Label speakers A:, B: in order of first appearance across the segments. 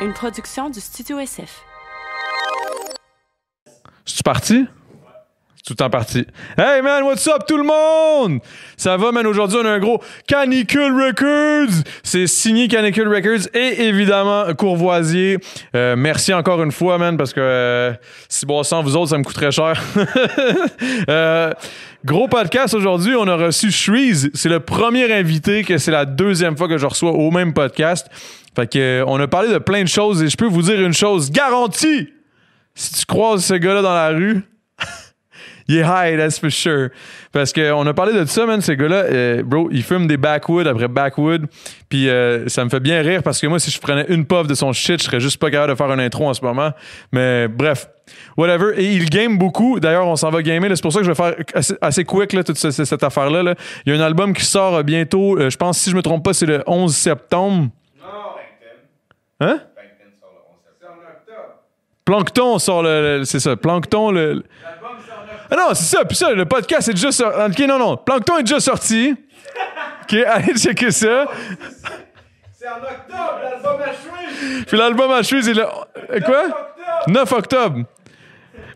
A: une production du Studio SF.
B: Es-tu parti? Tout le temps parti. Hey man, what's up tout le monde? Ça va man, aujourd'hui on a un gros Canicule Records. C'est signé Canicule Records et évidemment Courvoisier. Euh, merci encore une fois man parce que euh, si bon sans vous autres ça me coûterait cher. Euh, gros podcast aujourd'hui, on a reçu Shreeze. C'est le premier invité que c'est la deuxième fois que je reçois au même podcast. Fait que euh, on a parlé de plein de choses et je peux vous dire une chose garantie. Si tu croises ce gars-là dans la rue, Yeah, high, that's for sure. Parce qu'on a parlé de ça, man, ces gars-là. euh, bro, ils fument des backwood après backwood. Puis euh, ça me fait bien rire parce que moi, si je prenais une puff de son shit, je serais juste pas capable de faire une intro en ce moment. Mais bref, whatever. Et il game beaucoup. D'ailleurs, on s'en va gamer. là. C'est pour ça que je vais faire assez, assez quick là, toute ce- cette affaire-là. là. Il y a un album qui sort euh, bientôt. Euh, je pense, si je me trompe pas, c'est le 11 septembre. Hein? Plankton sort le. le- c'est ça. Plankton, le. Ah non, c'est ça. Puis ça, le podcast est déjà sorti. Ok, non, non. Plankton est déjà sorti. Ok, allez checker ça.
C: C'est en octobre, l'album à Shreeze!
B: Puis l'album à Shreeze, il est le. euh, Quoi? 9 octobre.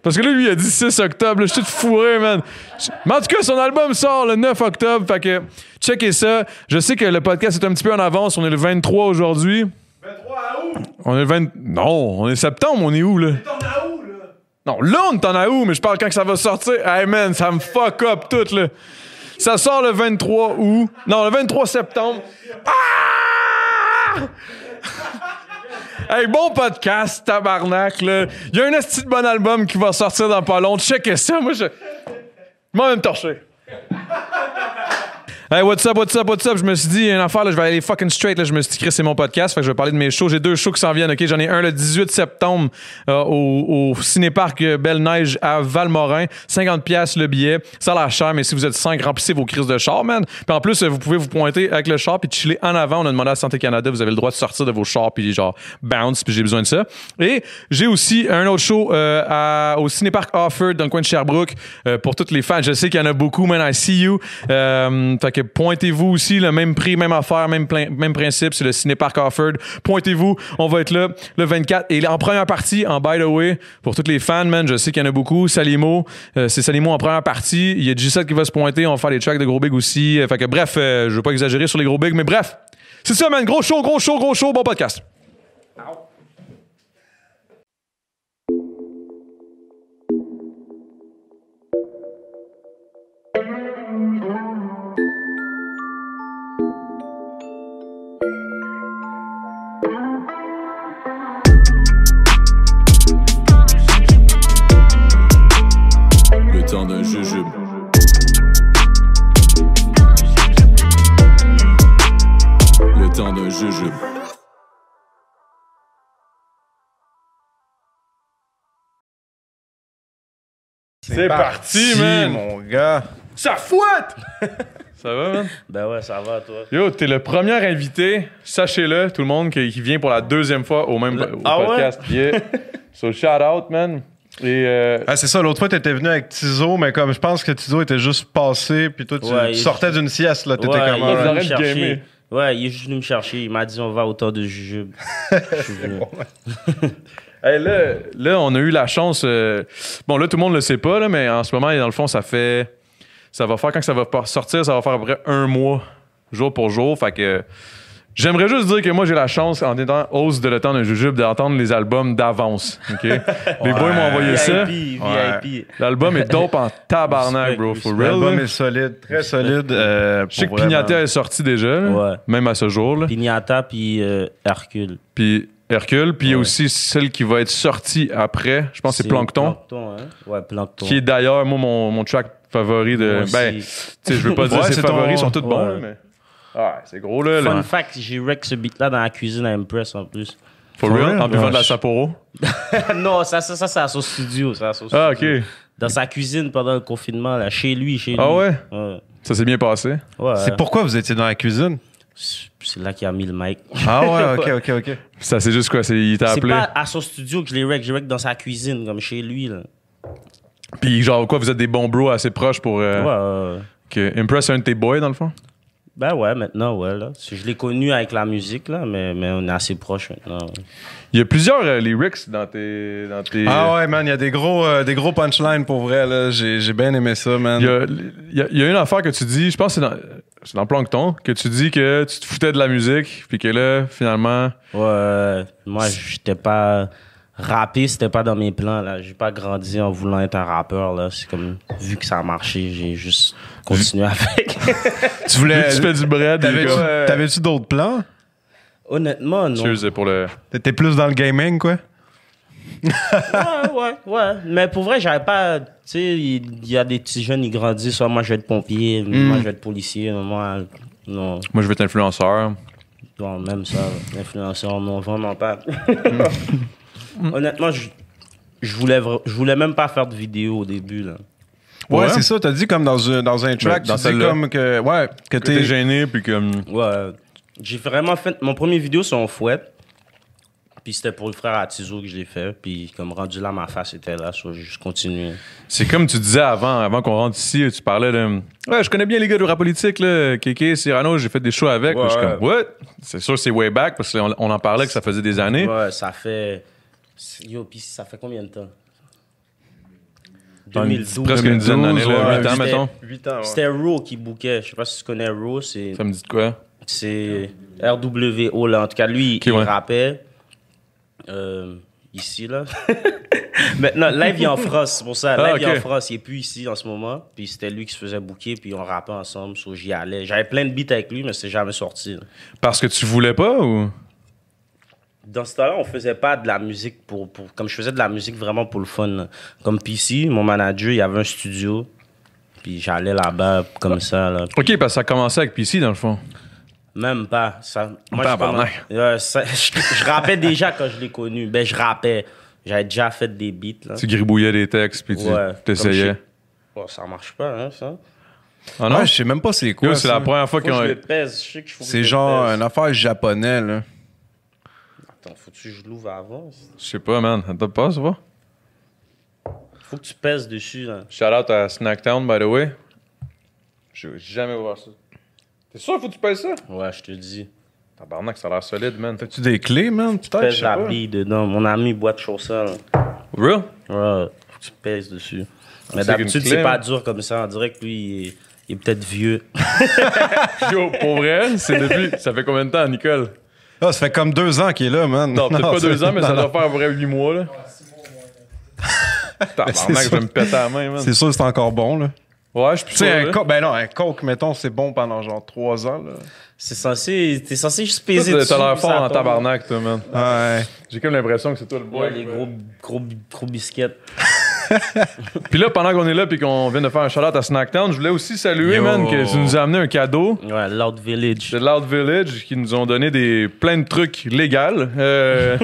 B: Parce que là, lui, il a dit 6 octobre. là. Je suis tout fourré, man. Je- Mais en tout cas, son album sort le 9 octobre. Fait que, checkez ça. Je sais que le podcast est un petit peu en avance. On est le 23 aujourd'hui.
C: 23 août!
B: On est le 20. Non, on est septembre. On est où, là?
C: T'en as où, là?
B: Non, là, on t'en a où, mais je parle quand que ça va sortir. Hey man, ça me fuck up tout, là. Ça sort le 23 août. Non, le 23 septembre. Ah! Hey, bon podcast, tabarnak, là. Il y a un esti de bon album qui va sortir dans pas longtemps. Check ça, moi, je... Je m'en vais me torcher. Hey, what's up, what's up, what's up? Je me suis dit, il y a une affaire, là, je vais aller fucking straight. Là. Je me suis dit, Chris, c'est mon podcast. Fait que je vais parler de mes shows. J'ai deux shows qui s'en viennent, OK? J'en ai un le 18 septembre euh, au, au Cinéparc euh, Belle-Neige à Valmorin. 50$ piastres le billet. Ça a l'air cher, mais si vous êtes 5, remplissez vos crises de char, man. Puis en plus, euh, vous pouvez vous pointer avec le char puis chiller en avant. On a demandé à Santé Canada, vous avez le droit de sortir de vos chars puis genre bounce, puis j'ai besoin de ça. Et j'ai aussi un autre show euh, à- au Cinéparc Offer dans le coin de Sherbrooke euh, pour toutes les fans. Je sais qu'il y en a beaucoup, man. I see you. Euh, fait que pointez-vous aussi, le même prix, même affaire, même, plein- même principe, c'est le Cinépark Offered. Pointez-vous, on va être là le 24. Et en première partie, en by the way, pour tous les fans, man, je sais qu'il y en a beaucoup. Salimo, euh, c'est Salimo en première partie. Il y a G7 qui va se pointer, on va faire les tracks de Gros Big aussi. Euh, fait que bref, euh, je veux pas exagérer sur les Gros Big, mais bref, c'est ça, man. Gros show, gros show, gros show, bon podcast.
D: Le temps d'un jujube. Le temps d'un jujube.
B: C'est parti, man.
C: mon gars!
B: Ça fouette! ça va, man?
E: Ben ouais, ça va, toi.
B: Yo, t'es le premier invité, sachez-le, tout le monde, qui, qui vient pour la deuxième fois au même au
E: Ah ouais?
B: podcast. Yeah. so, shout out, man. Et euh,
C: Ah, c'est ça, l'autre fois, t'étais venu avec Tizo, mais comme je pense que Tizo était juste passé, puis toi, tu
E: Ouais,
C: tu
E: il-
C: sortais d'une sieste,
B: Ah,
C: là, t'étais
E: ouais,
C: comme.
E: il
B: Vous
E: est
C: euh,
E: venu me
B: arrêtez de gamer.
E: chercher. Ouais, il est juste venu me chercher. Il m'a dit on va au temps de jujube. Je suis venu.
B: hey, là, là, on a eu la chance. euh, bon, là, tout le monde le sait pas, là, mais en ce moment, dans le fond, ça fait. Ça va faire, quand ça va pas sortir, ça va faire à peu près un mois, jour pour jour. Fait que. J'aimerais juste dire que moi, j'ai la chance, en étant hausse de le temps d'un jujube, d'entendre les albums d'avance. OK? Les boys m'ont
E: Euh,
B: envoyé ça.
E: VIP, VIP.
B: L'album est dope en tabarnak, bro. For real.
C: L'album
B: là.
C: est solide, très solide. euh,
B: Je sais que
C: pour vraiment-
B: Pignata est sorti déjà, là,
E: Ouais.
B: même à ce jour. là.
E: Pignata puis euh, Hercule.
B: Puis Hercule, puis il y a
E: Ouais.
B: aussi celle qui va être sortie après, je pense que c'est Plankton,
E: Plankton, hein? Ouais, Plankton.
B: qui est d'ailleurs, moi, mon, mon track favori de...
E: Moi
B: Ben, tu
E: aussi.
B: sais, je veux pas dire
C: Ouais,
B: ses
C: c'est
B: favoris, ils
C: ton-
B: sont tous bons,
E: Ouais.
B: là, mais... Ah, c'est gros, là.
E: Fun
B: là.
E: fact, j'ai wreck ce beat-là dans la cuisine à Impress en plus.
B: For
C: For
B: real,
C: real?
B: en buvant de la
C: Ouais.
B: Sapporo.
E: non, ça, ça, ça, c'est à son studio. ça, à son
B: Ah, OK.
E: studio. Dans sa cuisine pendant le confinement, là, chez lui, chez lui.
B: Ah ouais?
E: Ouais.
B: Ça s'est bien passé.
E: Ouais.
C: C'est pourquoi vous étiez dans la cuisine?
E: C'est là qu'il a mis le mic.
C: Ah ouais, ok, ok, ok.
B: Ça, c'est juste quoi? c'est- Il t'a
E: C'est
B: appelé.
E: pas à son studio que je l'ai wreck, je l'ai wreck dans sa cuisine, comme chez lui. Là.
B: Puis genre, quoi, vous êtes des bons bros assez proches pour... euh,
E: Ouais, ouais, ouais.
B: que Impress un de tes boys, dans le fond?
E: Ben ouais, maintenant, ouais. Là. Si Je l'ai connu avec la musique, là, mais, mais on est assez proches maintenant. ouais.
B: Il y a plusieurs euh, lyrics dans tes. Dans tes
C: Ah ouais, man, il y a des gros, euh, des gros punchlines pour vrai, là. J'ai j'ai bien aimé ça, man.
B: Il y a, il y a- il y a une affaire que tu dis, je pense que c'est dans, c'est dans Plankton, que tu dis que tu te foutais de la musique, puis que là, finalement.
E: Ouais, moi, j'étais pas rappé, c'était pas dans mes plans, là. J'ai pas grandi en voulant être un rappeur, là. C'est comme, vu que ça a marché, j'ai juste continué avec.
C: Tu
B: vu
C: voulais.
B: que tu fais du bread, les
C: T'avais-tu
B: gars.
E: euh,
C: t'avais-tu d'autres plans?
E: Honnêtement, non.
B: Cheers pour le.
C: T'étais plus dans le gaming, quoi?
E: Ouais, ouais, ouais. Mais pour vrai, j'avais pas. Tu sais, il y a des petits jeunes, ils grandissent. Soit moi, je vais être pompier, moi, je vais être policier, moi. Non,
B: Moi, je veux être influenceur.
E: non, même ça, influenceur, non, vraiment pas. Honnêtement, je, je, voulais, vra- je voulais même pas faire de vidéo au début, là.
C: Ouais,
B: Ouais.
C: c'est ça. T'as dit comme dans, un- dans un track,
B: dans
C: tu dis
B: celle-là.
C: comme que. Ouais, que
B: Que t'es
C: t'es.
B: gêné, puis comme.
E: Ouais. J'ai vraiment fait. Mon premier vidéo, c'est en fouet. Puis c'était pour le frère à Tizo que je l'ai fait. Puis comme rendu là, ma face était là. so je continue.
B: C'est comme tu disais avant, avant qu'on rentre ici, tu parlais de. Ouais, je connais bien les gars du rap politique, là. Kéké, Cyrano, j'ai fait des shows avec.
E: Ouais,
B: Puis je suis
E: ouais.
B: comme, what? C'est sûr, c'est way back, parce qu'on on en parlait que ça faisait des années.
E: Ouais, ça fait. Yo, puis ça fait combien de temps
B: Dans une- presque une dizaine d'années,
C: 2012,
B: là,
C: ouais.
B: 8 ans,
E: C'était-
B: mettons.
C: Huit ans, ouais.
E: C'était Raw qui bookait. Je sais pas si tu connais Raw. C'est
B: Ça me dit de quoi?
E: c'est RWO, là. En tout cas, lui, il
B: ouais.
E: rappait. euh, ici, là. Maintenant, live, il est en France. C'est pour ça. Live,
B: Ah,
E: il est
B: ok.
E: en France. Il est plus ici en ce moment. Puis c'était lui qui se faisait booker. Puis on rappait ensemble. So, j'y allais. J'avais plein de beats avec lui, mais c'est jamais sorti. là.
B: Parce que tu voulais pas ou.
E: Dans ce temps-là, on faisait pas de la musique pour, pour- Comme je faisais de la musique vraiment pour le fun. là. Comme PC, mon manager, il y avait un studio. Puis j'allais là-bas
B: Ah.
E: comme ça. Là.
B: Ok, parce que ça commençait avec PC, dans le fond.
E: Même pas. Ça, moi,
B: Tabarnak.
E: je, euh, ça- je, je rappais déjà quand je l'ai connu. Ben, je rappais. J'avais déjà fait des beats. Là.
B: Tu gribouillais des textes, puis tu
E: Ouais,
B: t'essayais.
E: comme Oh, ça marche pas, hein, ça.
B: Ah non?
C: Ouais, je sais même pas c'est quoi.
B: Yo, c'est
C: ça.
B: la première fois
E: Faut que
B: qu'on.
E: je le pèse. Je sais qu'il faut que je
C: C'est
E: le
C: genre
E: pèse.
C: une affaire japonais, là.
E: Attends, faut-tu que je l'ouvre avant?
B: Je sais pas, man. Attends pas, ça va?
E: Faut que tu pèses dessus, là.
B: Shout out à Snacktown, by the way. Je vais jamais voir ça. T'es sûr, faut que tu payes ça?
E: Ouais, je te le dis.
B: Tabarnak, ça a l'air solide, man.
C: T'as-tu des clés, man? Putain, je
E: Pèse
C: sais
E: la
C: pas.
E: bille dedans. Mon ami boit de chaussures, là.
B: Real?
E: Ouais, faut que tu pèses dessus. Mais
B: C'est qu'une
E: d'habitude,
B: clé,
E: c'est pas
B: hein.
E: dur comme ça. On dirait que lui, il est, il est peut-être vieux.
B: Yo, pour vrai, c'est depuis. Ça fait combien de temps, Nicole?
C: Ah, ça fait comme deux ans qu'il est là, man.
B: Non, peut-être pas
C: c'est-
B: deux ans, mais
C: non,
B: ça
C: non.
B: doit faire vrai huit mois, là. Tabarnak,
C: C'est
B: je vais
C: sûr.
B: me péter à la main, man.
C: C'est sûr que c'est encore bon, là.
B: Ouais, je suis
C: Tu sais, un
B: sûr.
C: coke, ben non, un coke, mettons, c'est bon pendant genre trois ans, là.
E: C'est censé, t'es censé juste
B: Toi,
E: peser
B: T'as
E: dessus.
B: t'as l'air fort
E: ça
B: en
E: tombe.
B: tabarnak, toi, man.
C: Ouais.
B: J'ai comme l'impression que c'est toi le boy.
E: Ouais, les gros, gros, gros biscuits.
B: Puis là, pendant qu'on est là puis qu'on vient de faire un shout-out à Snacktown, je voulais aussi saluer,
C: Yo.
B: man, que tu nous as amené un cadeau.
E: Ouais, Loud Village.
B: de l'Out Village qui nous ont donné des plein de trucs légaux. Euh,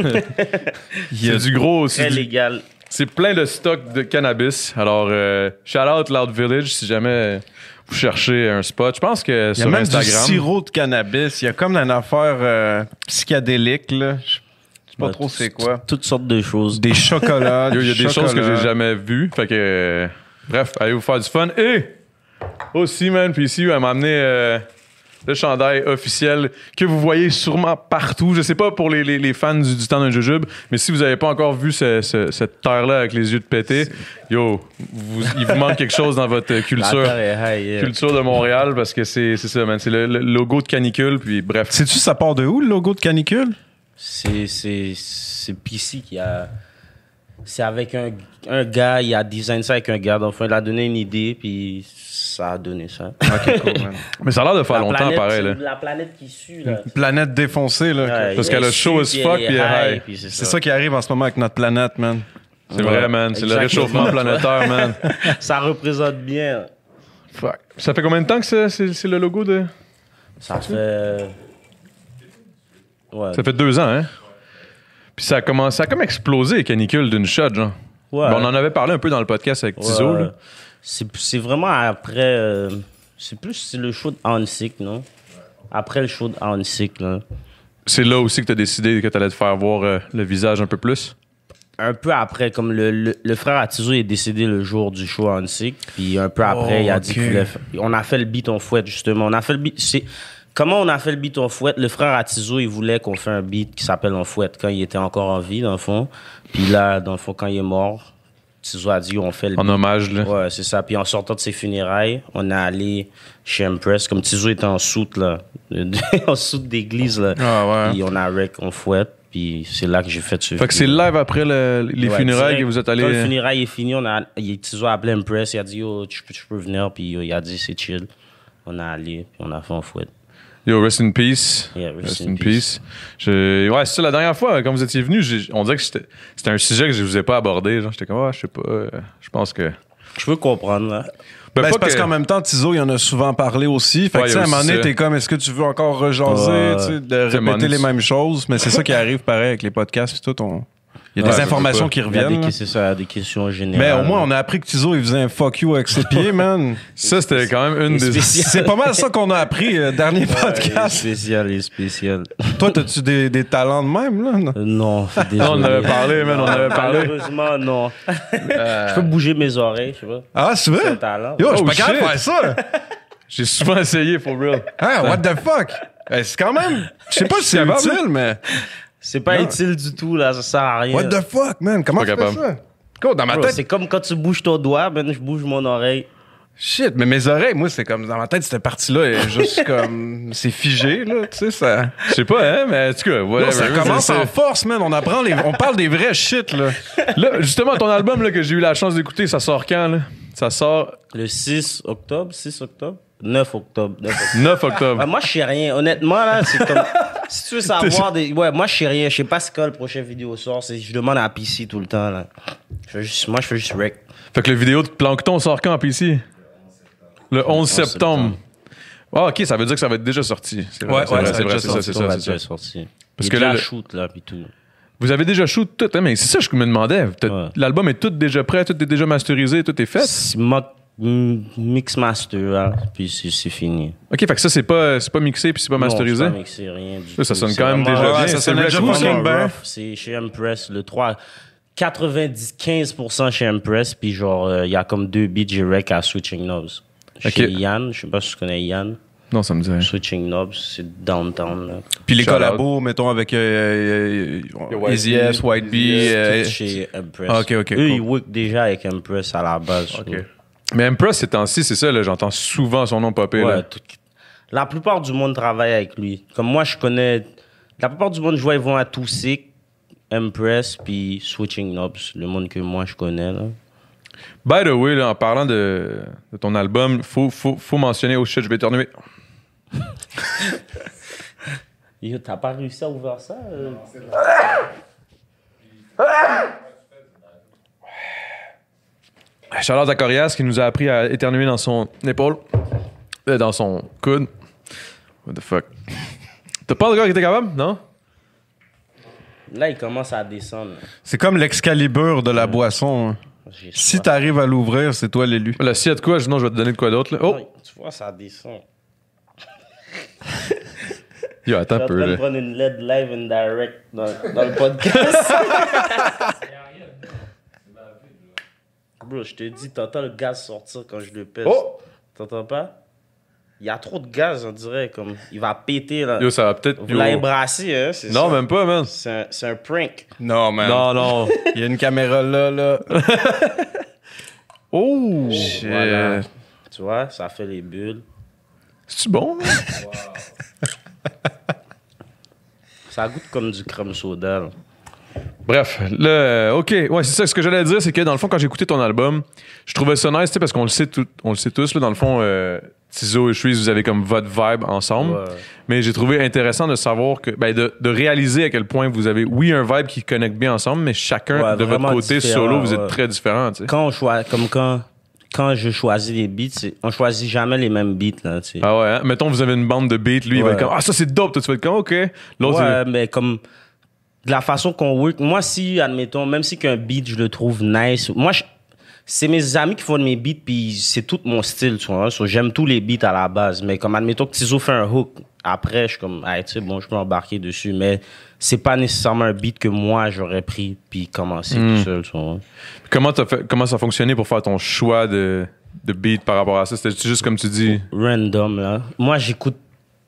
B: c'est du gros, c'est
E: Très
B: du-
E: légal.
B: c'est plein de stocks de cannabis. Alors euh, shout out l'Out Village si jamais vous cherchez un spot. Je pense que
C: Il y a
B: sur
C: même
B: Instagram.
C: du sirop de cannabis. Il y a comme une affaire euh, psychédélique, là. Je je sais pas
E: Ouais,
C: trop
E: tout-
C: c'est quoi.
E: Toutes sortes de choses.
C: Des chocolats.
B: Bah, Yo, Il y a
C: du
B: des choses que
C: chocolat.
B: j'ai jamais vues. Fait que euh, bref, allez vous faire du fun et aussi man puis ici elle m'a amené euh, le chandail officiel que vous voyez sûrement partout. Je sais pas pour les, les- les fans du, du temps d'un jujube, mais si vous avez pas encore vu ce- ce- cette terre-là avec les yeux de pété, yo, vous- il vous manque quelque chose dans votre euh,
E: La
B: culture.
E: terre est high, yeah.
B: Culture de Montréal, parce que c'est c'est ça, man. C'est le, le logo de canicule, puis bref.
C: Sais-tu ça part de où, le logo de canicule?
E: euh, C'est, c'est, c'est PC qui a. C'est avec un, un gars, il a design ça avec un gars. Enfin, il a donné une idée, puis ça a donné ça.
B: Oh,
C: Ok, cool, man.
B: Mais ça a l'air de faire
E: la
B: longtemps,
E: planète,
B: pareil. Là.
E: La planète qui sue, là.
C: Planète défoncée, là.
E: Ouais,
B: Parce
E: il
B: qu'elle a
E: est
B: chaud
E: sue,
B: as fuck,
E: il est
B: puis elle est high.
E: puis c'est
C: C'est
E: ça.
C: ça qui arrive en ce moment avec notre planète, man.
B: C'est vrai, man. C'est le
E: Exactement.
B: réchauffement planétaire, man.
E: Ça représente bien.
B: Fuck. Ça fait combien de temps que ça- c'est c'est le logo de.
E: Ça fait. euh, Ouais.
B: Ça fait deux ans, hein? Puis ça a commencé, ça a comme explosé les canicules d'une shot, genre.
E: Ouais.
B: Ben, on en avait parlé un peu dans le podcast avec Tizo,
E: Ouais.
B: là.
E: C'est c'est vraiment après. euh, c'est plus c'est le show de Hansik, non? Après le show de Hansik, là.
B: C'est là aussi que t'as décidé que t'allais te faire voir euh, le visage un peu plus.
E: un peu après, comme le, le, le frère à Tizo est décédé le jour du show à Annecy, puis un peu après,
B: Oh,
E: il a dit
B: ok.
E: qu'il voulait fa- On a fait le beat en fouette, justement. On a fait le beat. c'est- Comment on a fait le beat en fouette Le frère à Tizo, il voulait qu'on fasse un beat qui s'appelle en fouette quand il était encore en vie, dans le fond. Puis là, dans le fond, quand il est mort, Tizo a dit on fait le
B: En
E: beat.
B: hommage, là.
E: Ouais, c'est ça. Puis en sortant de ses funérailles, on est allé chez Empress. Comme Tizo était en soute, là. en soute d'église, là.
B: Ah, ouais.
E: Puis on a rec, on fouette. Puis c'est là que j'ai fait ce
B: Fait que c'est
E: là
B: live après le- les funérailles que vous êtes
E: Quand le
B: allés. euh,
E: funérailles est fini, on a, il, Tizo a appelé Empress. Il a dit, yo, tu peux, tu peux venir. Puis yo, il a dit, c'est chill. On est allé, puis on a fait un fouette.
B: euh, Yo, rest in peace.
E: Yeah, rest in
B: Je- Ouais, c'est ça, la dernière fois, quand vous étiez venu, j'ai- on dirait que c'était c'était un sujet que je vous ai pas abordé. genre, J'étais comme, ah, je sais pas, euh, je pense que.
E: Je peux comprendre, là.
B: Ben,
C: Ben,
B: pas
C: c'est parce
B: que-
C: qu'en même temps, Tizo, il en a souvent parlé aussi. Fait
B: Ouais,
C: que, tu
B: il y
C: sais,
B: a
C: à un moment
B: aussi
C: donné,
B: ça.
C: t'es comme, est-ce que tu veux encore rejaser,
E: Ouais.
C: tu sais, de
B: à un moment
C: répéter
B: donné,
C: les
B: tu-
C: mêmes choses? Mais c'est ça qui arrive, pareil, avec les podcasts et tout. on- Il y a
B: Ouais,
C: des
B: je sais
C: informations
B: pas.
C: qui
E: Il y a
C: reviennent.
E: des,
C: là.
E: que- c'est ça, des questions
C: Mais
E: générales.
C: au moins, on a appris que Tizo, il faisait un fuck you avec ses pieds, man.
B: Ça, c'était quand même une
E: C'est
B: des.
E: spécial.
C: C'est pas mal ça qu'on a appris, euh, dernier
E: est
C: podcast.
E: spécial, il est spécial.
C: Toi, t'as-tu des, des talents de même, là? Non?
E: Euh, Non, désolé.
B: Non, on en avait parlé, man, on en avait parlé. Euh,
E: Malheureusement, non. Je peux bouger mes oreilles, je sais pas.
C: Ah, c'est
E: C'est un
C: vrai?
E: talent.
C: Yo, je suis
B: Oh,
C: pas capable de
B: shit.
C: faire ça!
B: J'ai souvent essayé, for real.
C: Hein, what the fuck? Eh, c'est quand même. Je sais pas si c'est
B: capable.
C: utile, mais.
E: C'est pas
C: Non.
E: utile du tout, là, ça sert à rien.
C: What the fuck, man? Comment
B: Pas
C: tu fais
B: capable.
C: ça? Quoi, dans ma
E: Bro,
C: tête.
E: C'est comme quand tu bouges ton doigt, ben je bouge mon oreille.
C: Shit, mais mes oreilles, moi, c'est comme. Dans ma tête, cette partie-là est juste comme. C'est figé, là. Tu sais, ça.
B: Je sais pas, hein, mais en tout cas, whatever.
C: Non, ça commence
B: C'est-
C: en force, man. On apprend les. On parle des vrais shit, là.
B: Là, justement, ton album là, que j'ai eu la chance d'écouter, ça sort quand, là? Ça sort
E: Le 6 octobre, 6 octobre 9 octobre. 9 octobre.
B: 9
E: Ouais,
C: Ah,
B: octobre.
E: moi, je sais rien. Honnêtement, là, c'est comme. si tu veux savoir des. Ouais, moi, je sais rien. Je sais pas c'est quand le prochain vidéo sort. C'est- Je demande à PC tout le temps, là. Je fais juste... Moi, je fais juste rec.
C: ah.
B: Fait que le vidéo de Plankton sort quand, PC? Le 11 septembre. Ah, ok, ça veut dire que ça va être déjà sorti. C'est vrai,
C: Ouais,
B: c'est
C: ouais,
B: vrai,
C: ça va
B: c'est
C: être
B: vrai,
C: déjà
B: c'est ça, c'est ça, c'est ça.
E: Parce que là. le shoot, là, puis tout.
B: Vous avez déjà shoot tout, hein, mais c'est ça que je me demandais. T'as-
E: Ouais.
B: L'album est tout déjà prêt, tout est déjà masterisé, tout est fait.
E: C'est mo- mm, Mix master, là. hein. Puis c'est c'est fini.
B: Ok, fait que ça, c'est pas, c'est pas mixé puis c'est pas masterisé.
E: Non, c'est pas mixé, rien du
B: Ça, ça
E: tout.
B: sonne
E: C'est
B: quand même
E: vraiment-
B: déjà
C: Ouais,
B: bien.
C: ça
B: C'est
C: sonne
B: vrai,
C: déjà
B: je trouve
C: fucking
B: ça.
E: Vraiment
C: bien.
E: rough. C'est chez Empress, le 3. 95% chez Empress, puis genre, euh, il y a comme deux beats J-Rec à Switching Knobs. Chez Yann, je sais pas si tu connais Yann.
B: Non, ça me dit rien.
E: Switching Knobs, c'est downtown. Là.
C: Puis les
B: Shout out.
C: collabos, mettons, avec euh, euh, euh, Easy S, White Bee. euh,
E: Tout chez Empress.
C: Ah, ok, ok,
E: Eux,
C: cool.
E: ils work déjà avec Empress à la base. so-
B: Mais Empress, ces temps-ci, c'est ça, là, j'entends souvent son nom popper.
E: Ouais,
B: là.
E: tout- La plupart du monde travaille avec lui. Comme moi, je connais. La plupart du monde, je vois, ils vont à Too Sick, Empress, puis Switching Knobs, le monde que moi, je connais. Là.
B: By the way, là, en parlant de, de ton album, faut, faut, faut mentionner, oh shit, je vais éternuer.
E: Yo, t'as pas réussi à ouvrir ça? euh?
B: Charles Acorias qui nous a appris à éternuer dans son épaule, euh, dans son coude. What the fuck? T'as pas encore été capable, non?
E: Là, il commence à descendre. là.
C: C'est comme l'excalibur de la boisson. hein.
E: J'ai
C: Si
E: soif.
C: t'arrives à l'ouvrir, c'est toi l'élu.
B: Là, s'il y a de quoi, sinon je vais te donner de quoi d'autre. là. Oh!
E: Non, Tu vois, ça descend.
B: Yo, attends un
E: Je suis en
B: peu,
E: train de
B: là.
E: prendre une LED live and direct dans, dans le podcast. Bro, je te dis, t'entends le gaz sortir quand je le pèse.
B: Oh!
E: T'entends pas? Il y a trop de gaz, on dirait. Comme, il va péter, là.
B: Yo, ça va peut-être.
E: Vous
B: yo.
E: l'avez brassé, hein? c'est
B: Non,
E: ça.
B: même pas, man.
E: C'est un, c'est un prank.
C: Non, man.
B: Non, non.
C: Il y a une caméra là, là.
B: Oh!
E: Voilà.
B: Shit.
E: Tu vois, ça fait les bulles.
B: C'est-tu bon? man?
E: Ça goûte comme du crème soda, là.
B: Bref, le, ok, ouais, c'est ça. Ce que j'allais dire, c'est que dans le fond, quand j'ai écouté ton album, je trouvais ça nice, tu sais, parce qu'on le sait tout, on le sait tous, là, dans le fond, euh, Tizo et Shreeze, vous avez comme votre vibe ensemble.
E: Ouais.
B: Mais j'ai trouvé intéressant de savoir que, ben, de, de réaliser à quel point vous avez, oui, un vibe qui connecte bien ensemble, mais chacun
E: Ouais,
B: de votre
E: vraiment
B: côté
E: différent,
B: solo, vous
E: ouais.
B: êtes très différents, tu sais.
E: Quand on choisit, comme quand, quand je choisis les beats, c'est- on choisit jamais les mêmes beats, là, tu sais.
B: Ah ouais, hein? mettons, vous avez une bande de beats, lui, il va
E: Ouais.
B: être comme, ah, ça c'est dope, toi, tu vas être comme, ok. L'autre,
E: Ouais, mais comme de la façon qu'on work. Moi, si, admettons, même si qu'un beat, je le trouve nice, moi, je- c'est mes amis qui font de mes beats, puis c'est tout mon style, tu vois. hein. So, J'aime tous les beats à la base, mais comme admettons que Tizo fait un hook, après, je suis comme, ah, tu sais, bon, je peux embarquer dessus, mais c'est pas nécessairement un beat que moi j'aurais pris, puis commencé tout seul, tu vois.
B: Comment, t'as fait- comment ça a fonctionné pour faire ton choix de, de beat par rapport à ça? C'était juste comme tu dis.
E: random là. Moi, j'écoute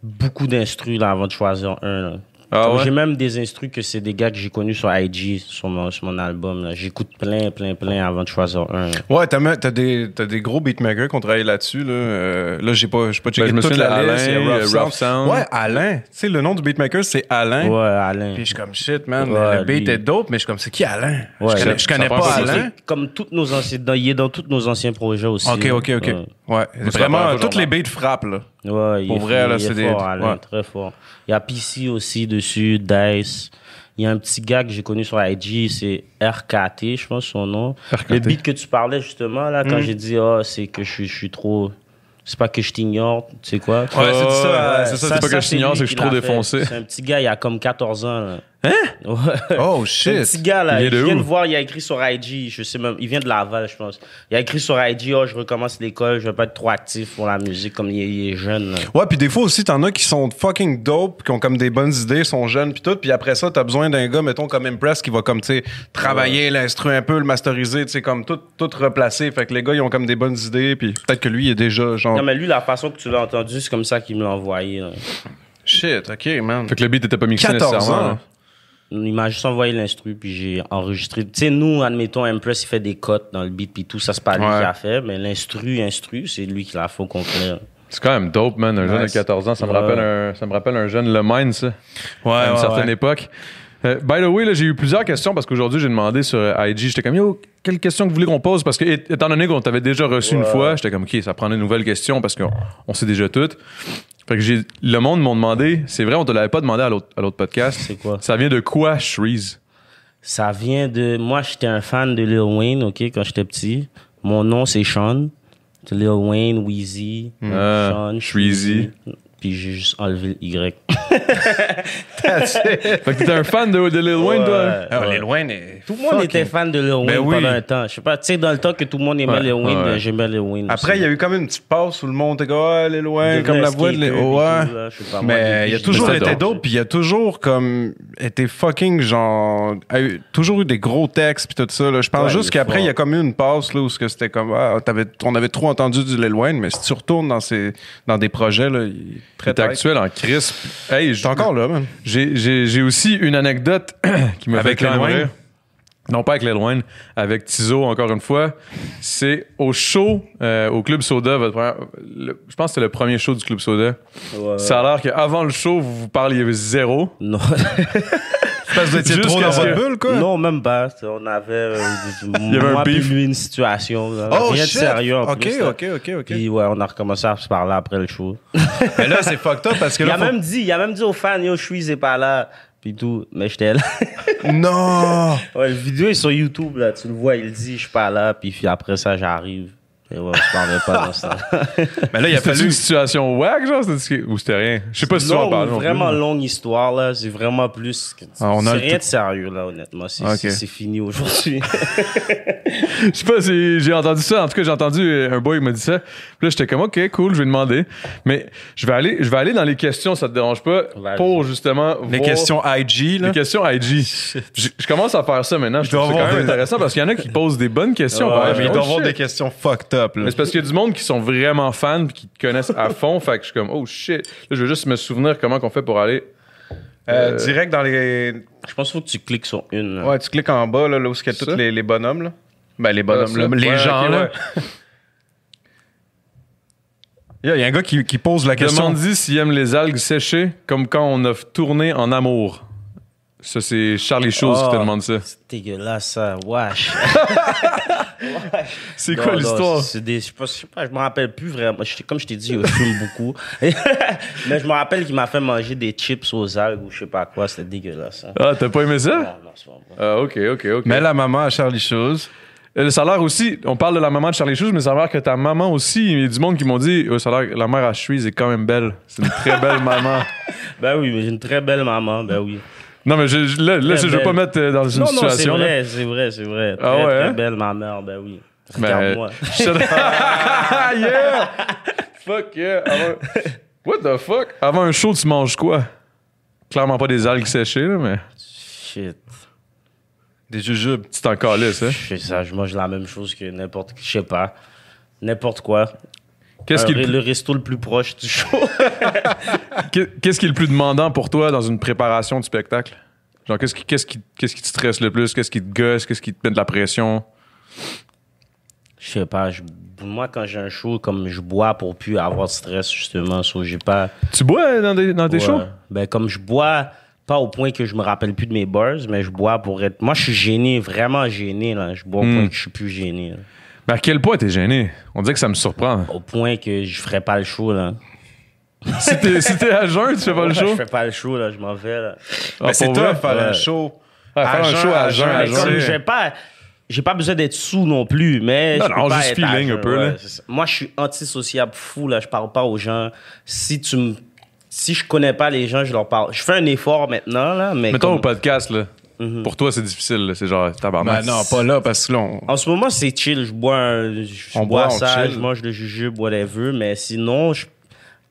E: beaucoup d'instrus là, avant de choisir un. là.
B: Ah
E: Comme
B: ouais?
E: J'ai même des instrus que c'est des gars que j'ai connus sur IG, sur mon, sur mon album. là. J'écoute plein, plein, plein avant de choisir un. là.
C: Ouais, t'as, me- t'as des, t'as des gros beatmakers qui ont travaillé là-dessus. Là, Euh, là j'ai pas, j'ai pas checké
B: Ben, je me
C: toute
B: souviens
C: la
B: d'Alain,
C: liste. il y a
B: euh, Rough Sound.
C: Ouais, Alain. Tu sais, le nom du beatmaker, c'est Alain.
E: Ouais,
C: Hein?
E: Alain.
C: Puis je suis comme shit, man.
E: Ouais,
C: le beat
E: lui.
C: est dope, mais je suis comme, c'est qui Alain?
E: Ouais,
C: je
E: ça-
C: connais, je
B: ça
C: connais pas
B: passe aussi.
C: Alain.
E: Comme toutes nos anciens, dans- il est dans tous nos anciens projets aussi.
C: Ok, ok, ok.
E: Ouais.
C: Ouais.
B: c'est la première
C: Vraiment,
B: fois que
C: toutes
B: j'en
C: les beats frappent, là.
E: Ouais, il
C: Pour
E: est
C: vrai,
E: fou,
C: là,
E: il est
C: c'est des-
E: fort, Alain,
C: ouais.
E: très fort. Il y a PC aussi dessus, Dice. Il y a un petit gars que j'ai connu sur IG, c'est RKT, je pense son nom. Le beat que tu parlais justement, là, quand
B: Mm.
E: j'ai dit, oh, c'est que je suis, je suis trop. C'est pas que je t'ignore, tu sais quoi?
B: Ouais, c'est ça,
C: ouais,
B: c'est ça, c'est pas que je t'ignore,
E: lui
B: c'est que je suis
E: qui
B: trop
E: l'a fait.
B: défoncé.
E: C'est un petit gars, il a comme 14 ans, là. Hein?
C: Oh
E: C'est un
C: shit.
E: petit gars
B: Il
E: là, il,
B: est de
E: vient
B: où?
E: de voir, il a écrit sur IG, je sais même, il vient de Laval, je pense. Il a écrit sur IG, oh, je recommence l'école, je vais pas être trop actif pour la musique comme il est, il est jeune. là.
C: Ouais, puis des fois aussi, t'en as qui sont fucking dope, qui ont comme des bonnes idées, sont jeunes, puis tout. Puis après ça, t'as besoin d'un gars, mettons, comme Impress, qui va comme, tu sais, travailler l'instru un peu, le masteriser, tu sais, comme tout, tout replacer. Fait que les gars, ils ont comme des bonnes idées, puis peut-être que lui, il est déjà genre.
E: Non mais lui, la façon que tu l'as entendu, c'est comme ça qu'il me l'a envoyé. là.
C: Shit, ok, man.
B: Fait que le beat était pas mixé
C: 14
B: nécessairement. hein.
C: ans.
B: là.
E: Il m'a juste envoyé l'instru, puis j'ai enregistré. Tu sais, nous, admettons, Impress, il fait des cotes dans le beat, puis tout ça, c'est pas lui
C: Ouais.
E: qui a fait, mais l'instru, instru, c'est lui qui l'a fait au complet. là.
B: C'est quand même dope, man. Un jeune de
C: Nice.
B: 14 ans, ça me,
E: Ouais.
B: rappelle un, ça me rappelle un jeune Le Mine, ça. à une certaine époque. Euh, by the way, là, j'ai eu plusieurs questions parce qu'aujourd'hui, j'ai demandé sur euh, IG, j'étais comme, yo, quelle question que vous voulez qu'on pose? Parce que, et- étant donné qu'on t'avait déjà reçu une fois, j'étais comme, OK, ça prend une nouvelle question parce qu'on on sait déjà toutes. Fait que j'ai, le monde m'ont demandé, c'est vrai, on te l'avait pas demandé à l'autre, à l'autre podcast.
E: C'est quoi?
B: Ça vient de quoi, Shreeze?
E: Ça vient de. Moi, j'étais un fan de Lil Wayne, OK, quand j'étais petit. Mon nom, c'est Sean. C'est Lil Wayne, Wheezy,
B: Ah, Shreezy.
E: Puis j'ai juste enlevé le Y.
B: Fait que t'étais un fan de, de Lil Wayne, toi? hein?
C: Ah, les loin, mais-
E: Tout le monde était fan de Lil Wayne
C: Ben oui.
E: pendant un temps. Je sais pas, tu sais, dans le temps que tout le monde aimait
B: Ouais,
E: Lil Wayne,
B: ouais.
E: ben, j'aimais Lil Wayne.
C: Après, il y a eu comme une petite passe où le monde était comme, ah, les loin, comme la voix de les. Ouais. Mais il a toujours
B: Mais
C: été
B: c'était
C: dope, puis il a toujours comme été fucking genre a eu- toujours eu des gros textes puis tout ça là. Je pense
E: Ouais, il
C: juste
E: est
C: qu'après
E: fort.
C: il y a comme eu une passe là où ce que c'était comme ah, t'avais- on avait trop entendu du Lil Wayne, mais si tu retournes dans ces dans des projets là, il est très
B: T'es
C: tight.
B: actuel en crisp. Hey,
C: T'es encore là man.
B: J'ai, j'ai, j'ai aussi une anecdote qui m'a
C: Avec
B: fait quand même
C: Lil Wayne?
B: rire. Non, pas avec Lil Wayne, avec Tizo, encore une fois. C'est au show, euh, au Club Soda, votre première- le- je pense que c'était le premier show du Club Soda. Ça a l'air qu'avant le show, vous vous parliez zéro.
E: Non,
C: Parce que vous étiez
B: Jusqu'à
C: trop dans
B: ce
C: votre
B: que-
C: bulle quoi.
E: non, même pas. On avait. euh,
B: y avait un
E: moi, puis
B: beef.
E: lui, une situation. là.
C: Oh
E: Rien
C: shit.
E: de sérieux en
C: OK,
E: plus. là.
C: OK, OK, OK.
E: Puis ouais, on a recommencé à se parler après le show.
C: Mais là c'est fucked up parce que
E: Il
C: là
E: a même dit, il a même dit aux fans, yo, je suis pas là, puis tout, mais j'étais là.
C: faut- non.
E: ouais, la vidéo est sur YouTube là, tu le vois, il dit, je suis pas là, puis, puis après ça, j'arrive. Et ouais, je parlais pas dans ce temps.
C: Mais là il a
B: C'était-tu
C: fallu
B: une situation wack, genre? c'était- Ou c'était rien? Je sais pas si tu vas en
E: Non,
B: parler. non plus.
E: vraiment longue histoire là, c'est vraiment plus. que-
C: Ah, on a
E: c'est
C: le
E: rien de sérieux là, honnêtement, c'est
C: Ok.
E: c'est- c'est fini aujourd'hui.
B: Je sais pas si j'ai entendu ça. En tout cas, j'ai entendu euh, un boy qui m'a dit ça. Puis là, j'étais comme, OK, cool, je vais demander. Mais je vais aller, je vais aller dans les questions, ça te dérange pas,
E: Vas-y.
B: pour justement
C: les
B: voir-
C: questions IG là.
B: Les questions IG. Je, je commence à faire ça maintenant. Je
C: dois
B: trouve que c'est
C: avoir
B: quand même
C: des-
B: intéressant parce qu'il y en a qui posent des bonnes questions.
E: Ouais,
B: par
C: Ouais,
B: exemple.
C: mais ils
B: Oh,
C: doivent avoir
B: shit.
C: des questions fucked up là.
B: Mais c'est parce qu'il y a du monde qui sont vraiment fans et qui te connaissent à fond. fait que je suis comme, oh shit. Là, je veux juste me souvenir comment qu'on fait pour aller.
C: Euh, direct dans les
E: je pense qu'il faut que tu cliques sur une. là.
C: Ouais, tu cliques en bas, là, là où il y a
B: Ça?
C: tous les, les bonhommes, là. Ben, les bonhommes,
B: Ah,
C: là.
B: ça?
C: Les
B: Ouais,
C: gens,
B: ok,
C: là.
B: ouais.
C: Il y a un gars qui, qui pose la question.
B: Demande-y s'il aime les algues séchées comme quand on a tourné en amour. Ça, c'est Charlie Chose qui te
E: Ah.
B: demande ça.
E: C'est dégueulasse ça, wesh.
B: C'est
E: Non,
B: quoi
E: non,
B: l'histoire?
E: c'est des- Je sais pas, je sais pas, je me rappelle plus vraiment. Je- comme je t'ai dit, je fume beaucoup. Mais je me rappelle qu'il m'a fait manger des chips aux algues ou je sais pas quoi. C'était dégueulasse. hein.
B: Ah, t'as pas aimé ça?
E: Non, non, c'est pas vrai.
B: Ah, ok, ok, ok.
C: Mais la maman à Charlie Chose.
B: Euh, Ça a l'air aussi, on parle de la maman de Charlie Chose, mais ça a l'air que ta maman aussi, il y a du monde qui m'ont dit, euh, ça a l'air que la mère à Chewies est quand même belle. C'est une très belle maman.
E: Ben oui, mais j'ai une très belle maman, ben oui.
B: Non, mais je, je- là, là,
E: Très
B: je veux
E: belle.
B: pas mettre euh, dans une
E: Non, non, c'est
B: situation. là.
E: vrai, c'est vrai, c'est vrai. Très,
B: Ah ouais, hein?
E: très belle ma mère, ben oui.
B: euh,
E: Regarde-moi.
B: yeah! Fuck yeah! Avant- What the fuck? Avant un show, tu manges quoi? Clairement pas des algues séchées, là, mais
E: Shit.
C: Des jujubes.
B: tu t'en calisses, hein?
E: Je fais ça, je mange la même chose que n'importe, je sais pas, n'importe quoi.
B: Qu'est-ce
E: Un
B: qui, est
E: re-
B: le plus-
E: le resto le plus proche du show.
B: qu'est- qu'est-ce qui est le plus demandant pour toi dans une préparation du spectacle? Genre, qu'est-ce qui, qu'est-ce qui, qu'est-ce qui te stresse le plus? Qu'est-ce qui te gosse? Qu'est-ce qui te met de la pression?
E: Je sais pas, je- moi quand j'ai un show, comme je bois pour plus avoir de stress justement, so j'ai pas.
B: Tu bois hein, dans des, dans des
E: Ouais.
B: shows?
E: Ben comme je bois pas au point que je me rappelle plus de mes bars, mais je bois pour être. Moi je suis gêné, vraiment gêné là. Je bois au
B: Hmm.
E: point que je suis plus gêné. là.
B: Mais à quel point t'es gêné? On dirait que ça me surprend.
E: Au point que je ferais pas le show là.
B: si t'es si t'es à jeun, tu fais pas le show?
E: Je fais pas le show là, je m'en vais là.
B: Ah,
C: Mais Ben, c'est
B: pour
C: tough,
B: vrai?
C: faire un
E: Ouais.
C: show.
B: Ouais, faire un
C: jeun,
B: show à jeun, à
E: Mais
B: jeun.
E: comme
B: sais.
E: j'ai pas j'ai pas besoin d'être sous non plus mais
B: Non,
E: je
B: non,
E: peux pas
B: juste
E: être
B: feeling
E: à
B: un
E: jeun,
B: peu, là.
E: c'est ça. moi je suis antisociable fou là je parle pas aux gens si tu me si je connais pas les gens je leur parle je fais un effort maintenant là mais
B: Mettons
E: comme- Mhm.
B: au podcast, là. Pour toi, c'est difficile. là. C'est genre
C: Ben
B: tabarnak.
C: non, pas là, parce que là, on-
E: en ce moment c'est chill je bois un- je
C: On
E: bois
C: boit, on
E: ça
C: chill.
E: je mange le jujube whatever mais sinon je-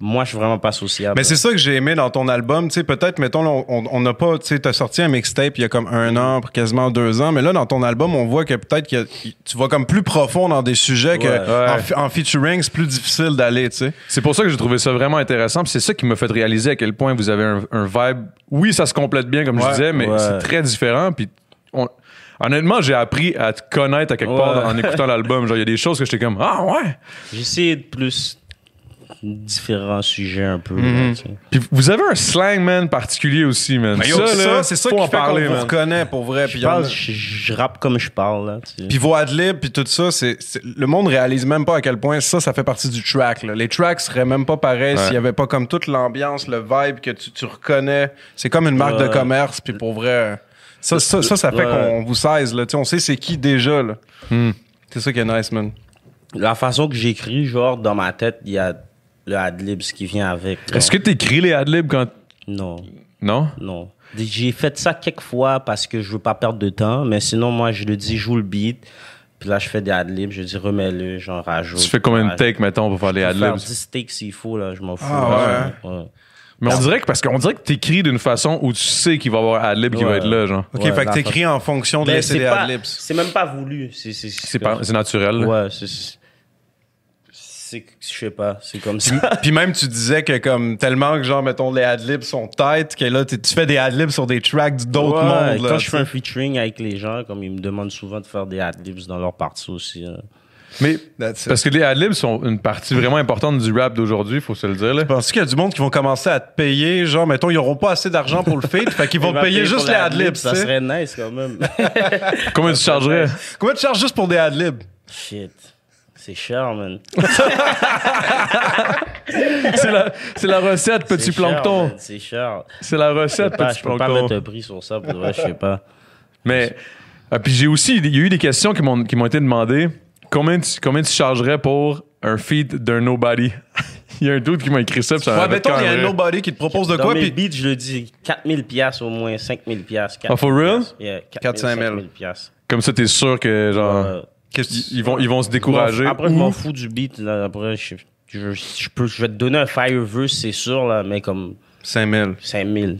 E: moi je suis vraiment pas sociable
C: Mais c'est ça que j'ai aimé dans ton album. Tu sais, peut-être, mettons, là, on on n'a pas, tu sais, t'as sorti un mixtape il y a comme un an, quasiment deux ans, mais là, dans ton album, on voit que peut-être que tu vas comme plus profond dans des sujets que
E: Ouais.
C: en
B: Ouais.
C: fi- En, featuring, c'est plus difficile d'aller, tu sais.
B: C'est pour ça que j'ai trouvé ça vraiment intéressant. puis C'est ça qui m'a fait réaliser à quel point vous avez un, un vibe. Oui, ça se complète bien, comme je
C: Ouais,
B: disais, mais
E: ouais.
B: c'est très différent. Puis on- honnêtement, j'ai appris à te connaître à quelque part
E: Ouais.
B: en écoutant l'album. Genre, il y a des choses que j'étais comme Ah ouais!
E: j'essaie de plus différents sujets un peu là,
B: Mhm.
E: tu sais.
B: Puis vous avez un slang, man, particulier aussi, man.
C: Mais yo,
B: là,
C: ça, c'est ça
B: faut
C: qui
B: en
C: fait
B: parler,
C: qu'on vous
B: man.
C: reconnaît pour vrai. Puis
E: je
C: y en a-
E: parle je, je rappe comme je parle là tu sais.
C: Puis vos adlibs, puis tout ça, c'est, c'est- le monde réalise même pas à quel point ça, ça fait partie du track. là. Les tracks seraient même pas pareils s'il y avait pas comme toute l'ambiance, le vibe que tu, tu reconnais. C'est comme une marque de
E: Ouais.
C: commerce, puis pour vrai, ça, ça, ça, ça fait
E: Ouais.
C: qu'on vous saise. Là. Tu sais, On sait c'est qui déjà. Là. C'est ça qui est nice, man.
E: la façon que j'écris, genre, dans ma tête, il y a le adlib, ce qui vient avec. genre.
B: Est-ce que t'écris les adlibs quand.
E: Non,
B: Non?
E: non. J'ai fait ça quelques fois parce que je veux pas perdre de temps, mais sinon, moi, je le dis, joue le beat, puis là, je fais des adlibs, je dis remets-le, j'en rajoute.
B: Tu fais combien de
E: rajoute.
B: takes, mettons, pour faire les
E: Je peux Faire
B: adlibs?
E: 10 takes s'il faut, là, je m'en fous.
C: Ah
E: ouais. ouais.
B: Mais on dirait que, parce qu'on dirait que t'écris d'une façon où tu sais qu'il va y avoir adlib qui va
E: Ouais.
B: être là, genre.
C: OK,
E: Ouais,
C: fait que
E: la
C: t'écris en fonction de
E: Ben,
C: laisser
E: c'est
C: des
E: pas-
C: adlibs.
E: C'est même pas voulu. C'est, c'est, c'est,
B: C'est par- c'est naturel. là.
E: Ouais, c'est. c'est- c'est- je sais pas, c'est comme ça.
C: Puis même, tu disais que comme tellement que genre, mettons, les adlibs sont tight, que là, tu tu fais des adlibs sur des tracks d'autres
E: Ouais,
C: mondes. là,
E: Quand
C: tu
E: je fais un featuring avec les gens, comme ils me demandent souvent de faire des adlibs dans leur partie aussi. hein. là.
B: Mais
C: That's it.
B: parce que les adlibs sont une partie vraiment importante du rap d'aujourd'hui, faut se le dire. Là.
C: Penses-tu qu'il y a du monde qui vont commencer à te payer, genre, mettons, ils n'auront pas assez d'argent pour le feed, fait qu'ils vont
E: Il
C: te
E: va
C: payer juste
E: pour
C: les
E: la
C: adlibs,
E: adlib,
C: tu
E: Ça
C: sais.
E: serait nice quand même.
B: Combien tu chargerais
C: Combien tu charges juste pour des adlibs?
E: Shit. C'est cher, man.
B: C'est la, c'est la recette petit
E: C'est cher,
B: plancton.
E: man, C'est cher.
B: C'est la
E: Je sais
B: recette
E: pas,
B: petit
E: je peux pas
B: plancton.
E: mettre un prix sur ça, pour de vrai, je sais pas.
B: Mais ah, puis j'ai aussi il y a eu des questions qui m'ont qui m'ont été demandées. Combien tu combien tu chargerais pour un feed d'un nobody Il y a un doute qui m'a écrit ça. puis ça m'a
C: Ouais,
B: fait
C: mettons, il y a
B: quand
C: un
B: même.
C: nobody qui te propose de
E: Dans
C: quoi,
E: mes
C: puis
E: beats, je le dis, 4000 piastres au moins, 5000 piastres.
B: Ah, for real?
E: Yeah,
C: 4 000,
E: 4 000, 5000 piastres.
B: Comme ça, t'es sûr que
C: Ah.
B: genre
E: Euh,
B: ils, ils vont ils vont se décourager.
E: Après, je
B: ou-
E: m'en fous du beat, là. Après, je, je, je peux, je vais te donner un fire verse, c'est sûr, là, mais comme
C: 5000.
E: 5000.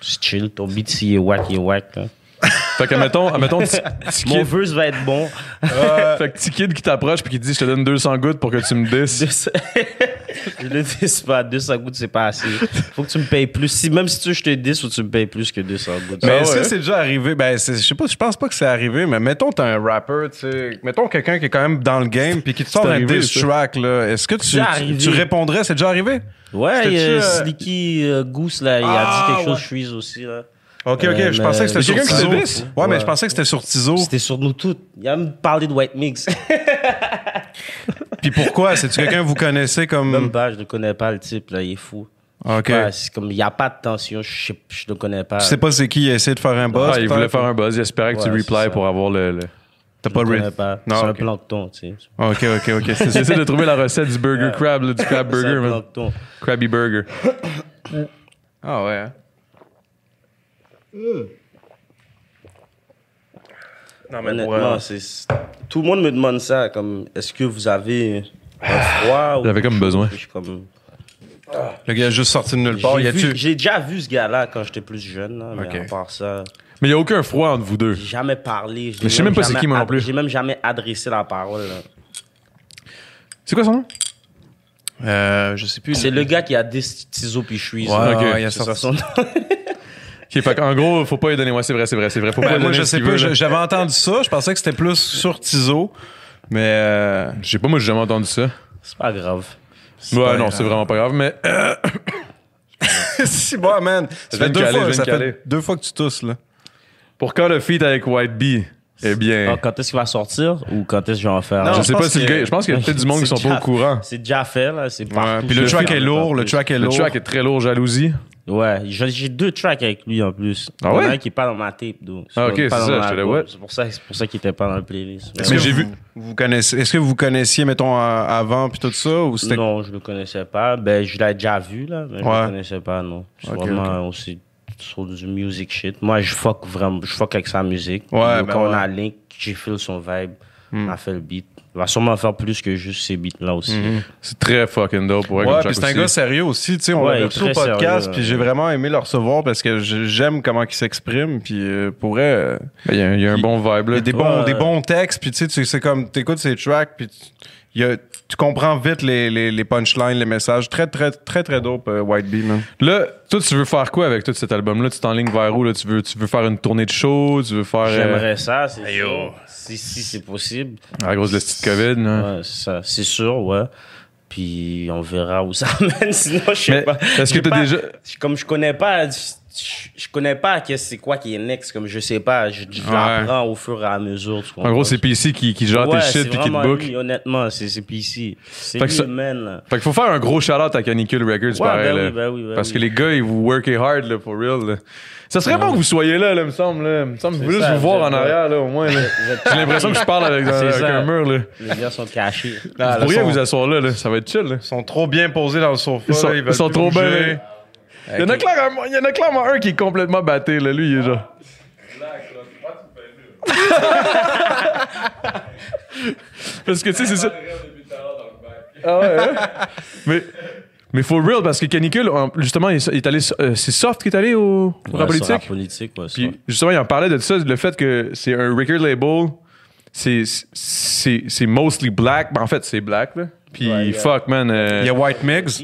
E: C'est chill, ton beat, s'il est whack, il est whack, là.
B: Fait que mettons mettons Ti- Ti
E: Mon euh,
B: Kid-
E: verse va être bon.
B: fait que Ti Kid qui t'approche puis qui te dit je te donne 200 gouttes pour que tu me disses.
E: Deux cents- je le dis c'est pas 200 gouttes, c'est pas assez. Faut que tu me payes plus. Si, même si tu veux, je te dis ou tu me payes plus que 200 gouttes.
C: Mais
E: Ah
C: est-ce
E: ouais.
C: que Ben, c'est déjà arrivé? Ben, c'est- je sais pas, je pense pas que c'est arrivé, mais mettons, t'as un rapper, tu sais, mettons quelqu'un qui est quand même dans le game, puis qui te sort un
B: arrivé,
C: diss
B: ça.
C: track, là. Est-ce que
E: C'est
C: tu,
E: déjà
C: tu,
E: arrivé.
C: tu répondrais? C'est déjà arrivé?
E: Ouais,
C: C'était-tu,
E: il y a
C: euh,
E: Slicky euh, Goose, là, il
C: Ah,
E: a dit quelque
C: ouais.
E: chose, je suis aussi, là.
C: Ok, ok,
E: Euh,
C: je
E: mais-
C: pensais que c'était
E: Mais
C: sur
E: quelqu'un qui
C: Tizo.
E: te
C: Ouais,
E: diss?
C: mais
E: Ouais.
C: je pensais que c'était sur Tizo.
E: C'était sur nous toutes. Il a même parlé de White Mix.
C: Puis pourquoi? C'est-tu quelqu'un que vous connaissez
E: même
C: comme.
E: pas, je le connais pas, le type, là, il est fou.
C: Ok.
E: Ouais, c'est comme, il n'y a pas de tension, je, sais- je le connais pas.
C: Tu sais pas c'est qui il a essayé de faire un boss?
B: Ah, il
C: peut-être?
B: voulait faire un buzz. Il espérait que tu
E: Ouais, c'est
B: replies
E: ça.
B: pour avoir le. le...
C: T'as
E: Je
C: pas
E: le
C: rip.
E: connais pas.
C: Non,
E: c'est un
C: ok.
E: plancton, tu sais.
C: Ok, ok, ok. c'est ça.
B: J'essaie de trouver la recette du Burger Crab, là, du Crab
E: C'est
B: Burger,
E: un
B: man.
E: plancton.
B: Krabby Burger.
C: Ah ouais. Non, mais pour,
E: Honnêtement,
C: euh,
E: Ah, c'est c'est- Tout le monde me demande ça, comme, est-ce que vous avez un froid ou
B: Ah, J'avais comme
E: quelque chose?
B: besoin.
E: Puis je suis comme,
C: Le gars est juste sorti de nulle part. Y
E: J'ai vu-
C: a-tu.
E: j'ai déjà vu ce gars-là quand j'étais plus jeune, là, mais
C: Ok.
E: à part ça,
B: Mais il n'y a aucun froid entre vous deux.
E: j'ai jamais parlé. j'ai
B: Mais je sais même pas c'est
E: jamais
B: qui, moi non
E: ad-
B: plus.
E: J'ai même jamais adressé la parole. là.
B: C'est quoi son nom?
C: Euh, je sais plus.
E: C'est le gars qui a des ciseaux puis je suis. Ah,
B: Ouais, ok.
C: il a
E: C'est ça
C: sorti.
E: son nom.
B: Ok, fait qu'en gros, faut pas lui donner. Ouais, c'est vrai, c'est vrai, c'est vrai. Faut
C: Ben,
B: pas lui
C: moi,
B: donner
C: je
B: ce
C: sais
B: qu'il
C: pas.
B: veut,
C: je-
B: là.
C: J'avais entendu ça. Je pensais que c'était plus sur Tizo. Mais. euh,
B: Je sais pas, moi, j'ai jamais entendu ça.
E: C'est pas grave.
B: Ouais,
C: pas
B: non,
C: grave.
B: c'est vraiment pas grave, mais.
C: si, bon, man. Ça
B: viens
C: fait
B: de
C: deux
B: caler, je
C: fois.
B: viens
C: Ça
B: de caler.
C: fait deux fois que tu tousses, là.
B: Pour quand le feat avec White Bee, eh bien.
E: Ah, quand est-ce qu'il va sortir ou quand est-ce que je vais en faire?
C: Ah, Non,
B: je
E: là?
B: sais
C: je
B: pas
C: pense
B: si le
C: que-
B: gars. Je pense qu'il y a peut-être du monde qui sont
E: C'est
B: pas au
E: déjà-
B: courant.
E: C'est déjà fait, là. C'est
C: Ouais,
E: partout.
C: puis le
E: sur
C: track est
E: Internet, en
C: lourd. Le
E: plus.
C: track est
B: Le
C: lourd.
B: track est très lourd, jalousie.
E: Ouais, j'ai j'ai deux tracks avec lui en plus.
B: Ah
E: Il y en a
B: ouais?
E: un qui est pas dans ma tape. donc.
B: Ah, ok,
E: Pas
B: c'est
E: dans
B: ça,
E: mon
B: je te
E: album.
B: l'ai- ouais.
E: C'est pour ça, c'est pour ça qu'il était pas dans la playlist.
C: Est-ce
E: Mais
C: que
B: j'ai
C: vous-
B: vu-
C: Vous connaissez, est-ce que vous connaissiez, mettons, à- avant puis tout ça, ou c'était
E: Non, je le connaissais pas. Ben, je l'ai déjà vu, là, mais je
C: Ouais.
E: le connaissais pas, non. C'est
C: Ok,
E: vraiment aussi sur du music shit. Moi, je fuck vraiment, je fuck avec sa musique.
C: Ouais,
E: Donc,
C: ben
E: quand on
C: ouais.
E: a Link, j'ai feel son vibe, on a fait le beat. Il va sûrement faire plus que juste ces beats-là aussi.
B: C'est très fucking dope pour
C: Ouais,
B: comme
C: puis c'est un
B: Jack
C: gars
B: aussi.
C: sérieux aussi, tu sais, on
E: Ouais, il
C: l'a
E: est
C: reçu au
E: très
C: podcast,
E: sérieux,
C: puis
E: ouais.
C: j'ai vraiment aimé le recevoir parce que je- j'aime comment il s'exprime, puis euh, pour vrai, euh,
B: Ben, Il y a un- il y a un
C: Il-
B: bon vibe,
C: il y
B: là.
C: a des bons,
E: ouais.
C: des bons textes, puis tu sais, tu- c'est comme, t'écoutes ses tracks, puis tu- il y a- tu comprends vite les, les, les punchlines, les messages, très, très, très, très dope, euh, White Bee, man.
B: Là, toi, tu veux faire quoi avec tout cet album-là? Tu t'enlignes vers où? Là? Tu, veux, tu veux faire une tournée de show? Tu veux faire. euh,
E: J'aimerais ça, c'est sûr. Si, si c'est possible.
B: à cause de la petite COVID, là.
E: Ouais, c'est ça. C'est sûr, ouais. Puis on verra où ça mène. Sinon, je sais
B: Mais
E: pas.
B: est-ce que
E: J'ai
B: t'as
E: pas-
B: déjà-
E: je- Comme je connais pas, je, je connais pas que c'est quoi qui est next. Comme je sais pas, je, je
C: Ouais.
E: l'apprends au fur et à mesure. tu
B: En gros,
E: comprends?
B: c'est PC qui, qui gère
E: Ouais,
B: tes shit
E: c'est
B: puis qui te
E: vraiment
B: book.
E: lui, honnêtement, c'est c'est PC. C'est
B: Fait
E: lui
B: que ça-
E: le man. là.
B: Fait qu'il faut faire un gros shout-out à Canicule Records,
E: Ouais,
B: pareil.
E: ben
B: là.
E: oui, ben oui, ben
B: Parce que
E: oui.
B: les gars, ils vous work it hard, là, for real. là. Ça serait bon que vous soyez là, là, me semble. Là. Me semble je
E: C'est
B: veux juste
E: ça,
B: vous
E: vous
B: voir en
E: êtes là.
B: arrière, là, au moins. là. J'ai l'impression que je parle avec,
E: C'est
B: avec
E: ça.
B: un mur, là.
E: Les gars sont cachés.
B: Vous pourriez
C: sont-
B: vous asseoir là, là. Ça va être chill, là.
C: Ils sont trop bien posés dans le sofa,
B: Ils sont,
C: là, ils veulent
B: ils sont
C: plus
B: trop bien.
C: bouger.
B: là. Il y, en a clairement, il y en a clairement un qui est complètement batté, là. Lui, il est genre. parce que, tu sais, c'est ça. Ah ouais, hein? Mais. Mais for real, parce que Canicule, en- justement, il est, il est allé. euh, c'est Soft qui est allé au, au rap
E: Ouais, sur la
B: politique.
E: politique, ouais,
B: Puis justement, il en parlait de ça, le fait que c'est un record label, c'est- c'est c'est mostly black. Ben, en fait, c'est black, là. Puis
E: Ouais, yeah.
B: fuck, man. euh,
C: Il y a White Mix.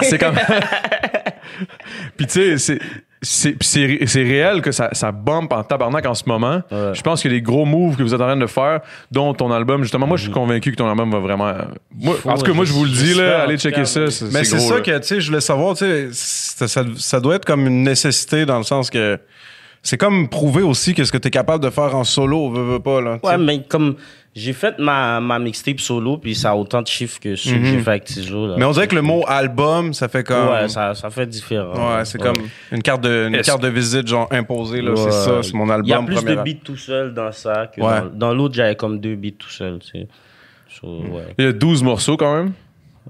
B: c'est comme. Puis tu sais, c'est. C'est, puis c'est, ré- c'est réel que ça, ça bump en tabarnak en ce moment.
E: Ouais.
B: Je pense que les gros moves que vous êtes en train de faire, dont ton album, justement, moi, je suis convaincu que ton album va vraiment. euh, Moi,
E: Mhm. faut,
B: en tout cas, moi, je vous le dis,
E: j'espère,
B: là,
E: en
B: allez
E: tout
B: checker
E: cas,
B: ça.
E: mais-
B: C'est,
C: Mais
B: c'est
C: c'est
B: gros,
C: ça
B: là.
C: que, tu sais, je voulais savoir, tu sais, ça, ça- ça doit être comme une nécessité dans le sens que c'est comme prouver aussi que ce que tu es capable de faire en solo, veux, veux pas, là. tu sais.
E: Ouais, mais comme j'ai fait ma, ma mixtape solo, puis ça a autant de chiffres que ceux que j'ai fait avec Tizo. là.
C: Mhm. Mais on dirait que le mot album, ça fait comme.
E: Ouais, ça, ça fait différent.
C: Ouais, c'est comme une carte de une
B: Est-ce-
C: carte de visite genre imposée là,
E: Ouais.
C: c'est ça, c'est mon album
E: Il y a plus
C: premier
E: de
C: al-
E: beats tout seul dans ça que
C: Ouais.
E: dans, dans l'autre, j'avais comme deux beats tout seul, tu sais. So,
C: Mm.
E: ouais.
B: Il y a 12 morceaux quand même.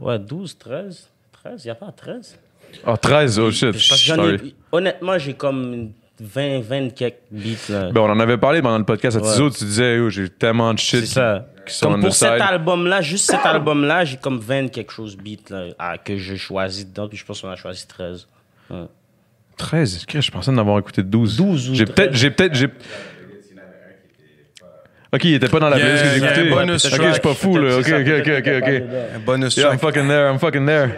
E: ouais, 12, 13. 13, il n'y a pas 13.
B: Ah, 13, oh shit.
E: Parce que j'en ai-
B: Sorry.
E: honnêtement, j'ai comme 20, 20 quelques beats. Là.
B: Ben, on en avait parlé pendant le podcast à
E: Ouais.
B: Tizo, tu disais, oh, j'ai tellement de shit.
E: c'est ça.
B: qui sont
E: Comme
B: on
E: pour
B: the
E: cet
B: side.
E: album-là, juste cet album-là, j'ai comme 20 quelque chose beats là, à- que j'ai choisi dedans, puis je pense qu'on a choisi 13.
B: 13, Christ, je pensais en avoir écouté 12.
E: 12 ou
B: J'ai peut-être,
E: 13.
B: j'ai peut-être, j'ai. Ok, il était pas dans la
C: Yeah,
B: playlist que j'ai
C: yeah,
B: écoutée.
C: bonus
B: Ok, je suis pas
C: track.
B: fou, là. Ok, ok, ok, ok, ok.
C: Un bonus
B: Yeah, I'm
C: track.
B: fucking there, I'm fucking there.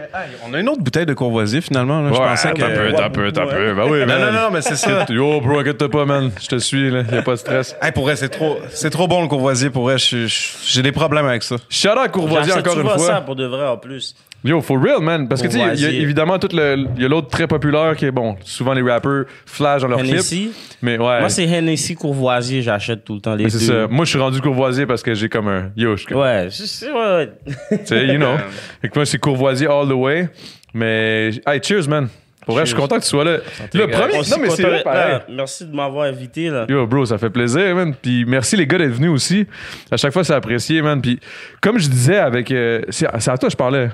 C: On a une autre bouteille de courvoisier finalement là, je
B: Ouais,
C: pensais que
B: T'as peu, t'as peu, t'as peu. Ben oui,
C: Non
B: man.
C: non non, mais c'est ça.
B: Yo, bro, inquiète pas, man. Je te suis, là. Y'a pas de stress.
C: Hey, pour vrai, c'est trop c'est trop bon le courvoisier pour vrai, je suis- je- j'ai des problèmes avec ça.
B: Shout out à Courvoisier
E: J'achète
B: encore une
E: souvent
B: fois.
E: ça pour de vrai en plus.
B: Yo, for real, man. Parce que, tu sais, il y a
E: Courvoisier.
B: évidemment tout le. Il y a l'autre très populaire qui est bon. Souvent, les rappers flashent dans leurs
E: E
B: clips.
E: Hennessy.
B: Mais ouais.
E: Moi, c'est Hennessy Courvoisier, j'achète tout le temps les
B: Mais
E: deux.
B: c'est ça. Moi, je suis rendu Courvoisier parce que j'ai comme un. Yo, je suis comme-
E: Ouais, c'est c'est- ouais, ouais.
B: Tu sais, you know. Fait que moi, c'est Courvoisier all the way. Mais, hey, cheers, man. Pour vrai, je suis content que tu sois là. Le premier.
E: On
B: Non,
E: s'est
B: mais c'est
E: content
B: vrai,
E: d'être
B: pareil.
E: là. Merci de m'avoir invité, là.
B: Yo, bro, ça fait plaisir, man. Puis merci les gars d'être venus aussi. À chaque fois, c'est apprécié, man. Puis comme je disais avec. euh, c'est c'est à toi que je parlais.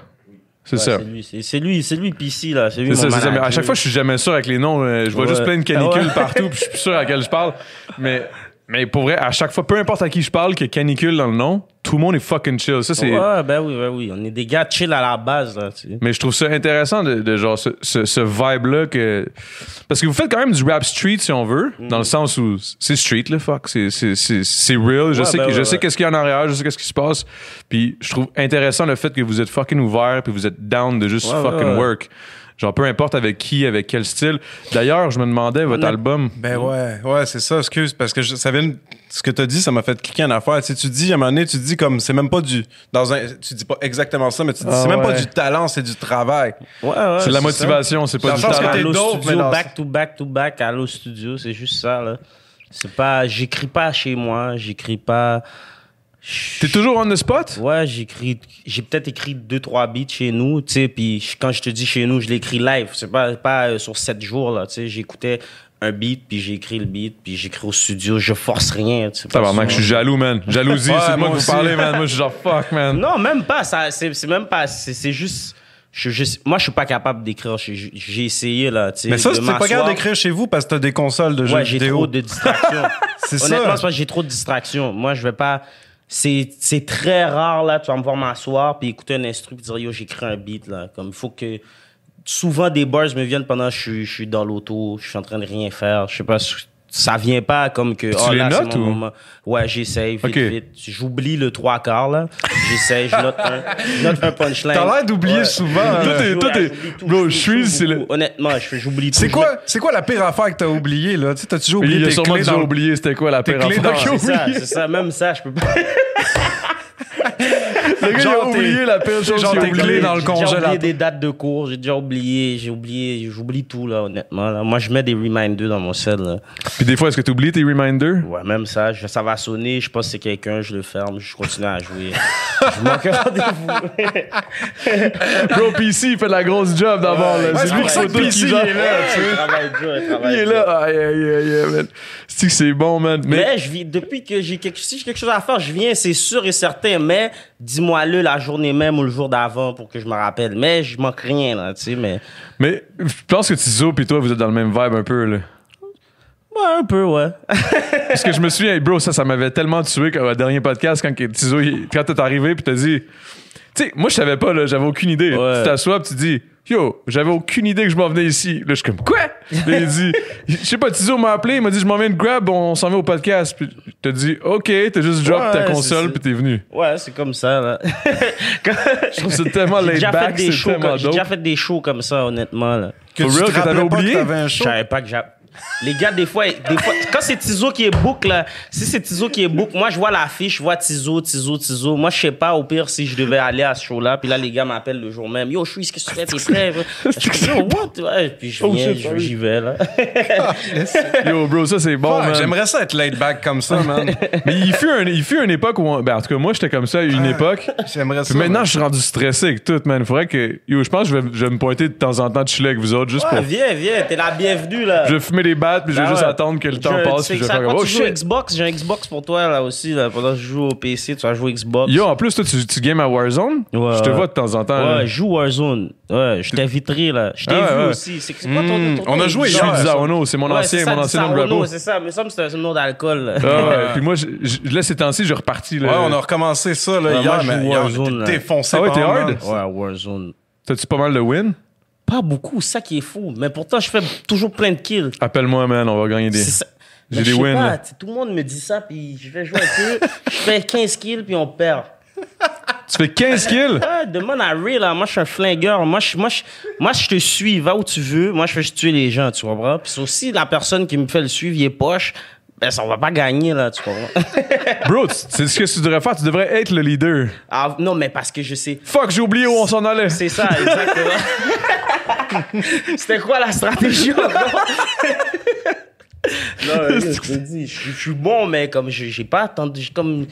B: C'est
E: Ouais,
B: ça.
E: C'est lui, c'est- c'est lui, c'est lui, PC, là. C'est lui,
B: C'est
E: mon
B: ça, c'est ça. Mais à
E: manager.
B: chaque fois, je suis jamais sûr avec les noms. euh, Je vois
E: Ouais.
B: juste plein de
E: Ah ouais.
B: canicules partout, puis je suis plus sûr à quel je parle. Mais, Mais pour vrai, à chaque fois, peu importe à qui je parle, que canicule dans le nom, tout le monde est fucking chill. Ça, c'est.
E: Ouais, ben oui, ben oui. On est des gars chill à la base, là, tu sais.
B: Mais je trouve ça intéressant de, de genre ce, ce, ce vibe-là que. Parce que vous faites quand même du rap street si on veut, dans le sens où c'est street le fuck. C'est, c'est, c'est, c'est real. Je
E: Ouais,
B: sais,
E: ben
B: que- je
E: ouais,
B: sais
E: ouais.
B: qu'est-ce qu'il y a en arrière, je sais qu'est-ce qui se passe. Puis je trouve intéressant le fait que vous êtes fucking ouvert puis vous êtes down de juste
E: Ouais, ouais,
B: fucking
E: ouais.
B: work. Genre peu importe avec qui, avec quel style. D'ailleurs, je me demandais votre
E: On a-
B: album.
C: Ben ouais, ouais, c'est ça, excuse, parce que je, ça vient, ce que t'as dit, ça m'a fait cliquer en affaire. Tu sais, tu dis, à un moment donné, tu dis comme, c'est même pas du, dans un, tu dis pas exactement ça, mais tu dis,
B: Ah
C: c'est même pas
B: ouais.
C: du talent, c'est du travail.
E: Ouais, ouais,
B: C'est de la
E: ça.
B: motivation, c'est pas
C: Dans
B: du
C: le sens que
B: talent.
C: t'es
E: Allo
C: dope, mais
E: Studio,
C: dans-
E: back to back to back, Allo Studio, c'est juste ça, là. C'est pas, j'écris pas chez moi, j'écris pas.
B: T'es toujours on the spot?
E: Ouais, j'écris, j'ai peut-être écrit deux, trois beats chez nous, tu sais, puis je- quand je te dis chez nous, je l'écris live, c'est pas, pas euh, sur sept jours, là, tu sais, j'écoutais un beat, puis j'écris le beat, puis j'écris au studio, je force rien, tu sais. pas
B: Tabarnak, je
E: ça.
B: suis jaloux, man. Jalousie,
C: Ouais,
B: c'est de moi
C: moi
B: que vous
C: aussi.
B: parlez, man. Moi, je suis genre fuck, man.
E: Non, même pas. Ça, c'est, c'est même pas. C'est, c'est juste. Je, suis juste- moi, je suis pas capable d'écrire. J'ai, j'ai essayé là. tu sais,
C: Mais ça,
E: de
C: c'est t'es pas
E: m'asseoir.
C: capable d'écrire chez vous parce que t'as des consoles de jeux
E: Ouais, j'ai
C: vidéo.
E: trop de distractions.
C: C'est ça.
E: Honnêtement, c'est parce que j'ai trop de distractions. Moi, je vais pas. C'est, c'est très rare là. Tu vas me voir m'asseoir puis écouter un instru puis dire yo, j'écris un beat là. Comme il faut que. Souvent, des bars me viennent pendant que je suis, je suis dans l'auto, je suis en train de rien faire. Je sais pas. Ça vient pas comme que. oh,
B: tu les
E: là, c'est
B: notes
E: mon
B: ou-
E: moment. Ouais, j'essaye vite,
B: Ok.
E: vite. J'oublie le trois quarts, là. J'essaye, je note un, je note un punchline.
C: T'as l'air d'oublier souvent, hein.
B: Toi, t'es- toi, t'es-
E: J'oublie tout,
B: bro,
E: j'oublie
B: Shreeze,
E: tout
B: c'est le-
E: beaucoup. Honnêtement, je- j'oublie tout.
C: C'est
E: Je
C: quoi, c'est quoi la pire affaire que t'as oubliée, là? Tu sais, t'as toujours
B: Puis il
C: oublié
B: a
C: tes
B: sûrement
C: clés
B: déjà
C: dans le-
B: oublié c'était quoi la paire
C: clés dans-
E: C'est ça,
B: Le
E: c'est ça, même ça, je peux pas.
B: gars, il a
C: Genre, t'es-
B: oublié la pire chose
C: genre,
B: qu'il a
C: t'es clés
B: oublié dans le
E: J'ai déjà
B: congélateur.
E: oublié des dates de cours, j'ai déjà oublié, j'ai oublié, j'oublie tout, là, honnêtement. là. Moi, je mets des reminders dans mon cell, là.
B: Puis des fois, est-ce que t'oublies tes reminders?
E: Ouais, même ça, je- ça va sonner, je pense que c'est quelqu'un, je le ferme, je continue à jouer. je manque un rendez-vous.
B: Bro, PC, il fait de la grosse job d'abord. là.
C: Ouais,
B: c'est
C: c'est
B: lui qui
C: pour ça
B: saute
C: que
B: tout le
C: PC,
B: qui
C: il
B: gère.
C: est là.
E: Il travaille dur, il travaille
B: Il est
E: dur.
B: là. Aïe, aïe, aïe, aïe, man. C'est que c'est bon, man.
E: Mais,
B: Mais
E: je vis, depuis que j'ai quelque, si j'ai quelque chose à faire, je viens, c'est sûr et certain, mais dis-moi-le la journée même ou le jour d'avant pour que je me rappelle. Mais je manque rien, là, tu sais, mais.
B: mais je pense que Tizo et toi, vous êtes dans le même vibe un peu, là.
E: Ouais, un peu, ouais.
B: Parce que je me souviens, hey, bro, ça, ça m'avait tellement tué quand, au dernier podcast, quand que Tizo, il- quand t'es arrivé, puis t'as dit. Tu sais, moi, je savais pas, là, j'avais aucune idée.
E: Ouais.
B: Tu t'assois, puis tu dis, yo, j'avais aucune idée que je m'en venais ici. Là, je suis comme, quoi? Là, il dit, je sais pas, Tizo m'a appelé, il m'a dit, je m'en viens de grab, on s'en va au podcast. Puis t'as dit, ok, t'as juste drop
E: Ouais,
B: ta
E: c'est
B: console,
E: ça.
B: puis t'es venu.
E: Ouais, c'est comme ça, là.
B: Je trouve c'est tellement
E: J'ai
B: laid
E: déjà, fait
B: back,
E: des
B: Oh, c'est
E: shows
B: tellement
E: comme, j'ai
B: dope.
E: déjà fait des shows comme ça, honnêtement, là.
C: Que
B: For
C: tu
B: real,
C: te
B: que t'avais
C: rappelais pas
B: oublié?
C: que t'avais un
E: Je
C: show.
E: savais pas que j'avais. Les gars, des fois, des fois, quand c'est Tizo qui est book, là, si c'est Tizo qui est book, moi, je vois l'affiche, je vois Tizo, Tizo, Tizo. Moi, je sais pas, au pire, si je devais aller à ce show-là, puis là, les gars m'appellent le jour même. Yo, suis, qu'est-ce que tu fais? T'es prêt? Je suis comme, Yo, what? Ouais, puis je
B: Oh,
E: viens,
B: shit,
E: je- j'y vais, là.
B: Yo, bro, ça, c'est bon,
C: Fuck,
B: man.
C: J'aimerais ça être laid back comme ça, man.
B: Mais il fut, un- il fut une époque où, on- ben, en tout cas, moi, j'étais comme ça à une époque.
C: J'aimerais ça.
B: Puis maintenant,
C: man.
B: je suis rendu stressé avec tout, man. Faudrait que. Yo, je pense que je vais, je vais me pointer de temps en temps de chiller avec vous autres juste
E: Ouais,
B: pour.
E: viens, viens, t'es la bienvenue, là.
B: Je vais fumer des battes, puis je vais
E: Ah
B: juste
E: ouais.
B: attendre que le
E: Je-
B: temps passe,
E: tu
B: puis je
E: fais
B: vais
E: ça
B: faire comme,
E: quand
B: oh
E: tu joues
B: shit.
E: Xbox, j'ai un Xbox pour toi, là aussi, là. Pendant que je joue au PC, tu vas jouer Xbox.
B: Yo, en plus, toi, tu, tu games à Warzone.
E: Ouais,
B: je te
E: ouais.
B: vois de temps en temps. là.
E: Ouais, joue Warzone. Ouais, je t'inviterai là. Je t'ai
B: Ah,
E: vu
B: ouais.
E: aussi. C'est c'est quoi ton,
C: Hmm,
E: ton- ton-
C: on a
E: ton-
C: joué
B: Je suis
C: hier.
E: Ouais,
B: du Zaono, c'est mon ancien,
E: c'est ça,
B: mon
E: du
B: ancien nom de
E: Sarono,
B: rapport.
E: C'est ça, mais ça me semble que c'est un nom d'alcool. là.
B: Ah ouais, Puis moi, je- je- là, ces temps-ci, je repartis. Là.
C: Ouais, on a recommencé ça, là,
E: Ouais, moi,
C: hier,
E: je
C: mais
E: joue
C: hier,
E: Warzone, là.
C: t'es défoncé.
B: Ah ouais,
C: par
B: t'es
C: un
B: hard?
C: man.
E: Ouais, Warzone.
B: T'as-tu pas mal de win?
E: Pas beaucoup, ça qui est fou. Mais pourtant, je fais toujours plein de kills.
B: Appelle-moi, man, on va gagner des.
E: C'est ça.
B: J'ai
E: Mais
B: des
E: je sais
B: wins,
E: pas,
B: là.
E: tu sais, Tout le monde me dit ça, puis je vais jouer un peu. je fais 15 kills, puis on perd.
B: Tu fais 15 kills?
E: Ah, demande à Ray, là. Moi, je suis un flingueur. Moi, je, moi, je, moi, je te suis. Va où tu veux. Moi, je fais juste tuer les gens, tu comprends? Puis aussi, la personne qui me fait le suivre, il est poche. Ben, ça, on va pas gagner, là, tu comprends?
B: Bro, tu- c'est ce que tu devrais faire. Tu devrais être le leader.
E: Ah, non, mais parce que je sais.
B: Fuck, j'ai oublié où on s'en allait.
E: C'est ça, exactement. C'était quoi la stratégie encore? Non, mais je te dis, je je suis bon, mais comme je- j'ai pas attendu, j'ai comme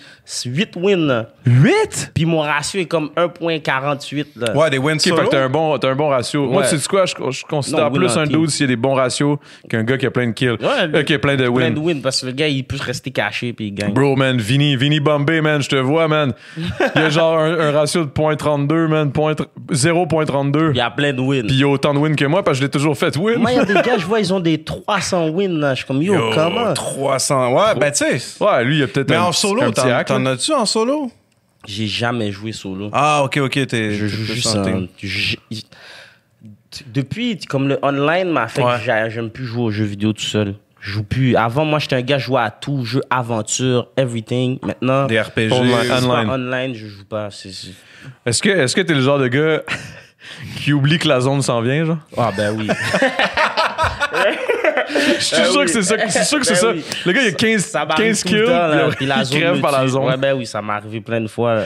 E: 8 wins. là.
B: 8?
E: Puis mon ratio est comme 1.48. là.
C: Ouais, des wins
B: Ok, fait
C: solo.
B: que t'as un, bon, t'as un bon ratio. Moi,
E: Ouais.
B: tu sais quoi, je, je considère
E: Non, win
B: plus
E: en
B: un
E: team.
B: dude s'il y a des bons ratios qu'un gars qui a plein de kills.
E: Ouais,
B: Euh, qui a plein de
E: Plein
B: wins.
E: de wins, parce que le gars, il peut rester caché, puis il gagne.
B: Bro, man, Vini, Vini Bombay, man, je te vois, man. Il y a genre un, un ratio de 0.32, man, point tr- 0.32.
E: Il y a plein de wins.
B: Puis il y a autant de wins que moi parce que je l'ai toujours fait win.
E: Moi, il y a des gars, je vois, ils ont des 300 wins. là. Je suis comme, yo, comment?
C: 300. Ouais, ben tu sais.
B: Ouais, lui, il a peut-être
C: Mais
B: un,
C: en
B: petit-
C: solo,
B: un petit
C: t'en
B: hack,
C: t'en
B: là.
C: as-tu en solo?
E: J'ai jamais joué solo.
C: Ah, ok, ok. T'es,
E: je joue
C: t'es
E: juste
C: chanté.
E: en- j- j- Depuis, comme le online m'a fait
C: Ouais.
E: que j'a- j'aime plus jouer aux jeux vidéo tout seul. Je joue plus. Avant, moi, j'étais un gars, je jouais à tout, jeu, aventure, everything. Maintenant,
C: Des RPG.
B: Online.
E: c'est pas online, je joue pas. c'est- c'est-
B: Est-ce que est-ce que t'es le genre de gars qui oublie que la zone s'en vient, genre?
E: Ah, ben oui.
B: Je suis sûr
E: Ben oui.
B: que c'est ça. C'est sûr que c'est
E: Ben
B: ça.
E: oui.
B: Le gars, il a 15,
E: Ça m'arrive
B: 15
E: tout le
B: kills,
E: temps, là,
B: puis
E: puis la
B: il
E: zone
B: crève
E: me
B: par la
E: tue.
B: zone.
E: Ouais, ben oui, ça m'est arrivé plein de fois. là.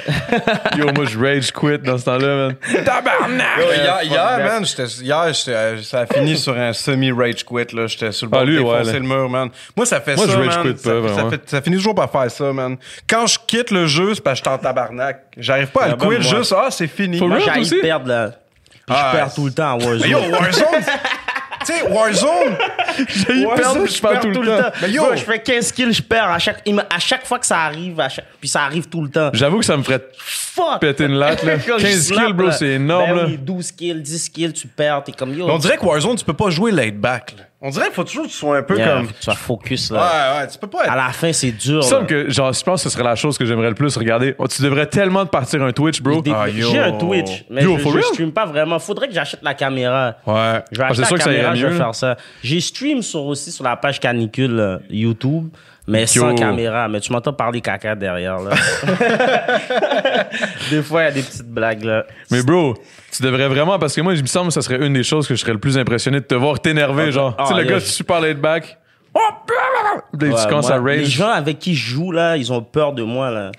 B: Yo, moi, je rage quit dans ce temps-là, man. Tabarnak!
C: Yo, hier, hier,
E: fuck
C: man, j'étais- hier j'étais, euh, ça a fini sur un semi-rage quit. là. J'étais sur le bord
B: Ah, lui,
C: de défoncer
B: ouais, là.
C: le mur, man. Moi, ça fait
B: Moi,
C: ça,
B: je rage
C: man.
B: quit
C: ça,
B: pas,
C: ça
B: vraiment.
C: fait- ça finit toujours par faire ça, man. Quand je quitte le jeu, c'est parce que je suis en tabarnak. J'arrive pas à le
E: Ah,
C: quit,
E: ben, moi.
C: juste, ah, c'est fini.
B: For
E: Moi,
B: real, toi aussi?
E: j'aille perdre, là. Puis
C: Ah,
E: je perds
C: c'est-
E: tout le temps à Warzone.
C: Mais yo, Warzone! tu sais, Warzone!
B: J'ai eu peur, puis je perds tout le temps.
C: Mais yo!
E: Bro, je fais 15 kills, je perds à chaque, à chaque fois que ça arrive, à chaque- puis ça arrive tout le temps.
B: J'avoue que ça me ferait
E: Fuck!
B: péter une latte, là.
E: Quand je
B: 15
E: snap,
B: kills, bro,
E: là,
B: c'est énorme,
E: ben
B: là.
E: oui, 12 kills, 10 kills, tu perds, t'es comme yo.
C: Mais on dirait que Warzone, tu peux pas jouer laid back. là. On dirait qu'il faut toujours que tu sois un peu
E: Yeah,
C: comme.
E: faut que tu sois focus,
C: Ouais,
E: là.
C: ouais, tu peux pas être.
E: À la fin, c'est
B: Il
E: dur.
B: me semble que, genre, je pense que ce serait la chose que j'aimerais le plus regarder. Oh, tu devrais tellement te partir un Twitch, bro.
E: Des-
C: Ah, yo.
E: J'ai un Twitch, mais
B: Yo,
E: je,
B: for
E: je
B: real?
E: stream pas vraiment. Faudrait que j'achète la caméra.
C: Ouais.
E: Je vais
B: Ah, c'est
E: acheter
B: sûr
E: la
B: que ça
E: caméra,
B: irait
E: je vais
B: mieux.
E: faire ça. J'ai stream sur, aussi sur la page canicule euh, YouTube, mais sans caméra. Mais tu m'entends parler caca derrière, là. des fois, il y a des petites blagues, là.
B: Mais bro, tu devrais vraiment, parce que moi, il me semble que ça serait une des choses que je serais le plus impressionné de te voir t'énerver, genre.
E: Ah,
B: tu sais, le
E: yeah.
B: gars super laid back. Oh, puis
E: Ouais,
B: tu commences
E: moi,
B: à
E: Les
B: rage.
E: gens avec qui je joue, là, ils ont peur de moi, là.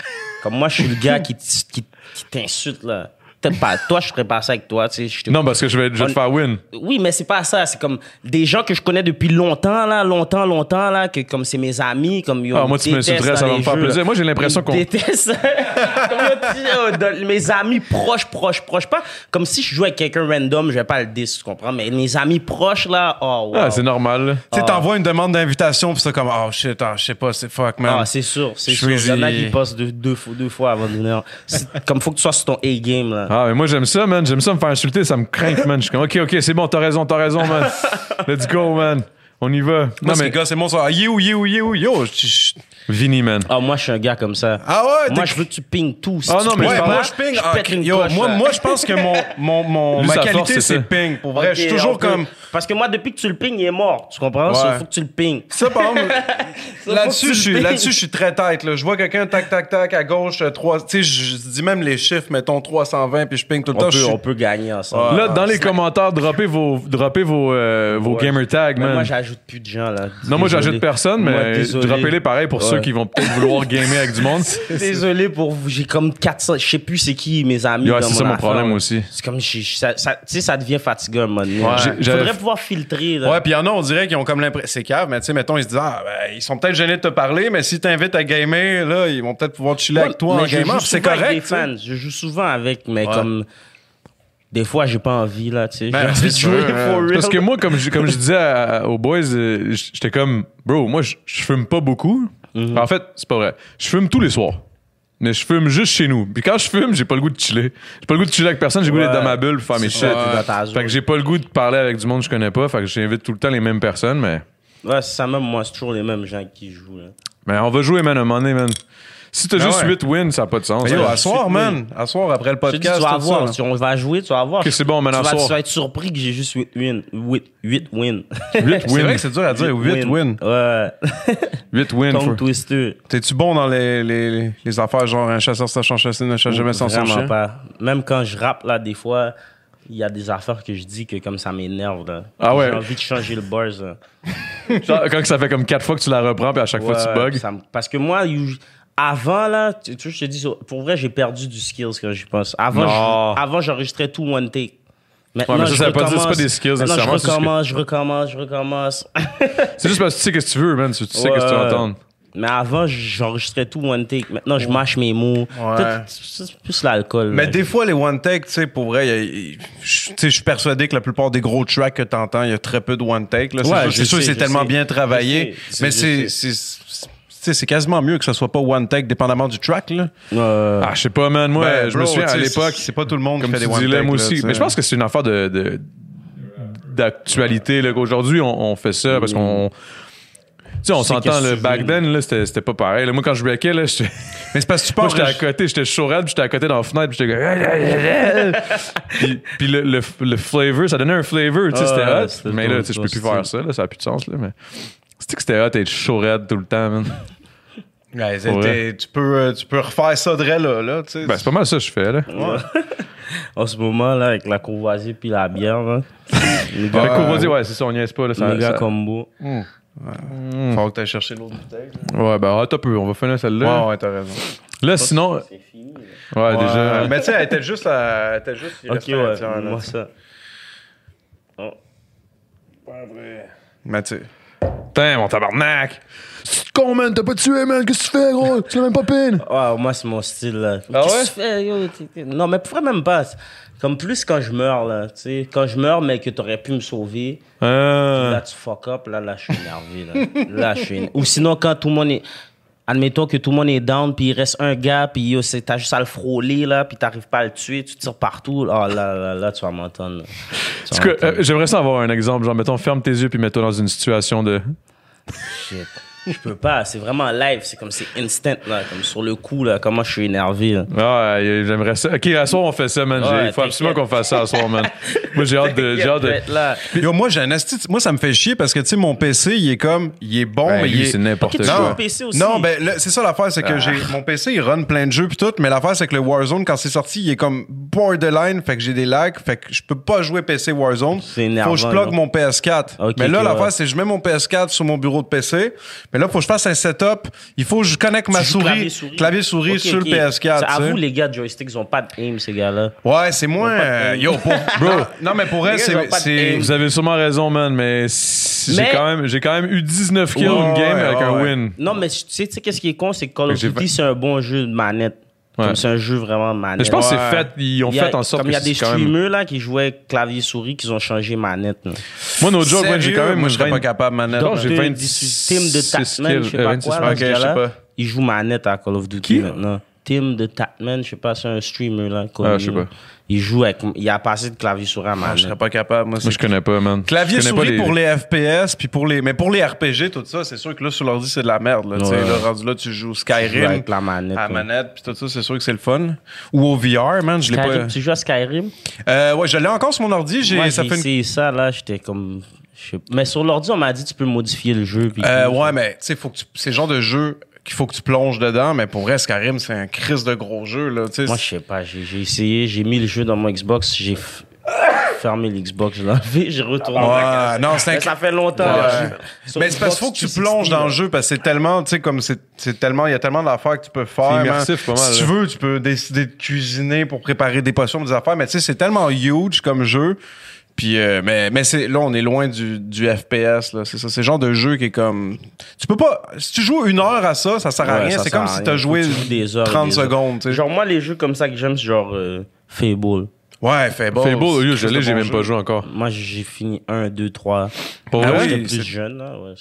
E: Comme moi, je suis le gars qui, t- qui, qui t'insulte, là. T'es Pas, toi, je ferais pas ça avec toi, tu sais. je te-
B: Non, parce que je vais, je vais te
E: On-
B: faire win.
E: Oui, mais c'est pas ça. C'est comme des gens que je connais depuis longtemps, là, longtemps, longtemps, là, que comme c'est mes amis, comme yo,
B: Ah,
E: ils
B: moi, tu
E: détestent
B: m'insulterais,
E: dans
B: ça va
E: les
B: me faire
E: jeux,
B: plaisir.
E: là.
B: Moi, j'ai l'impression
E: Ils
B: qu'on-
E: détestent. Comme yo, tu sais, oh, dans- mes amis proches, proches, proches. Pas comme si je jouais avec quelqu'un random, je vais pas le dire, tu comprends. Mais mes amis proches, là, oh, wow.
B: Ah, c'est normal. là.
C: Tu sais, t'envoies une demande d'invitation, pis c'est comme, oh shit, ah, je sais pas, c'est fuck, man.
E: Ah, c'est sûr, c'est
C: Je
E: sûr. Il y en a
C: suis-
E: qui passent deux, deux, fois- deux fois avant d'une heure. C'est Comme faut que tu sois sur ton A-game, là.
B: Ah, mais moi, j'aime ça, man. J'aime ça me faire insulter. Ça me craint, man. Je suis comme, OK, OK, c'est bon, t'as raison, t'as raison, man. Let's go, man. On y va.
C: Moi,
B: Non,
C: c'est
B: mais
C: le gars, c'est mon soir. Ah, Yo, yo, yo, yo. je- je-
B: Vinny, man.
E: Ah, moi, je suis un gars comme ça.
C: Ah ouais,
E: Moi,
C: t'es-
E: je veux que tu ping tout. Si
B: Ah
E: tu
B: non, mais
E: pinges
B: je
C: Ouais,
E: pas,
B: parle-
C: moi, je ping.
E: Je
C: Ah,
E: pète une
C: yo,
E: coche,
C: moi,
E: là.
C: moi, je pense que mon, mon, mon,
B: Lui,
C: ma
B: sa
C: qualité,
B: force, c'est
C: c'est
B: ça.
C: ping. Pour vrai, je suis
E: Ok, on
C: toujours
E: peut-
C: comme.
E: Parce que moi, depuis que tu le ping, il est mort. Tu comprends?
C: Ouais.
E: Il faut que tu le ping.
C: Ça, par exemple,
E: faut
C: là-dessus,
E: que tu
C: je suis,
E: le
C: là-dessus,
E: ping.
C: je suis très tight, là. Je vois quelqu'un, tac, tac, tac, à gauche, euh, trois, tu sais, je je dis même les chiffres, mettons 320, puis je ping tout le
E: On
C: temps.
E: peut,
C: je suis-
E: on peut gagner ensemble.
B: Là, dans les commentaires, droppez vos, droppez vos, euh, vos
E: Ouais.
B: gamer tags,
E: Mais
B: man.
E: Moi, j'ajoute plus de gens, là.
B: non, moi,
E: Désolé.
B: j'ajoute personne,
E: Moi,
B: mais
E: désolé.
B: droppez-les pareil pour
E: Ouais.
B: ceux qui vont peut-être vouloir gamer avec du monde.
E: Désolé pour vous. J'ai comme 400. Je sais plus c'est qui mes amis.
B: Yo,
E: dans
B: c'est ça mon
E: affaire.
B: problème aussi.
E: C'est comme. j'ai- Ça, ça- tu sais, ça devient fatigant, un moment donné.
B: J'ai- j'avais-
E: Faudrait pouvoir filtrer, là.
C: Ouais, puis il y en a, on dirait qu'ils ont comme l'impression. C'est cave, mais tu sais, mettons, ils se disent, ah, ben, ils sont peut-être gênés de te parler, mais si t'invites à gamer, là, ils vont peut-être pouvoir chiller avec toi
E: Mais
C: en
E: je
C: gamer,
E: joue
C: puis c'est
E: souvent avec
C: correct.
E: des
C: tu sais.
E: fans. Je joue souvent avec, mais comme. Des fois, j'ai pas envie, là, tu sais.
C: Ben,
E: j'ai envie
C: c'est
E: de jouer
C: sûr, hein.
E: for real.
B: Parce que moi, comme je, comme je disais à- à- aux boys, euh, j- j'étais comme, bro, moi, je, je fume pas beaucoup. En fait, c'est pas vrai. Je fume tous les soirs. Mais je fume juste chez nous. Puis quand je fume, j'ai pas le goût de chiller. J'ai pas le goût de chiller avec personne, j'ai le goût d'être
E: Ouais.
B: dans ma bulle, faire mes shit.
E: ça, t'es dans ta
B: Fait
E: zone.
B: que j'ai pas le goût de parler avec du monde que je connais pas. Fait que j'invite tout le temps les mêmes personnes, mais.
E: Ouais, c'est ça, même moi, c'est toujours les mêmes gens qui jouent, là.
B: Mais on va jouer, man, à un moment donné, man. Si t'as
C: Ah
B: juste
C: ouais.
B: 8 wins, ça n'a pas de sens. hein.
C: Mais yo,
B: Ouais.
C: à soir, man. À soir, après le
E: Je te dis,
C: podcast,
E: tu vas
C: tout ça.
E: voir,
C: là.
E: tu- on va jouer, tu vas voir.
B: Ok, c'est bon, maintenant,
E: tu vas,
B: soir.
E: tu vas être surpris que j'ai juste 8 wins. 8, wins.
B: Huit
C: C'est
B: wins.
C: vrai que c'est dur à dire. 8 wins.
E: Ouais.
B: 8 wins.
E: Tongue
B: for-
E: twister.
C: T'es-tu bon dans les, les, les affaires genre un chasseur sachant chasser ne chasse jamais sans son
E: Vraiment
C: chien?
E: pas. Même quand je rappe, là, des fois, il y a des affaires que je dis que comme ça m'énerve, là.
B: Ah ouais.
E: J'ai envie de changer le buzz, là.
B: Genre, Quand ça fait comme 4 fois que tu la reprends, puis à chaque fois
E: Ouais,
B: tu bugs.
E: ça me- parce que moi, you- avant, là, tu, tu vois, je te dis, pour vrai, j'ai perdu du skills quand j'y pense. Avant,
B: Non.
E: je- avant, j'enregistrais tout one take. Maintenant,
B: Ouais, mais ça,
E: je
B: ça veut pas dire- c'est pas
E: recommence.
B: des skills,
E: Maintenant,
B: nécessairement, c'est
E: Je
B: ce que-
E: recommence, je recommence, je recommence.
B: C'est juste parce que tu sais que ce que tu veux, man. Tu tu sais que ce que tu
E: Ouais.
B: entends.
E: Mais avant, j'enregistrais tout one take. Maintenant, je mâche mes mots.
C: Ouais.
E: Tout- C'est plus l'alcool.
C: Mais
E: là.
C: des fois, les one take, tu sais, pour vrai, y a- y- je tu sais, je suis persuadé que la plupart des gros tracks que t'entends, il y a très peu de one take. là. C'est
E: Ouais,
C: sûr-
E: je
C: c'est sûr,
E: sais,
C: c'est
E: je
C: tellement
E: sais.
C: bien travaillé.
E: Je sais,
C: Mais
E: je
C: c'est, c'est, c'est- tu sais, c'est quasiment mieux que ça soit pas one take, dépendamment du track. Là.
E: Euh,
B: Ah, je sais pas, man. Moi,
C: Ben,
B: je
C: bro,
B: me souviens
C: tu
B: à
C: sais,
B: l'époque.
C: c'est- c'est pas tout le monde
B: comme
C: qui fait
B: tu
C: des one
B: dis, là,
C: take,
B: moi
C: là,
B: aussi.
C: tu sais.
B: mais je pense que c'est une affaire de de- d'actualité là, qu'aujourd'hui on, on fait ça parce qu'on sais, on
E: sais
B: s'entend,
E: qu'est-ce que
B: le
E: tu
B: back
E: veux.
B: then, là, c'était c'était pas pareil. là. moi, quand je breakais, là, j'étais-
C: Mais c'est parce que tu
B: moi,
C: pars.
B: j'étais à côté, j'étais chaud raide, puis j'étais à côté dans la fenêtre, puis j'étais comme... puis, puis le, le, le flavor, ça donnait un flavor, tu sais,
E: Ah,
B: c'était
E: ouais,
B: hot.
E: c'était
B: Mais
E: ton-
B: là, tu sais, je
E: ton
B: peux plus
E: style.
B: faire ça, là, ça a plus de sens, là, mais... C'était que c'était hot d'être chaud raide tout le temps, man.
C: Ouais, c'est-
B: Ouais.
C: t'es- tu, peux, euh, tu peux refaire ça de vrai, là, là, tu sais.
B: Ben, c'est pas mal ça que je fais, là.
E: En ce moment, là, avec la courvoisie puis la bière, là, les
B: Avec
E: gars,
C: euh,
B: Courvoisier, ouais, c'est ça, on niaise pas, là. Ça,
E: les gars
B: ça-
E: combo.
C: Faut que t'ailles chercher l'autre bouteille.
B: Ouais, ben, attends un peu, on va finir celle-là.
C: Ouais, ouais, t'as raison.
B: Là, sinon...
E: C'est fini.
B: Ouais, déjà...
C: Mais tu sais, elle était juste. à- Elle était juste.
E: Ok, ouais, moi ça.
C: Mais tu sais.
B: Putain, mon tabarnak! C'est con, man, t'as pas tué, man, qu'est-ce que tu fais, gros? Tu l'as même pas peine!
E: Ouais, moi, c'est mon style, là.
B: Ah
E: Qu'est-ce
B: ouais?
E: que tu fais, yo? T'es- t'es- Non, mais pourquoi même pas? C'est Comme plus quand je meurs, là, tu sais. Quand je meurs, mais que t'aurais pu me sauver,
B: Hein. Euh,
E: là, tu fuck up, là, là, je suis énervé, là. Là, je suis éner- Ou sinon, quand tout le monde est... Admettons que tout le monde est down, puis il reste un gars, puis yo, c'est- t'as juste à le frôler, là, puis t'arrives pas à le tuer, tu tires partout. Ah, là, là, là, tu vas m'entendre. là. Tu vas
B: En tout cas,
C: hein.
E: m'entendre.
B: euh, j'aimerais ça avoir un exemple. Genre, mettons, ferme tes yeux puis mets-toi dans une situation de.
E: Shit. Je peux pas, c'est vraiment live, c'est comme c'est instant, là, comme sur le coup, là, comment je suis énervé, là.
B: Ah, euh, j'aimerais ça. Ok, à soir, on fait ça, man. J'ai-
E: Ouais,
B: Il faut absolument
E: t'inquiète.
B: qu'on fasse ça à soir, man. Moi, j'ai hâte de. J'ai hâte de...
E: Peut-être, là.
C: Yo, moi, j'ai un asti- Moi, ça me fait chier parce que, tu sais, mon PC, il est comme. Il est bon,
B: Ben,
C: mais
B: lui,
C: il est.
B: c'est n'importe
E: Ok, tu
B: quoi.
E: joues
C: Non,
E: au PC aussi. Ah.
C: non, ben là, c'est ça l'affaire, c'est que j'ai mon PC il run plein de jeux puis tout, mais l'affaire c'est que le Warzone quand c'est sorti, il est comme borderline, fait que j'ai des lags, fait que je peux pas jouer PC Warzone.
E: C'est énervant,
C: faut que je plug
E: là.
C: mon PS4.
E: Ok,
C: mais là
E: ok, ouais.
C: l'affaire c'est que je mets mon PS4 sur mon bureau de PC, mais là faut que je fasse un setup, il faut que je connecte ma
E: Tu joues
C: souris,
E: clavier-souris.
C: clavier souris
E: Ok,
C: sur
E: ok.
C: le PS4.
E: Ça,
C: tu sais.
E: Avoue, les gars de joystick, ils ont pas de aim, ces gars-là.
C: Ouais, c'est moins
E: Ils ont pas de
C: euh,
E: aim.
C: yo pour bro. Non mais pour elle
E: gars, ils ont
C: c'est
E: pas de
C: c'est-
E: aim.
B: Vous avez sûrement raison, man, mais, si- j'ai
E: Mais-
B: quand même j'ai quand même eu 19 kills
C: Ouais,
B: une game
C: ouais,
B: avec un
C: ouais.
B: win.
E: Non, mais tu sais, tu sais, qu'est-ce qui est con, c'est que Call of
B: Hmm. J'ai
E: Duty, c'est un bon jeu de manette.
B: Ouais.
E: Comme c'est un jeu vraiment manette.
B: Mais je pense que
C: Ouais.
B: c'est fait. Ils ont
E: Il y a-
B: fait en sorte
E: Comme il y a
B: que
E: des
B: c'est quand même.
E: streamers, là, qui jouaient clavier-souris, qui ont changé manette, là.
B: Moi, no joke, man, j'ai
C: Sérieux,
B: quand même.
C: moi je serais
B: 20
C: pas capable manette.
B: Non, j'ai
E: Deux
B: 26
E: Team de Tatman, je sais
B: kills, euh,
E: pas
B: 26
E: quoi, là,
C: kills.
E: ce
C: Ok, je sais
E: gars-là,
C: pas.
E: Il joue manette à Call of Duty
B: Qui?
E: maintenant. Team de Tatman, je sais pas, c'est un streamer, là.
B: Ah, je sais
E: connu.
B: pas.
E: Il joue avec, il a passé de clavier-souris à
C: Ah, je
E: manette.
C: serais pas capable moi.
B: Moi,
C: c'est-
B: je connais pas, man.
C: Clavier
B: Je connais pas
C: souris pour les FPS puis pour les mais pour les RPG tout ça c'est sûr que là sur l'ordi c'est de la merde là, tu sais,
E: Ouais.
C: là, rendu là tu joues
E: Tu joues
C: Skyrim
E: avec la manette.
C: à
E: ouais.
C: manette puis tout ça c'est sûr que c'est le fun ou au VR man je l'ai
E: Skyrim,
C: pas
E: tu joues à Skyrim?
C: euh, ouais je l'ai encore sur mon ordi j'ai
E: Moi,
C: ça
E: j'ai
C: fait une-
E: essayé ça, là, j'étais comme... je sais pas. Mais sur l'ordi, on m'a dit tu peux modifier le jeu. puis
C: Euh,
E: tout.
C: ouais mais tu sais faut que tu... c'est le genre de jeu qu'il faut que tu plonges dedans mais pour vrai Skyrim c'est un crise de gros jeu là tu sais
E: Moi, je sais pas, j'ai j'ai essayé, j'ai mis le jeu dans mon Xbox, j'ai f- fermé l'Xbox, je l'ai enlevé, j'ai retourné. dans la
C: Ouais,
E: case.
C: non, c'est un-
E: Mais ça fait longtemps.
C: Ouais.
E: là, j'ai- sur
C: Mais Ben, c'est parce qu'il faut que
E: Xbox
C: tu plonges
E: 360,
C: dans
E: là.
C: le jeu parce que c'est tellement, tu sais, comme c'est c'est tellement, il y a tellement d'affaires que tu peux faire.
B: C'est
C: man.
B: immersif, pas mal,
C: Si tu
B: là.
C: veux, tu peux décider de cuisiner pour préparer des potions, des affaires, mais tu sais, c'est tellement huge comme jeu. Puis, euh, mais, mais c'est, là, on est loin du, du FPS, là. C'est ça. C'est le genre de jeu qui est comme. Tu peux pas. Si tu joues une heure à ça, ça sert à
E: Ouais,
C: rien.
E: ça
C: C'est
E: sert
C: comme
E: à
C: si
E: rien.
C: t'as
E: Faut
C: joué
E: que tu joues des heures et
C: 30
E: des heures.
C: secondes, tu sais.
E: Genre, moi, les jeux comme ça que j'aime, c'est genre euh, Fable.
C: Ouais, fait beau.
B: Fable, yo, je l'ai, j'ai même pas joué encore.
E: Moi, j'ai fini 1, 2, 3.
B: Pour
C: Ah
B: vrai,
C: oui,
E: J'étais plus
C: c'est-
E: jeune, là. ouais.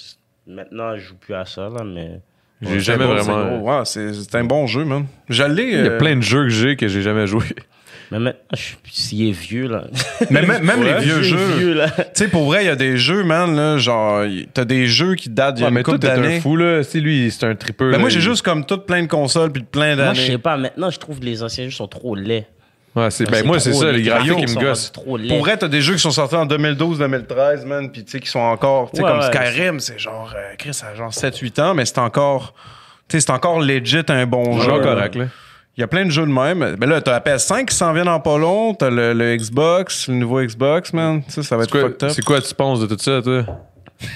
E: Maintenant, je joue plus à ça, là, mais.
B: j'ai jamais vraiment.
C: Ouais, c'est c'est un bon jeu, man. Je l'ai.
B: Il y a
C: euh,
B: plein de jeux que j'ai que j'ai jamais joué.
E: Mais maintenant, je suis s'il est vieux, là.
C: Mais même, même les
E: Ouais,
C: vieux
E: il est
C: jeux.
E: vieux, là.
C: Tu sais, pour vrai, il y a des jeux, man, là, genre, y- t'as des jeux qui datent d'il y a
B: Ouais,
C: une
B: mais toi,
C: couple
B: t'es un
C: d'années.
B: fou, là. Si lui, c'est un tripeur.
C: Ben moi, j'ai juste comme tout plein de consoles puis de plein
E: Moi, je sais
C: d'années.
E: pas. Maintenant, je trouve que les anciens jeux sont trop laids.
B: Ouais, c'est... Ben,
E: C'est
B: moi, c'est
E: trop
B: ça, les
E: laid.
B: graphiques, ils
E: sont
B: me gossent.
E: Trop laids.
C: Pour vrai, t'as des jeux qui sont sortis en 2012, 2013, man, puis tu sais, qui sont encore, tu sais,
E: Ouais,
C: comme
E: ouais,
C: Skyrim, c'est genre, euh, Chris, ça a genre 7-8 ans, mais c'est encore, tu sais, c'est encore legit un bon jeu.
B: Genre correct, là. Ben,
C: Il y a plein de jeux de même. Ben là, t'as la PS5 qui s'en vient en pas long, t'as le, le Xbox, le nouveau Xbox, man, tu sais, ça va
B: C'est
C: être
B: quoi,
C: fucked up.
B: c'est quoi tu penses de tout ça, toi?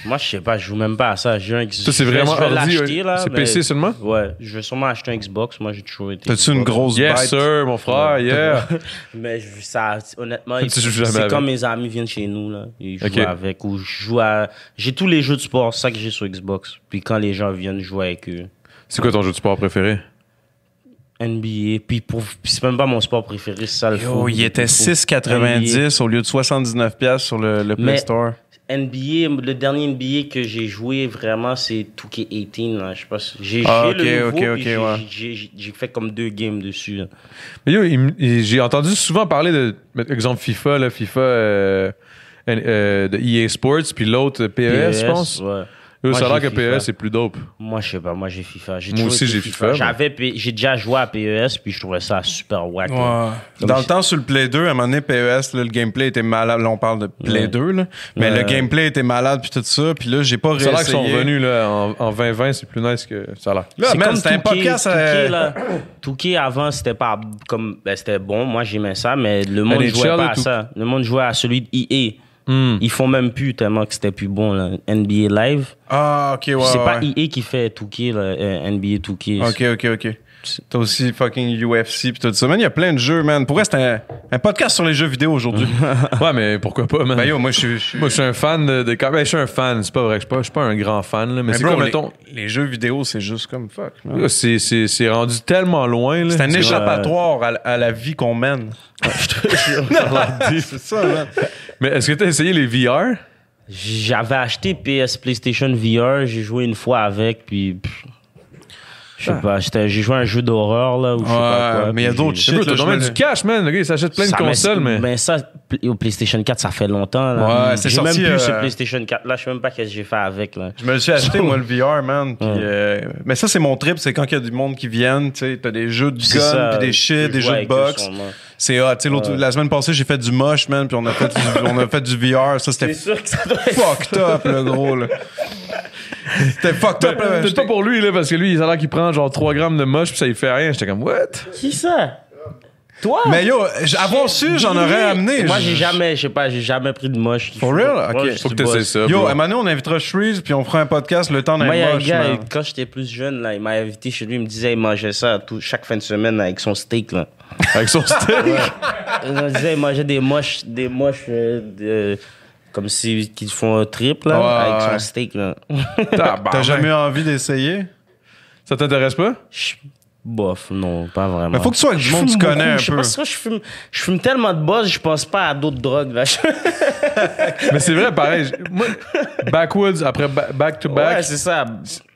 E: Moi, je sais pas, je joue même pas à ça. J'ai un Xbox.
B: Ça, c'est vraiment
E: je vais
B: ordi,
E: l'acheter,
B: euh,
E: là,
B: c'est
E: mais-
B: PC seulement?
E: Ouais, je vais sûrement acheter un Xbox. Moi, j'ai toujours été.
C: T'as-tu une
E: Xbox.
C: grosse
B: Yes,
C: bête?
B: sir, mon frère, yeah.
E: Mais je- ça, honnêtement, il-
B: Tu joues jamais
E: c'est
B: avec.
E: quand mes amis viennent chez nous, là. Ils jouent
B: Ok.
E: avec ou je joue à. J'ai tous les jeux de sport, c'est ça que j'ai sur Xbox. Puis quand les gens viennent jouer avec eux.
B: C'est quoi ton jeu de sport préféré?
E: NBA, puis, pour, puis c'est même pas mon sport préféré, c'est ça le
C: Yo,
E: foot,
C: Oh, il était
E: le foot.
C: 6,90 au lieu de 79$ piastres sur le, le Play
E: Mais-
C: Store.
E: NBA, le dernier NBA que j'ai joué vraiment, c'est 2K18. là. Je sais pas si- J'ai
C: Ah,
E: joué
C: ok,
E: le nouveau,
C: ok,
E: puis
C: ok,
E: j'ai-
C: ouais.
E: j'ai- j'ai- j'ai fait comme deux games dessus. là.
B: Mais yo, il m- il- j'ai entendu souvent parler de, met- exemple, FIFA, E
C: E
B: là, FIFA, euh, N- euh, de EA Sports, puis l'autre, euh, PES, je pense.
E: ouais.
B: Eux,
E: Moi,
B: ça a l'air
E: j'ai
B: que
E: FIFA.
B: PES, c'est plus dope.
E: Moi, je sais pas, moi j'ai FIFA. J'ai
B: Moi
E: toujours
B: aussi,
E: été
B: j'ai FIFA,
E: J'avais, P- j'ai déjà joué à PES, puis je trouvais ça super wack. là.
C: Dans le temps, sur le Play 2, à un moment donné, PES, là, le gameplay était malade. Là, on parle de Play
E: Ouais.
C: 2, là. Mais
E: Ouais.
C: le gameplay était malade, puis tout ça. Puis là, j'ai pas
B: Ça
C: réussi.
B: a l'air qu'ils sont revenus là, en, en 2020, c'est plus nice que ça a l'air.
C: Là,
E: C'est
C: man,
E: comme
C: c'était un
E: Touquet,
C: podcast.
E: Touquet,
C: euh,
E: là. Touquet, avant, c'était pas comme. ben, c'était bon, moi j'aimais ça, mais le monde
B: les
E: jouait
B: chairs,
E: pas
B: là,
E: à
B: Tou-
E: ça. Le monde jouait à celui de EA.
C: Hmm.
E: Ils font même plus tellement que c'était plus bon, là. NBA Live.
C: Ah, ok, ouais.
E: c'est pas
C: ouais.
E: EA qui fait Touquet, là, euh, NBA Touquet.
C: Ok, ok, ok. T'as aussi fucking UFC pis tout ça. Man, il y a plein de jeux, man. Pour vrai, c'est un, un podcast sur les jeux vidéo aujourd'hui.
B: Ouais, mais pourquoi pas, man?
C: ben yo, moi, je suis- je suis.
B: Moi, je suis un fan de, de- Ben, je suis un fan, c'est pas vrai, je suis pas, je suis pas un grand fan, là, Ben, mais Ah.
C: Mais
B: c'est
C: bro,
B: comme,
C: les-
B: mettons,
C: les, jeux vidéo, c'est juste comme fuck. man.
B: là, c'est- c'est c'est rendu tellement loin, là.
C: C'est un
B: Tu-
C: échappatoire à, la- à la vie qu'on mène. c'est ça, man.
B: Mais est-ce que t'as essayé les VR?
E: J'avais acheté PS PlayStation VR, j'ai joué une fois avec, puis. pff, Je sais pas, j'étais- j'ai joué à un jeu d'horreur, là, ou je sais pas
C: Ouais,
E: quoi.
C: mais il y a
E: puis
C: d'autres
E: j'ai-
C: Shit,
B: Bro,
C: là,
B: T'as
C: je
B: quand même
C: me
B: du
C: le-
B: cash, man. Le gars, il s'achète plein de
E: Ça, mais-
B: consoles, mais.
C: Ben,
E: Mais ça, pl- au PlayStation 4, ça fait longtemps, là.
C: Ouais, c'est
E: J'ai
C: sorti,
E: même plus
C: euh,
E: ce PlayStation 4, là, je sais même pas qu'est-ce que j'ai fait avec, là.
C: Je me le suis acheté, moi, le VR, man. Puis, euh, mais ça, c'est mon trip. C'est quand il y a du monde qui viennent, tu sais, t'as des jeux de
E: C'est
C: gun,
E: ça,
C: puis des
E: je
C: shit, des
E: jouais
C: jeux de
E: avec
C: boxe.
E: eux, sûrement.
C: C'est hot. Tu sais, l'autre- la semaine passée, j'ai fait du moche, man, puis on a fait du, on a fait du VR. Ça, c'était
E: C'est sûr que ça doit être.
C: fucked up, le gros, là. C'était fucked
B: Ben,
C: up, là.
B: Peut-être
C: J'étais-
B: pas pour lui, là, parce que lui, il a l'air qu'il prend genre 3 grammes de moche, puis ça lui fait rien. J'étais comme, what?
E: Qui ça? Toi?
C: Mais yo, j- avant su, j'en aurais amené.
E: Moi,
C: J-
E: j'ai jamais, je sais pas, j'ai jamais pris de moche.
C: For real? Ok.
E: Ouais, je
B: Faut que
E: suis
B: t'essayes
E: boss.
B: ça.
C: Yo,
B: bro.
C: à un moment donné, on invitera Shreeze, puis on fera un podcast le temps d'un
E: Moi, il y a un
C: moche,
E: gars,
C: man.
E: quand j'étais plus jeune, là, il m'a invité chez lui, il me disait, il mangeait ça tout, chaque fin de semaine avec son steak, là.
B: Avec son steak.
E: Il me disait, il mangeait des moches, des moches, euh, de- comme si, qu'ils font un trip, là,
C: Ouais,
E: avec
C: ouais.
E: son steak, là.
B: Tabarnak.
E: Ah,
C: T'as jamais eu envie d'essayer?
B: Ça t'intéresse pas?
E: Je- Bof, non, pas vraiment.
C: Mais faut que tu sois avec du
E: Je
C: monde que tu
E: fume
C: connais
E: beaucoup,
C: un
E: je sais
C: peu.
E: pas ça, je fume, je fume tellement de boss, je pense pas à d'autres drogues, là.
B: Mais c'est vrai, pareil. j- Moi, backwoods, après ba- back to back,
E: Ouais, c'est ça.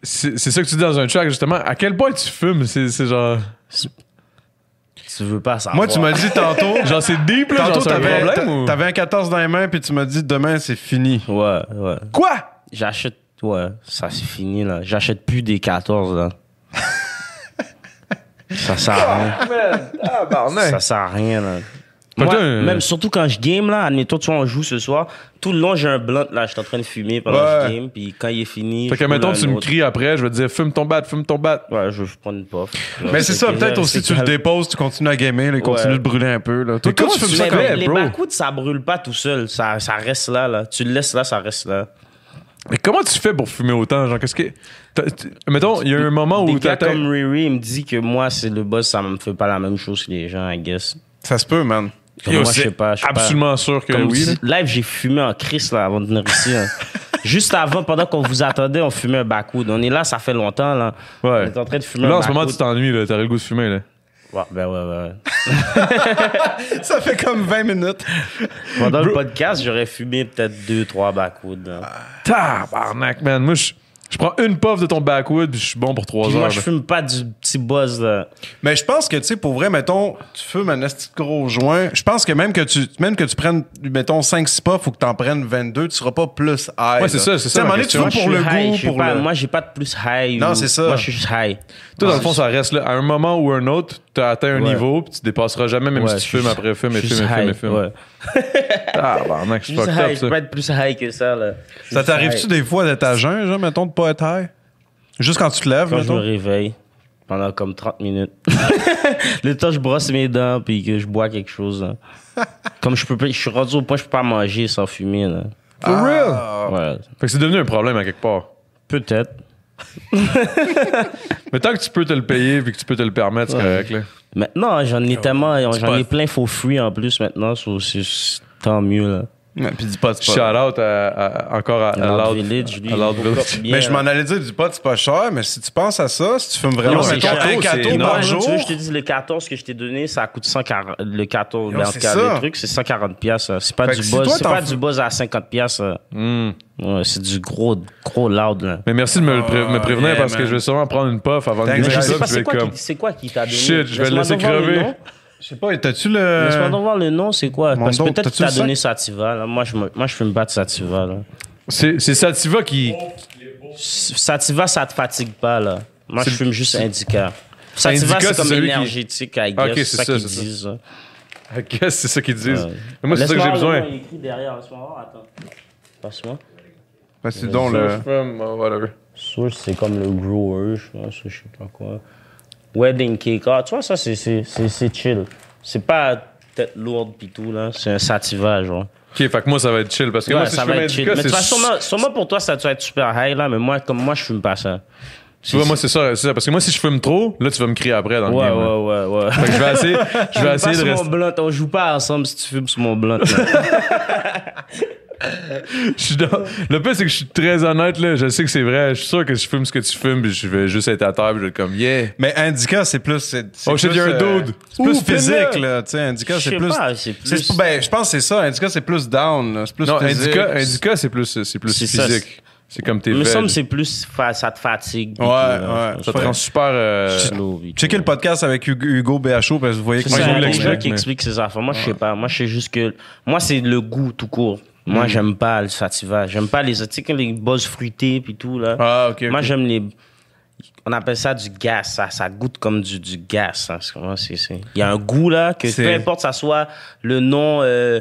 B: c'est c'est ça que tu dis dans un track, justement. À quel point tu fumes? C'est c'est genre.
E: Tu veux pas savoir.
C: Moi, tu m'as dit tantôt.
B: Genre, c'est deep, là?
C: Tantôt,
B: genre, c'est un
C: t'avais
B: problème
C: t'a-
B: ou?
C: t'avais un 14 dans les mains, puis tu m'as dit demain, c'est fini.
E: Ouais, ouais.
B: Quoi?
E: J'achète, ouais, ça c'est fini, là. J'achète plus des 14, là. ça sert à rien. Ça sert à rien, là.
B: Fait que
E: Moi,
B: toi, euh,
E: même surtout quand je game, là, admettons, tu vois, on joue ce soir, tout le long, j'ai un blunt, là, je suis en train de fumer pendant que
C: Ouais.
E: je game, puis quand il est fini.
B: Fait
E: je
B: que,
E: roule
B: mettons,
E: un
B: tu me
E: autre.
B: cries après, je vais te dire, fume ton bat, fume ton bat.
E: Ouais, je vais prendre une puff.
C: Mais c'est ça,
E: que
C: peut-être
E: là,
C: aussi
E: c'est
C: tu le
E: calme.
C: déposes, tu continues à gamer, là, continue
E: Ouais.
C: de brûler un peu. Là. Toi,
B: comment
C: toi, tu
B: tu
C: fumes
E: Mais
C: ça
B: fais,
C: quand
E: les-
B: même,
E: les
B: bro.
E: backwoods, ça brûle pas tout seul. Ça, ça reste là, là. Tu le laisses là, ça reste là.
B: Mais comment tu fais pour fumer autant? Genre, qu'est-ce que. t'as- t- Mettons, il y a un moment
E: Des
B: où
E: gars
B: t'atteins.
E: comme Riri, il me dit que moi, c'est le boss, ça me fait pas la même chose que les gens, I guess.
C: Ça se peut, man.
E: Comme
B: Yo,
E: moi, je
B: c'est
E: sais pas. je sais pas.
B: absolument sûr que
E: Comme
B: oui.
E: si-
B: là.
E: live, j'ai fumé en crise, là, avant de venir ici. hein. Juste avant, pendant qu'on vous attendait, on fumait un backwood. On est là, ça fait longtemps, là.
B: Ouais.
E: On est en train de fumer
B: Là,
E: un
B: en ce moment, tu
E: backwood.
B: t'ennuies, là. T'aurais le goût de fumer, là.
E: Ouais, ben ouais, ouais, ouais.
C: Ça fait comme 20 minutes.
E: Pendant le podcast, j'aurais fumé peut-être deux, trois backwoods. là.
B: Ah, Tabarnak, man. Moi, je je prends une puff de ton backwood, puis je suis bon pour trois
E: Puis
B: heures.
E: moi, je
B: là.
E: fume pas du petit buzz, là.
C: Mais je pense que, tu sais, pour vrai, mettons, tu fumes un esti de gros joint. Je pense que même que tu, même que tu prennes, mettons, 5-6 puffs ou que t'en prennes 22, tu seras pas plus high.
B: Ouais, c'est
C: là.
B: ça, c'est
C: Tu sais,
B: ça,
C: à un
B: ma
C: moment donné,
B: question.
C: tu fumes
E: Moi,
C: pour
E: je
C: le
E: suis high,
C: goût,
E: j'ai
C: pour
E: pas-
C: le.
E: Moi, j'ai pas de plus high.
C: Non,
E: ou-
C: c'est ça.
E: Moi, je suis juste high.
B: Toi, dans
E: Ah,
B: le fond, ça reste là. À un moment ou un autre, t'as atteint un
E: Ouais.
B: niveau, puis tu dépasseras jamais, même
E: Ouais,
B: si
E: je
B: tu
E: suis-
B: fumes après fume
E: je
B: et
E: suis
B: fume et
E: juste
B: fume et
E: high,
B: fume.
E: ouais.
B: Tabarnak, c'est
E: Je suis
B: fucked
E: juste high,
B: up,
E: je
B: ça.
E: peux pas être plus high que ça, là. Je suis
C: Ça
E: juste
C: t'arrive-tu
E: high.
C: des fois d'être à jeun, genre, mettons, de pas être high? Juste quand tu te lèves,
E: Quand je me
C: mettons?
E: réveille pendant comme 30 minutes. le temps que je brosse mes dents puis que je bois quelque chose. là. Comme je peux pas- je suis rendu au point je peux pas manger sans fumer là.
B: For real?
E: Ouais.
B: Fait que c'est devenu un problème à quelque part.
E: Peut-être.
B: Mais tant que tu peux te le payer, puis que tu peux te le permettre, c'est correct, là.
E: Maintenant, j'en ai tellement j'en
C: Oh. pas-
E: ai plein faux fruits en plus maintenant, so c'est- c'est tant mieux là.
C: Ouais, Puis dis pas de
B: Shout out à- à- encore à, à
E: Loud
B: Loud
E: Village, lui,
B: à Loud
E: il est au
B: Village.
E: cop bien,
C: Mais je m'en
E: là.
C: allais dire du pot, c'est pas cher, mais si tu penses à ça, si tu fumes
E: Non,
C: vraiment,
E: c'est
C: mettons,
E: cher.
C: un
E: Oh,
C: cadeau
B: c'est
C: par
E: Non,
B: énorme.
C: jour.
E: Tu veux, je te dis, le 14 que je t'ai donné, ça coûte 140, le 14,
C: Yo,
E: ben, en
C: c'est
E: tout cas,
C: ça.
E: le truc, c'est 140 pièces. euh, C'est pas
C: Fait que
E: du
C: si
E: buzz,
C: toi,
E: c'est
C: t'en
E: pas
C: fous-
E: du buzz à 50 pièces. Ouais, c'est du gros, gros loud, là.
B: Hmm. Mais merci de me, le pré- me prévenir
C: yeah,
B: parce
C: man.
B: que je vais sûrement prendre une puff avant de
C: Mais
E: Mais
B: démarrer
E: je
C: Exact.
E: sais
B: ça,
E: pas,
B: puis je vais
E: c'est
B: être
E: quoi,
B: comme...
E: qui- c'est quoi qui t'a donné?
B: Shit, je vais le
E: Laisse-moi
B: laisser
E: donc voir le
B: crever.
E: nom.
C: Je sais pas, t'as-tu le.
E: Laisse-moi donc voir le nom, c'est quoi?
C: Mon
E: Parce que
C: don,
E: peut-être que
C: t'as-tu
E: t'as
C: le
E: donné Sativa, là. Moi, je me, moi, je fume pas de Sativa, là.
B: C'est c'est Sativa qui...
E: Ça t'y va, ça te fatigue pas, là. Moi, je fume juste indica. Ça t'y
B: Indica,
E: va, c'est
B: c'est
E: comme
B: celui qui-
E: énergétique, I
B: Ah,
E: guess.
B: ok,
E: c'est
B: c'est
E: ça,
B: ça,
E: qu'ils
B: c'est ça.
E: disent. hein.
B: I guess c'est ça qu'ils disent.
E: Ouais.
B: Mais Moi, c'est ça que j'ai
E: Laisse-moi voir
B: besoin.
E: le nom, il est écrit derrière, laisse-moi voir, attends. Passe-moi.
C: Ben, c'est donc le.
B: From, oh, whatever.
E: Source, c'est comme le grower, je pense, je sais pas quoi. Wedding cake. Ah, tu vois, ça, c'est- c'est c'est- c'est chill. C'est pas tête lourde pis tout, là. C'est un sativa, genre.
B: Ok, fait que moi, ça va être chill. Parce que
E: Ouais,
B: moi, si
E: ça
B: je
E: va
B: fume
E: être chill.
B: indica,
E: Mais tu
B: c'est.
E: vois, sûrement, sûrement pour toi, ça doit être super high, là. Mais moi, comme moi, je fume pas ça.
B: Tu vois, moi, c'est ça, c'est ça. Parce que moi, si je fume trop, là, tu vas me crier après dans le
E: Ouais,
B: game. là.
E: ouais, ouais, ouais.
B: Fait que je vais essayer, je vais essayer de
E: sur
B: rester.
E: mon blunt. On joue pas ensemble si tu fumes sur mon blunt. là.
B: Je suis dans- Le pire, c'est que je suis très honnête, là. Je sais que c'est vrai. Je suis sûr que je fume ce que tu fumes, puis je vais juste être à terre, puis je vais être comme, yeah.
C: Mais Indica, c'est plus. c'est- c'est
B: Oh shit,
C: plus,
B: il y a un
C: euh,
B: dude.
C: C'est plus
B: Ouh,
C: physique,
B: fais-le.
C: là. Tu sais, Indica,
E: Je
C: c'est
E: sais
C: plus.
E: pas, c'est plus-
C: c'est- Ben, je pense que c'est ça. Indica, c'est plus down, là. C'est plus
B: Non,
C: physique.
B: indica, indica c'est plus, c'est plus
E: C'est ça,
B: physique. C'est comme tes
E: Il me
B: veg.
E: semble que c'est plus. fa- Ça te fatigue. pis
C: Ouais,
E: tout, là.
C: ouais.
B: Ça te rend super. euh,
E: Slow, pis tout.
C: Checkez le podcast avec Hugo- Hugo BHO parce que vous voyez
E: Ça,
C: que moi,
E: c'est
B: je vous
E: un
B: l'explique,
E: gars qui
B: mais-
E: explique ses affaires. Moi, je sais pas. Moi, je sais juste que. Moi, c'est le goût tout court.
C: Mm.
E: Moi, j'aime pas le sativa. J'aime pas les. Tu sais, quand les buzz fruités puis tout, là.
C: Ah, ok, ok.
E: Moi, j'aime les. On appelle ça du gaz. Ça, ça goûte comme du, du gaz. hein. C'est comment c'est- c'est- Il y a un goût, là, que
C: C'est-
E: peu importe ça soit le nom. euh,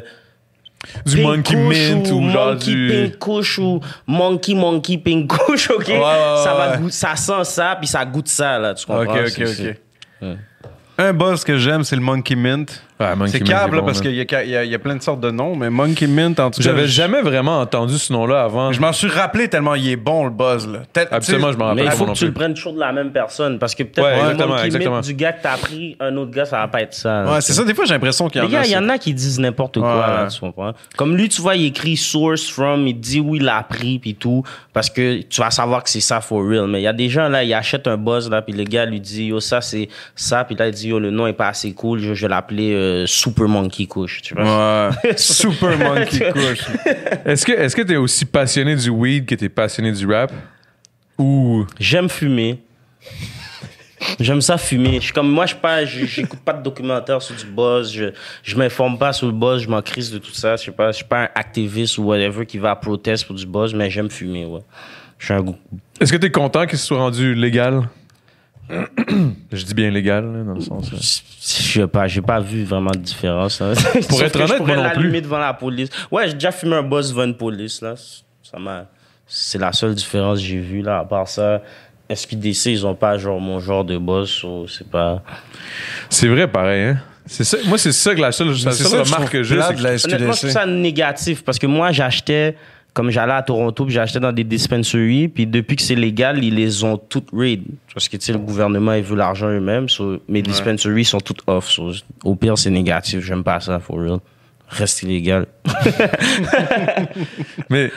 B: du
E: Pink
B: monkey
E: Kush
B: mint ou genre
E: Monkey
B: du.
E: Pink Kush ou Monkey Monkey Pink Kush, OK?
C: ouais,
E: ça, va
C: ouais.
E: goût- ça sent ça, puis ça goûte ça, là. Tu comprends?
C: Ok, ok,
E: Ah, C'est- c'est-
C: ok. Un buzz que j'aime, c'est le Monkey Mint.
B: Ah, Monkey
C: C'est
B: Mint,
C: câble,
B: c'est
C: là,
B: bon,
C: parce
B: hein.
C: qu'il y, a- il y a- il y a plein de sortes de noms, mais Monkey Mint, en tout cas.
B: J'avais
C: je-
B: jamais vraiment entendu ce nom-là avant.
C: Je m'en suis rappelé tellement il est bon, le buzz, là. Tel-
B: Absolument,
C: tu sais-
B: je m'en rappelle.
E: Mais il
B: Ah, pas
E: faut que
B: non
E: tu le
B: plus.
E: prennes toujours de la même personne parce que peut-être
B: Ouais,
E: que le
B: exactement,
E: monde qui
B: exactement.
E: imite du gars que t'as pris, un autre gars, ça va pas être ça.
C: Ouais, c'est ça, des fois, j'ai l'impression qu'il y en
E: Les gars,
C: a.
E: il y en a qui disent n'importe quoi,
C: Ouais.
E: là, tu comprends? Comme lui, tu vois, il écrit source from, il dit oui, il l'a pris, puis tout, parce que tu vas savoir que c'est ça for real. Mais il y a des gens, là, ils achètent un buzz, là, puis le gars lui dit, yo, ça, c'est ça, puis là, il dit, yo, le nom est pas assez cool, je, je vais l'appeler euh, Super Monkey Kush, tu vois?
C: Ouais. Super Monkey Kush.
B: Est-ce que est-ce que t'es aussi passionné du weed que t'es passionné du rap? Ou
E: J'aime fumer. J'aime ça fumer. Je suis comme moi, je suis pas, je- j'écoute pas de documentaires sur du buzz. Je, je m'informe pas sur le buzz. Je m'en crise de tout ça. Je sais pas, je suis pas un activiste ou whatever qui va à proteste pour du buzz, mais j'aime fumer. Ouais. Je suis un goût.
B: est-ce que t'es content qu'il se soit rendu légal? je dis bien légal, là, dans le sens. euh. là.
E: Je sais pas, j'ai pas vu vraiment de différence. hein. Sauf
B: être
E: que je
B: honnête, moi
E: pourrais
B: non
E: l'allumer
B: plus.
E: devant la police. Ouais, j'ai déjà fumé un buzz devant une police là. Ça m'a. C'est la seule différence que j'ai vue là. À part ça, SQDC ils ont pas genre mon genre de buzz ou c'est pas.
B: C'est vrai, pareil, hein? C'est ça, moi, c'est ça que la seule, la
C: C'est
B: seule
C: ça, je
B: remarque
C: trouve
B: que j'ai.
C: plate
B: c'est que-
C: de la
E: Honnêtement, je trouve
C: SQDC.
E: ça négatif parce que moi, j'achetais, comme j'allais à Toronto, puis j'achetais dans des dispensaries, puis depuis que c'est légal, ils les ont toutes raid. Parce que, tu sais, le gouvernement, il veut l'argent eux-mêmes, so mes dispensaries sont toutes off. so au pire, c'est négatif. J'aime pas ça, for real. Reste illégal.
B: Mais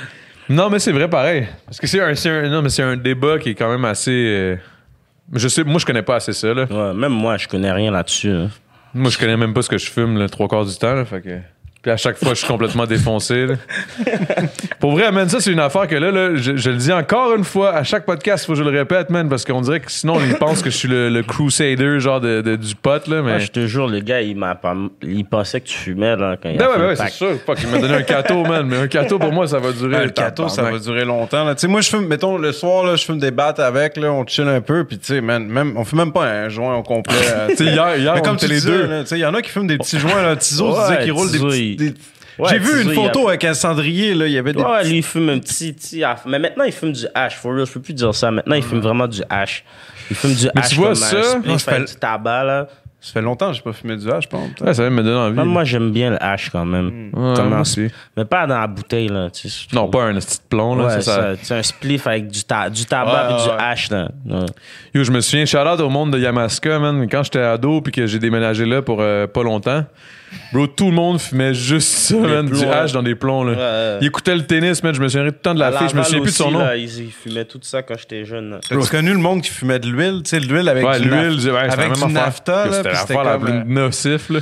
B: non, mais c'est vrai pareil. Parce que c'est un, c'est un- non, mais c'est un débat qui est quand même assez. euh, je sais, moi je connais pas assez ça là.
E: Ouais, même moi, je connais rien là-dessus. hein.
B: Moi je connais même pas ce que je fume le trois quarts du temps. Là, fait que... Puis à chaque fois je suis complètement défoncé. là. Pour vrai, man, ça c'est une affaire que là, là, je, je le dis encore une fois à chaque podcast, faut que je le répète, man, parce qu'on dirait que sinon ils pensent que je suis le, le crusader genre de, de- du pote là, mais.
C: Ah,
E: Moi, je te jure, le gars, il m'a pas, il pensait que tu fumais, là, quand il a
B: Ben ouais,
E: fait
B: ben
E: le
B: ouais, c'est
E: pack.
B: sûr. Fuck, il m'a donné un cateau, man. Mais un cateau pour moi, ça va durer.
C: Ah, le cateau, ça va durer longtemps. là. Tu sais, moi, je fume, mettons, le soir, là, je fume des battes avec, là, on chill un peu, puis tu sais, man, même, on fume même pas un joint au complet. euh, tu sais,
B: Hier, hier
C: Mais
B: on
C: comme
B: était
C: tu
B: les
C: disais,
B: deux.
C: là, tu sais, il y en a qui fument des petits joints, là. Tizo
E: Ouais,
C: disait qu'il roule des
E: Tizo,
C: petits.
E: il-
C: des-
E: Ouais,
C: J'ai vu
E: Tizo,
C: une
E: il a-
C: photo avec un cendrier, là. Il y avait des.
E: Ouais, ouais, lui, il fume un petit, petit hash. Mais maintenant, il fume du hash. For real, je peux plus dire ça. Maintenant, il fume vraiment du hash. Il fume du hash.
B: Mais tu vois
E: comme
B: ça?
E: Un split,
B: Non, ça
E: fait
B: fait-
E: du tabac, là.
C: Ça fait longtemps que j'ai pas fumé du hash, je pense.
B: Ouais, ça va me donner envie.
E: Même moi, j'aime bien le hash quand même.
B: Mm. Ouais,
E: Comme
B: moi
E: un-
B: aussi.
E: Mais pas dans la bouteille, là. tu sais.
B: Non, pas un petit plomb, là.
E: Ouais,
B: ça, ça-
E: ça, tu sais, un spliff avec du, ta- du tabac
C: Ouais,
E: et
C: ouais.
E: du hash, là. Ouais.
B: Yo, je me souviens, shout out au monde de Yamaska, man. Quand j'étais ado puis que j'ai déménagé là pour euh, pas longtemps, bro, tout le monde fumait juste ça, man, du
E: plombs,
B: hash
E: ouais.
B: dans des plombs, là.
E: ouais.
B: Il écoutait le tennis, man. Je me souviens tout le temps de la
E: À
B: fille. Je me
E: Laval
B: souviens plus de son
E: aussi,
B: nom.
E: là, ils, ils fumaient tout ça quand j'étais jeune. là.
C: T'as connu le monde qui fumait de l'huile, tu sais, de l'huile avec
B: Ouais,
C: du naf-
B: l'huile, c'est- ouais, c'était la
C: avec
B: même
C: du
B: affaire.
C: nafta,
B: Que
C: là.
B: C'était
C: puis
B: l'affaire la plus
C: comme, euh,
B: nocif, là.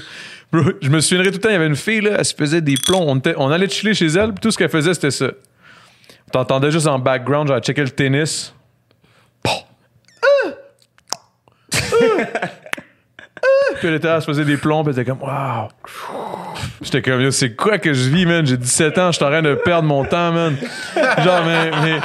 B: Bro, je me souviendrai tout le temps, il y avait une fille, là, elle se faisait des plombs. On, était- on allait chiller chez elle, puis tout ce qu'elle faisait, c'était ça. T'entendais juste en background, genre, elle checkait le tennis. Ah! Pah! Ah! Ah! Puis elle était là, elle se faisait des plombs, puis elle était comme, waouh! J'étais comme, Yo, c'est quoi que je vis, man? J'ai 17 ans, je suis en train de perdre mon temps, man. Genre, mais, mais,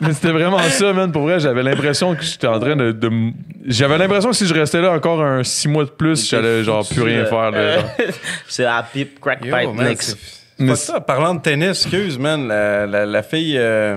B: mais c'était vraiment ça, man. Pour vrai, j'avais l'impression que j'étais en train de. de m- j'avais l'impression que si je restais là encore un 6 mois de plus, j'allais genre plus rien faire. là, genre.
E: Euh, c'est la pipe, crack
C: Yo,
E: pipe,
C: man,
E: next.
C: c'est- c'est pas ça. Parlant de tennis, excuse, man, la, la, la fille, euh,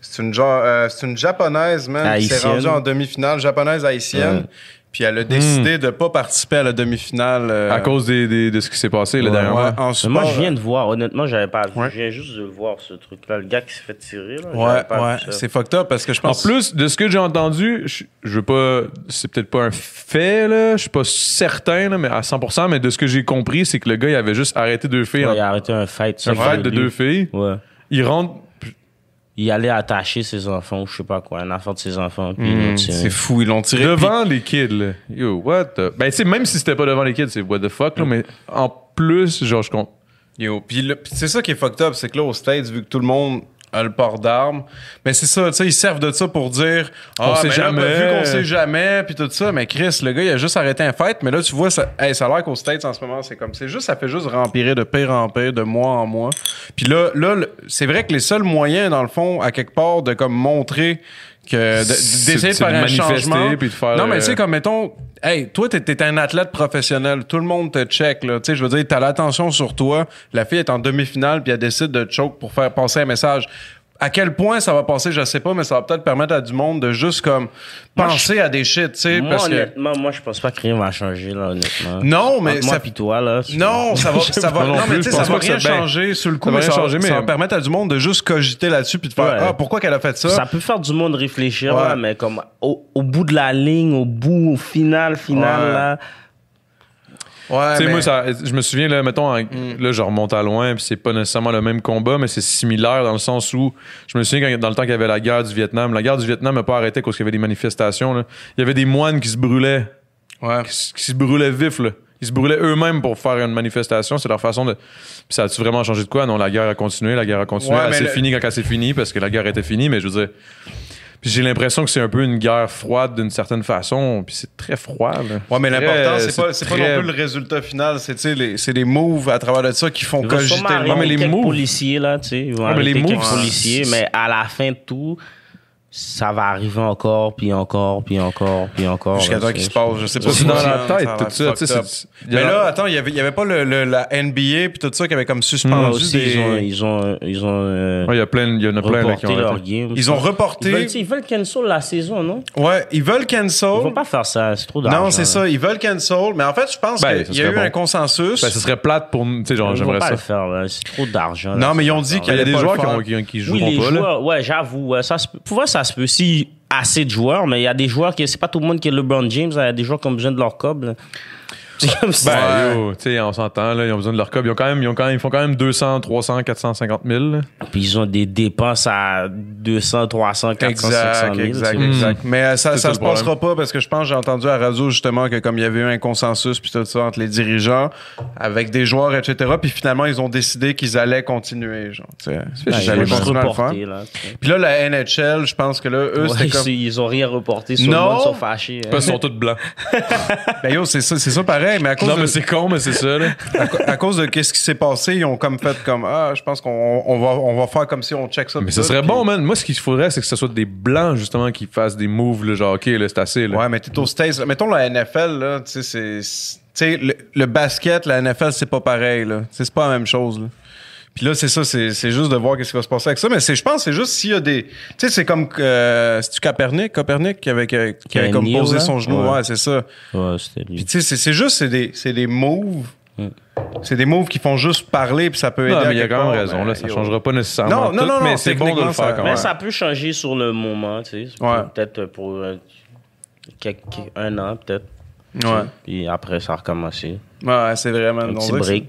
C: c'est une, genre- euh, c'est une japonaise, man, qui s'est
E: Haïtienne.
C: rendue en demi-finale, japonaise haïtienne, puis elle a décidé de pas participer à la demi-finale. euh,
B: Hmm. À cause des, des- de ce qui s'est passé là,
C: ouais,
B: dernièrement.
C: ouais, en
E: Mais
C: sport.
E: moi, je viens de voir, honnêtement, j'avais pas vu.
C: Ouais.
E: Je viens juste de voir ce truc-là. Le gars qui s'est fait tirer, là.
C: Ouais,
E: j'avais pas
C: ouais,
E: vu ça.
C: c'est fucked up parce que je
B: En
C: pense.
B: plus, de ce que j'ai entendu, je, je veux pas. C'est peut-être pas un fait, là. Je suis pas certain, là, mais à 100%. Mais de ce que j'ai compris, c'est que le gars, il avait juste arrêté deux filles.
E: Ouais,
B: en-
E: il a arrêté un fight. ça,
B: un fight de
E: j'ai lu.
B: deux filles.
E: Ouais.
B: Il rentre.
E: Il allait attacher ses enfants, ou je sais pas quoi, un enfant de ses enfants, puis ils l'ont tiré.
C: Hmm, C'est fou, ils l'ont tiré.
B: Devant les kids, là. Yo, what the... Ben, tu sais, même si c'était pas devant les kids, c'est what the fuck, là. Mais en plus, genre, je compte.
C: Puis- Yo, puis le- puis c'est ça qui est fucked up, c'est que là, aux States, vu que tout le monde a le port d'armes, mais c'est ça, tu sais, ils servent de ça pour dire. Ah,
B: On sait
C: mais là,
B: jamais.
C: ben, vu qu'on sait jamais, puis tout ça, mais Chris, le gars, il a juste arrêté un fight, mais là, tu vois, ça, hey, ça a l'air qu'aux States, en ce moment, c'est comme. C'est juste, ça fait juste rempirer de pire en pire, de mois en mois. Puis là, là le- c'est vrai que les seuls moyens, dans le fond, à quelque part, de comme montrer que. de-
B: C'est-
C: d'essayer de
B: c'est
C: faire
B: de
C: un
B: manifester,
C: changement.
B: puis de faire,
C: non, mais tu
B: euh,
C: sais, comme Ah, mettons, hey, toi, t'es, t'es un athlète professionnel, tout le monde te check, là. Tu sais, je veux dire, t'as l'attention sur toi. La fille est en demi-finale, puis elle décide de choke pour faire passer un message. À quel point ça va passer, je sais pas, mais ça va peut-être permettre à du monde de juste comme penser à des shit, tu sais,
E: Moi,
C: parce que.
E: honnêtement, moi, je pense pas que rien va changer, là, honnêtement.
C: Non, mais
E: Entre moi
C: ça-
E: pis toi, là. c'est-
C: Non, ça va, ça va,
B: pas non
C: non,
B: plus,
C: mais tu sais,
B: je
C: ça
B: pense
C: va
B: pas que
C: rien
B: ça- ben,
C: changer sur le coup,
B: ça va
C: mais
B: rien
C: ça,
B: changer,
C: ça
B: mais- euh,
C: va permettre à du monde de juste cogiter là-dessus puis de faire,
E: Ouais.
C: ah, pourquoi qu'elle a fait ça?
E: Ça peut faire du monde réfléchir,
C: Ouais.
E: là, mais comme au, au bout de la ligne, au bout, au final, final,
C: Ouais.
E: là.
C: Ouais,
B: Tu sais,
C: Ah, mais-
B: moi, ça, je me souviens, là, mettons, en- là, je remonte à loin, puis c'est pas nécessairement le même combat, mais c'est similaire dans le sens où je me souviens quand, dans le temps qu'il y avait la guerre du Vietnam, la guerre du Vietnam n'a pas arrêté parce qu'il y avait des manifestations, là. Il y avait des moines qui se brûlaient,
C: Ouais.
B: qui, s- qui se brûlaient vifs, là. Ils se brûlaient eux-mêmes pour faire une manifestation, c'est leur façon de. Puis ça a-tu vraiment changé de quoi? Non, la guerre a continué, la guerre a continué.
C: Ouais,
B: elle
C: mais
B: s'est
C: le-
B: finie quand elle s'est finie, parce que la guerre était finie, mais je veux dire. Puis j'ai l'impression que c'est un peu une guerre froide d'une certaine façon, puis c'est très froid, là.
C: Ouais, mais l'important, c'est
B: Très- euh,
C: pas, c'est pas
B: très-
C: non plus le résultat final, c'est, tu sais, les, c'est des moves à travers de ça qui font
E: Il va
C: cogiter
E: sûrement
C: le monde.
E: arrêter
B: mais les
E: quelques
B: moves-
E: policiers, là, tu sais. Ils vont
B: Ouais, mais les
E: arrêter quelques
B: moves,
E: policiers,
B: c'est-
E: mais à la fin de tout, ça va arriver encore, puis encore, puis encore, puis encore.
C: Jusqu'à
E: là,
C: temps
E: tu
C: qu'il
E: sais.
C: se passe, je sais pas
B: C'est
C: si
B: dans
C: ça-
B: la tête,
C: a
B: tout
C: l'air
B: ça, tu sais,
C: fucked up.
B: c'est- il y a
C: Mais
B: la-
C: là, attends, il y avait, il y avait pas le, le- la NBA puis tout ça qui avait comme
E: Là
C: suspendu
E: aussi,
C: des-
E: ils ont, ils ont, euh, ils ont euh,
B: Ouais, il y a plein, il y en a plein là, qui
E: reporté
B: ont
E: leur
B: arrêté.
E: game.
C: Ils ont
E: Ils veulent,
C: reporté.
E: tu sais, ils veulent cancel la saison, non?
C: Ouais, ils veulent cancel.
E: Ils vont pas faire ça, c'est trop d'argent.
C: Oh.
E: hein.
C: Non, c'est
E: là.
C: ça, ils veulent cancel. Mais en fait, je pense
B: hein. Ben, ça
C: qu'il y a
B: serait
C: eu
B: bon.
C: un consensus.
B: Ben, ce serait plate pour. Tu sais, genre,
E: Ils vont
B: j'aimerais
E: pas
B: ça.
E: le faire, là, c'est trop d'argent. là,
C: non, mais
E: ça.
C: ils ont dit
B: Ah, Il
C: qu'il
B: y a
C: allait
B: des
C: pas le
B: joueurs qui,
C: faire.
B: ont, qui, qui
E: Oui,
B: joueront
E: les
B: pas, là.
E: joueurs, ouais, j'avoue, ouais, ça se peut. Pour vrai, ça se peut. Si assez de joueurs, mais il y a des joueurs qui, c'est pas tout le monde qui est LeBron James, hein. il y a des joueurs qui ont besoin de leur cob. là. C'est comme si-
C: euh,
B: Ben, yo, tu sais, on s'entend, là, ils ont besoin de leur cob. Ils, ont quand même, ils, ont quand même, ils font quand même 200, 300, 450 000. là.
E: Puis ils ont des dépenses à 200, 300, 400, 500
C: Exact,
E: 000.
C: exact,
E: tu sais.
C: exact. Mais euh, ça,
B: Hmm. C'est ça
C: ça
B: le
C: se passera pas parce que je pense que j'ai entendu à la radio justement que comme il y avait eu un consensus puis tout ça entre les dirigeants avec des joueurs etc. Puis finalement ils ont décidé qu'ils allaient continuer genre. tu sais.
E: Ouais,
C: Ils allaient
E: Ah, ils ont
C: continuer à le
E: reporté,
C: faire.
E: là, tu sais.
C: Puis là la NHL, je pense que là eux
E: Ouais,
C: c'était comme
E: c'est- Ils ont rien reporté, sur le
C: Non.
E: monde sont fâchés. hein.
B: Parce qu'ils sont tous blancs.
C: ben yo c'est ça c'est ça pareil mais à cause
B: non, mais
C: de,
B: c'est con, mais c'est ça, là.
C: à, co- à cause de qu'est-ce qui s'est passé ils ont comme fait comme ah je pense qu'on on va on va faire comme si on check ça.
B: Mais
C: puis
B: ce
C: tout,
B: serait
C: puis-
B: bon, man. Moi, ce qu'il faudrait, c'est que ce soit des blancs, justement, qui fassent des moves, là, genre, OK, là, c'est assez, là.
C: Ouais, mais t'es aux States. là. Mettons la NFL, là, tu sais, c'est- c'est. Tu sais, le, le basket, la NFL, c'est pas pareil, là. Tu sais, C'est pas la même chose, là. Puis là, c'est ça, c'est c'est juste de voir qu'est-ce qui va se passer avec ça. Mais c'est, je pense, c'est juste s'il y a des. Tu sais, c'est comme. Euh, C'est-tu Copernic? Copernic qui avait, qui avait- qui avait
E: Qui a
C: comme
E: kneel,
C: posé
E: là?
C: son genou.
E: Ouais.
C: Ouais, c'est ça.
E: Ouais, c'était lui.
C: Puis tu sais, c'est- c'est juste, c'est des, c'est des moves.
E: Mm.
C: C'est des moves qui font juste parler, puis ça peut aider
B: Non,
C: à
B: mais il y a
C: quelque
B: quand même
C: part,
B: raison,
C: mais
B: là. Ça
C: yo.
B: changera pas nécessairement.
C: Non, non,
B: tout,
C: non, non,
B: mais c'est bon de le
C: techniquement,
B: faire
C: ça-
B: quand
E: Mais
B: même.
E: Ben, ça peut changer sur le moment, tu sais.
C: Ouais.
E: Peut-être pour euh, quelques- un an, peut-être.
C: Ouais.
E: Puis après, ça a recommencé.
C: Ouais, c'est vraiment.
E: Un
C: on
E: petit
C: dirait que c'est-
E: break.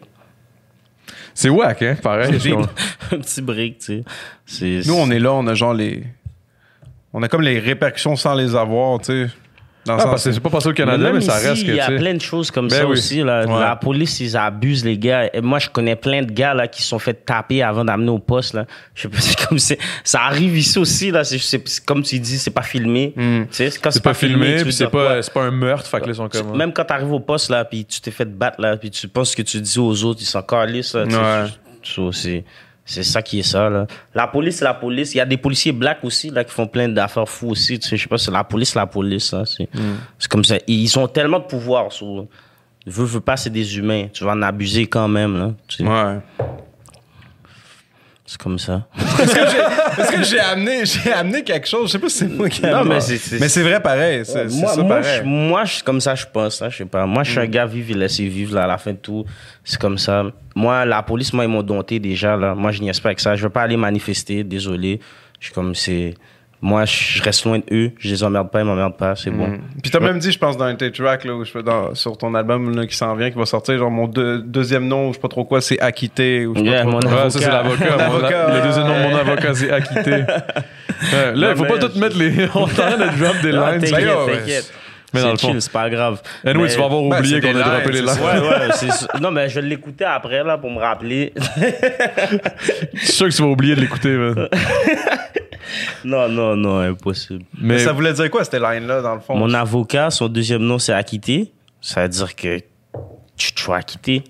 B: C'est whack, hein, pareil. je comprends.
E: un petit break, tu sais. C'est-
C: Nous, on est là, on a genre les. On a comme les répercussions sans les avoir, tu sais. Dans le
B: Ah,
C: sens-
B: parce que c'est pas passé au Canada, mais,
E: même
B: ça
E: ici,
B: reste que.
E: Il y a
B: tu sais.
E: plein de choses comme
B: Ben
E: ça
B: oui.
E: aussi. là.
C: Ouais.
E: La police, ils abusent, les gars. Et moi, je connais plein de gars là, qui se sont fait taper avant d'amener au poste. Là. Je sais pas, c'est comme c'est- ça arrive ici aussi. Là. C'est, c'est- c'est comme tu dis, c'est pas filmé. Tu sais, quand
B: Hmm. C'est pas filmé,
E: tu
B: puis
E: veux
B: c'est
E: dire
B: pas,
E: quoi?
B: c'est pas un meurtre, fait que là, ils sont
E: Tu-
B: comme.
C: hein.
E: Même quand t'arrives au poste, là, puis tu t'es fait battre, là, puis tu penses que tu dis aux autres, ils sont calissent, là, tu sais,
C: Ouais.
E: tu- tu- c'est, c'est ça qui est ça, là. La police, c'est la police. Il y a des policiers blacks aussi, là, qui font plein d'affaires fous aussi, tu sais, je sais pas, c'est la police, la police, là, c'est,
C: Hmm.
E: c'est comme ça. Ils ils ont tellement de pouvoir, sur, veux, veux pas, c'est des humains, tu vas en abuser quand même, là, tu sais.
C: Ouais.
E: c'est comme ça.
C: Est-ce que j'ai amené, j'ai amené quelque chose? Je sais pas si c'est moi qui ai
E: Non,
C: amené.
E: mais c'est- c'est-
C: Mais c'est vrai pareil. C'est c'est
E: moi,
C: ça
E: moi,
C: pareil.
E: je- moi, je- comme ça, je pense. Là, je sais pas. Moi, je suis un
B: Mm.
E: gars vivre et laisser vivre là, à la fin de tout. C'est comme ça. Moi, la police, moi, ils m'ont dompté déjà. Là. Moi, je n'y pas avec ça. Je veux pas aller manifester. Désolé. Je suis comme c'est. Moi, je je reste loin de eux. Je les emmerde pas. Ils m'emmerdent pas. C'est
B: Mm.
E: bon.
C: Puis t'as même dit, je pense, dans un T-Track, là, où je fais dans- sur ton album là, qui s'en vient, qui va sortir, genre mon deux- deuxième nom, ou je sais pas trop quoi, c'est Acquitté. Ou je sais pas
E: Yeah,
C: trop
E: mon
C: quoi.
B: Ouais, ça, c'est
E: L'avocat.
B: l'avocat. mon-
C: L'avocat,
B: Le deuxième nom de
C: ouais.
B: mon avocat, c'est acquitté. Ouais, là, il faut pas
E: mais-
B: tout mettre les. On est en train de drop des
E: Non,
B: lines.
E: t'inquiète,
B: Ben, ouais.
E: t'inquiète.
B: Mais dans
E: C'est
B: le fond-
E: chill, c'est pas grave.
B: Anyway,
E: Mais-
B: tu vas avoir
C: Ben,
B: oublié
C: c'est
B: qu'on
C: des
B: a droppé
C: lines,
B: les
C: c'est
B: lines.
C: ça.
E: Ouais, ouais, c'est ça. Non, mais je vais l'écouter après, là, pour me rappeler.
B: Je suis sûr que tu vas oublier de l'écouter, man.
E: Non, non, non, impossible.
C: Mais
B: Mais
C: ça voulait dire quoi, cette line-là, dans le fond?
E: Mon avocat, son deuxième nom, c'est acquitté. Ça veut dire que tu te vois acquitté.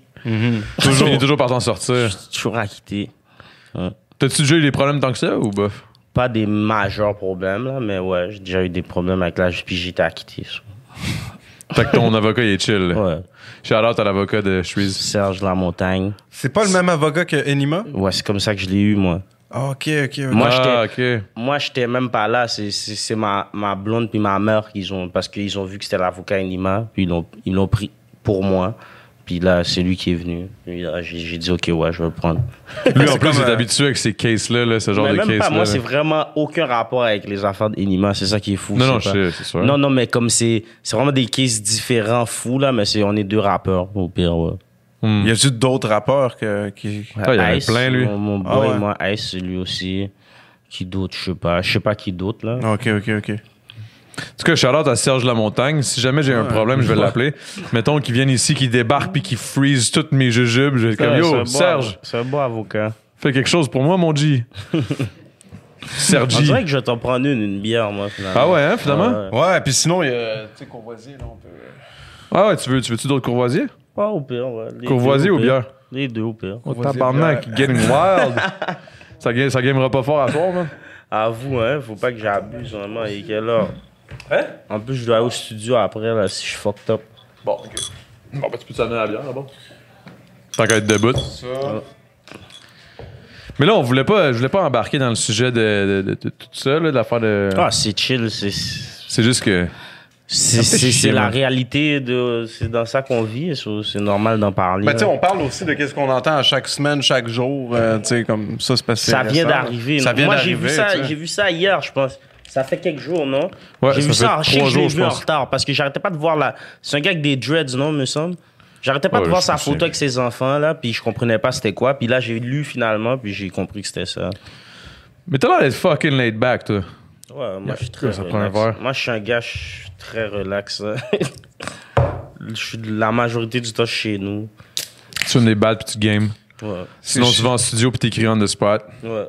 B: toujours- il est toujours par t'en sortir.
E: Je suis toujours acquitté.
B: T'as-tu déjà eu des problèmes tant que ça ou bof?
E: Pas des majeurs problèmes, là, mais ouais, j'ai déjà eu des problèmes avec l'âge, puis j'étais acquitté. ça.
B: Fait que ton avocat, il est chill.
E: Ouais.
B: Shout out à l'avocat de Shreeze.
E: Serge Lamontagne.
C: C'est pas le même avocat que Enima?
E: Ouais, c'est comme ça que je l'ai eu, moi.
C: Ah, ok, ok, ok.
E: Moi,
B: ah, ok.
E: Moi, j'étais même pas là. C'est- C'est c'est ma, ma blonde puis ma mère qu'ils ont, parce qu'ils ont vu que c'était l'avocat Enima, puis ils l'ont- ils l'ont pris pour moi. Puis là, c'est lui qui est venu. Puis là, J'ai j'ai dit, OK, ouais, je vais le prendre.
B: Lui, en plus,
C: C'est comme,
B: il est
C: euh,
B: habitué avec ces cases-là, là, ce genre
E: mais
B: de
E: même pas,
B: cases-là.
E: moi, c'est vraiment aucun rapport avec les affaires d'Enima. C'est ça qui est fou.
B: Non, non,
E: c'est
B: je
E: pas-
B: sais, c'est sûr.
E: Non, non, mais comme c'est, c'est vraiment des cases différents, fous, là, mais c'est, on est deux rappeurs, au pire, ouais.
C: Y a-tu d'autres rappeurs que, qui.
B: Hmm. Ah, il y en a
E: Ice,
B: plein, lui.
E: Mon, mon
C: Ah
E: boy,
C: ouais.
E: moi, Ice, c'est lui aussi. Qui d'autre, je sais pas. Je sais pas qui d'autre, là.
C: Ok, ok, ok.
B: En tout cas, shout out à Serge Lamontagne. Si jamais j'ai un problème, je vais l'appeler. Mettons qu'il vienne ici, qu'il débarque puis qu'il freeze toutes mes jujubes. Je vais être comme
E: Ouais, c'est un
B: Yo,
E: bon
B: Serge,
E: avo- C'est un bon avocat.
B: fais quelque chose pour moi, mon G.
E: On
B: Sergi.
E: dirait que je vais t'en prendre une, une bière, moi, finalement.
B: Ah ouais, hein, finalement?
E: ouais.
C: Ouais, puis sinon, il y a. Tu sais, Courvoisier, là, on peut.
B: Ah ouais, tu veux, tu veux-tu d'autres courvoisiers?
E: Ouais, au pire, ouais. Les
B: Courvoisier
E: deux,
B: ou bière?
E: Les deux, au pire.
B: Oh, tabarnak, getting wild. ça, ga- ça gamera pas fort à soir, man.
E: À vous, hein, faut pas que j'abuse, vraiment. Et quelle heure? Hein? En plus, je dois aller au studio après, là, si je suis fucked up.
B: Bon, ok. Bon, ben, tu peux t'amener à la bière, là-bas. Tant qu'à être debout. Mais là, on voulait pas, je voulais pas embarquer dans le sujet de, de- de- de tout ça, là, de l'affaire de.
E: Ah, c'est chill, c'est...
B: C'est juste que.
E: C'est,
B: Ça fait
E: c'est,
B: chier,
E: c'est la
B: man.
E: réalité, de, c'est dans ça qu'on vit, so- c'est normal d'en parler.
C: Ben, tu sais,
E: là.
C: on parle aussi de qu'est-ce qu'on entend à chaque semaine, chaque jour. euh, tu sais, comme ça, c'est passé.
E: ça vient d'arriver.
C: Ça
E: non?
C: vient
E: Moi,
C: d'arriver.
E: j'ai vu, ça,
C: tu sais.
E: j'ai vu ça hier, je pense. Ça fait quelques jours, non?
B: Ouais,
E: j'ai
B: ça
E: vu
B: fait
E: ça, en- je sais que
B: trois
E: je l'ai
B: jours, je
E: vu en
B: pense.
E: retard parce que j'arrêtais pas de voir la. C'est un gars avec des dreads, non, me semble? J'arrêtais pas
B: Ouais,
E: de voir
B: je
E: sa
B: sais.
E: photo avec ses enfants, là, puis je comprenais pas c'était quoi. Puis là, j'ai lu finalement, puis j'ai compris que c'était ça.
B: Mais t'as l'air d'être fucking laid back, toi.
E: Ouais, moi, je suis très
B: ça prend un
E: relax.
B: verre.
E: Moi, je suis un gars, je suis très relax. hein. je suis la majorité du temps chez nous.
B: Tu des balles puis tu games.
E: Ouais.
B: Sinon, tu vas en studio puis t'écris on the spot.
E: Ouais.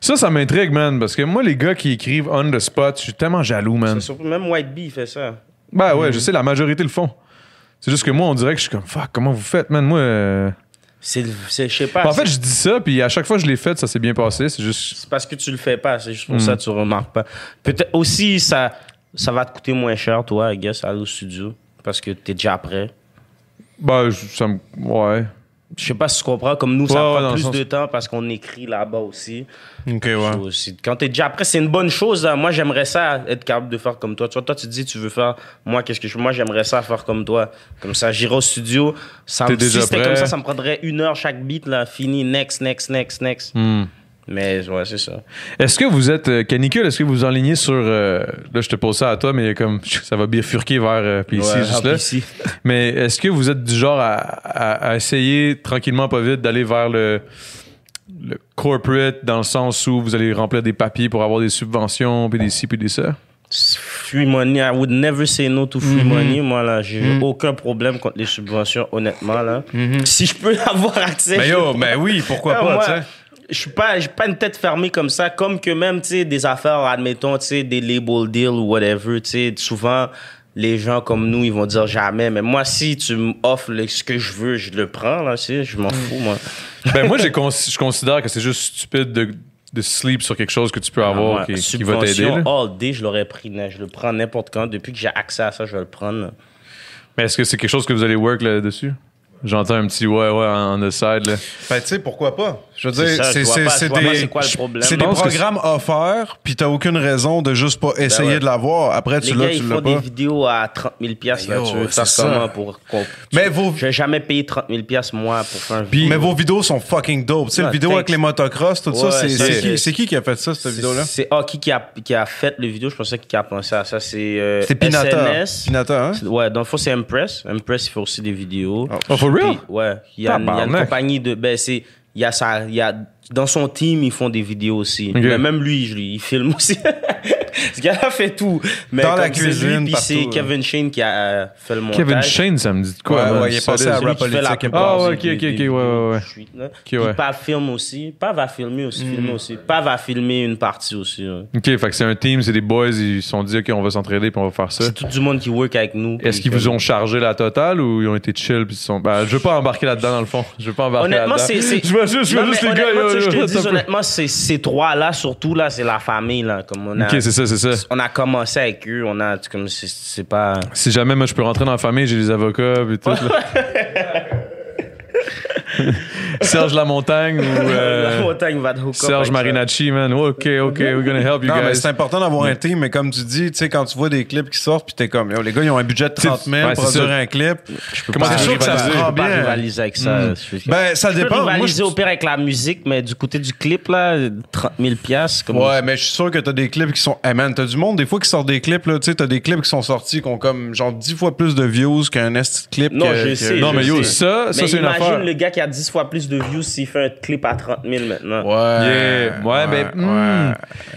B: Ça, ça m'intrigue, man, parce que moi, les gars qui écrivent on the spot, je suis tellement jaloux, man.
E: C'est surtout- Même White Bee fait ça.
B: Ben ouais, je sais, la majorité le font. C'est juste que moi, on dirait que je suis comme, fuck, comment vous faites, man? Moi. euh,
E: C'est, c'est- je sais pas.
B: en fait,
E: c'est-
B: je dis ça, puis à chaque fois que je l'ai fait, ça s'est bien passé. C'est juste.
E: c'est parce que tu le fais pas. C'est juste pour ça que tu remarques pas. Peut-être aussi, ça, ça va te coûter moins cher, toi, I guess, aller au studio. Parce que t'es déjà prêt.
B: Ben, je- ça me. Ouais.
E: Je sais pas si tu comprends. Comme nous,
B: Ouais,
E: ça
B: ouais, dans
E: prend
B: le
E: plus
B: sens-
E: de temps parce qu'on écrit là-bas aussi.
C: Ok, ouais.
E: So, c'est- Quand t'es déjà prêt, c'est une bonne chose. hein. Moi, j'aimerais ça être capable de faire comme toi. Tu vois, toi, tu dis, tu veux faire. Moi, qu'est-ce que je Moi, j'aimerais ça faire comme toi. Comme ça, j'irai au studio. Ça,
B: T'es
E: me-
B: déjà
E: si c'était
B: prêt.
E: comme ça, ça me prendrait une heure chaque beat, là. Fini, next, next, next, next.
B: Hmm.
E: Mais ouais, c'est ça.
B: Est-ce que vous êtes euh, canicule? Est-ce que vous vous enlignez sur. euh, là, je te pose ça à toi, mais il y a comme ça va bifurquer vers. euh, puis ici,
E: Ouais,
B: juste
E: ah,
B: là.
E: puis ici.
B: Mais est-ce que vous êtes du genre à, à- à essayer tranquillement, pas vite, d'aller vers le, le corporate dans le sens où vous allez remplir des papiers pour avoir des subventions, puis des ci, puis des ça?
E: Free money, I would never say no to
B: Hmm.
E: free money. Moi, là, j'ai aucun problème contre les subventions, honnêtement, là.
B: Hmm.
E: Si je peux avoir accès...
B: Ben,
C: Mais
E: je
C: yo,
E: le
C: mais oui, pourquoi
E: ah,
C: pas,
E: moi,
C: tu sais.
E: Je suis pas, j'ai pas une tête fermée comme ça, comme que même, tu sais, des affaires, admettons, tu sais, des label deals ou whatever, tu sais, souvent, les gens comme nous, ils vont dire jamais, mais moi, si tu m'offres le- ce que je veux, je le prends, là, tu sais, je m'en fous, moi.
C: Ah,
B: Ben moi, j'ai cons- je considère que c'est juste stupide de, de sleep sur quelque chose que tu peux avoir
E: Moi,
B: qui, qui va t'aider.
E: Ah, subvention Ah.
B: là.
E: all day, je l'aurais pris, là, je le prends n'importe quand. Depuis que j'ai accès à ça, je vais le prendre. là.
B: Mais est-ce que c'est quelque chose que vous allez work là-dessus? J'entends un petit ouais, ouais, on the side. Là.
C: Ben, tu sais, pourquoi pas? Je veux dire,
E: C'est ça,
C: c'est
E: je vois
C: c'est-
E: pas-
C: c'est
E: je vois pas
C: des,
E: c'est quoi le problème.
C: c'est
E: Je
C: des
B: pense que
C: programmes offerts, puis t'as aucune raison de juste pas essayer
E: Ben ouais.
C: de l'avoir. Après,
E: Les
C: tu
E: gars,
C: l'as,
E: ils
C: tu
E: font
C: l'as
E: des
C: pas.
E: vidéos à 30 000 piastres, là,
C: Yo,
E: tu veux
C: c'est
E: faire
C: ça.
E: comment pour... qu'on-
C: Mais
E: tu-
C: vos-
E: Je vais jamais payer 30 000 piastres, moi, pour faire un
C: Mais vos vidéos sont fucking dope. Tu sais,
E: Ouais,
C: la vidéo avec
E: thanks.
C: les motocross, tout
E: Ouais,
C: ça, c'est-
E: ça,
C: c'est
E: c'est-
C: qui, c'est qui qui a fait ça, cette
E: C'est-
C: vidéo-là?
E: C'est ah, qui qui a, qui a fait le vidéo, je pensais qui a pensé à ça. C'est euh,
C: C'est Pinata.
E: SNS.
C: Pinata, hein?
E: C'est- Ouais, dans le fond, c'est Impress. Impress, il fait aussi des vidéos.
B: Oh, for real?
E: Puis, ouais. Il y, a une- il y a une
B: Tabarnak.
E: compagnie de. Ben, c'est. Il y a ça. Il y a, dans son team, ils font des vidéos aussi. Mais même lui, je, lui, il filme aussi. Ce gars-là fait tout. Mais
C: Dans la
E: comme c'est lui,
C: cuisine,
E: Puis c'est
C: partout, ouais.
E: Kevin Shane qui a euh, fait le montage.
B: Kevin Shane, ça me dit de quoi?
C: Ah Ouais,
B: man?
C: ouais, il est passé
B: Solide.
C: à
E: Celui
C: rap
E: qui fait la
C: politique.
E: plupart
B: Ah, ouais,
E: des-
B: ok,
E: des-
B: ok,
E: des
B: ok,
E: vidéos
B: ouais, ouais, ouais.
E: de suite, là.
B: ouais. Mm.
E: Puis Pav filme aussi. Pav va filmer aussi, filmer aussi. Pav va filmer une partie aussi. hein. ouais.
B: Ok, fait que c'est un team, c'est des boys, ils se sont dit, OK, on va s'entraider puis on va faire ça.
E: C'est tout du monde qui work avec nous.
B: Est-ce
E: Puis,
B: qu'ils vous
E: comme-
B: ont chargé la totale ou ils ont été chill puis ils se sont. Ben, je veux pas embarquer là-dedans, dans le fond. Je veux pas embarquer là-dedans.
E: Honnêtement, c'est. c'est-
B: Je vois juste, je vois
E: Non,
B: juste les
E: mais
B: gars.
E: honnêtement,
B: yo,
E: tu sais,
B: yo,
E: je te dis,
B: attends un peu.
E: honnêtement, c'est- ces trois-là, surtout, là, c'est la famille, là. Comme on a,
B: Ok, c'est ça, c'est ça.
E: on a commencé avec eux, on a. tu- Comme c'est- c'est pas.
B: Si jamais moi je peux rentrer dans la famille, j'ai des avocats et tout. là. Serge Lamontagne ou euh,
E: la montagne va de hook up avec
B: Serge
E: ça.
B: Marinacci, man. OK, OK, we're gonna help you
C: Non, mais
B: guys.
C: c'est important d'avoir un team, mais comme tu dis, tu sais, quand tu vois des clips qui sortent, puis t'es comme, yo, les gars, ils ont un budget de 30 000
B: Ouais, c'est
C: pour produire
B: ça.
C: un clip.
E: Je peux
B: Comment
E: pas
B: c'est sûr que ça Mm. se
E: rivaliser, je
C: rend
E: peux pas
C: bien?
E: rivaliser avec ça. Je- je-
C: Ben, ça
E: Je peux
C: dépend. Moi,
E: rivaliser
C: je-
E: au pire avec la musique, mais du côté du clip, là, 30 000 piastres. Comme
C: Ouais, mais je suis sûr que t'as des clips qui sont. Hey man, t'as du monde des fois qui sort des clips, là. Tu sais, t'as des clips qui sont sortis qui ont comme genre 10 fois plus de views qu'un esti de clip.
E: Non,
C: que-
E: je
C: que-
E: sais.
B: Non,
E: je
B: mais yo,
E: sais.
B: ça, ça,
E: Mais
B: c'est une
E: imagine
B: affaire.
E: le gars qui a 10 fois plus de views s'il fait un clip à 30 000 maintenant.
C: Ouais.
B: Yeah. Ouais, ben, hmm.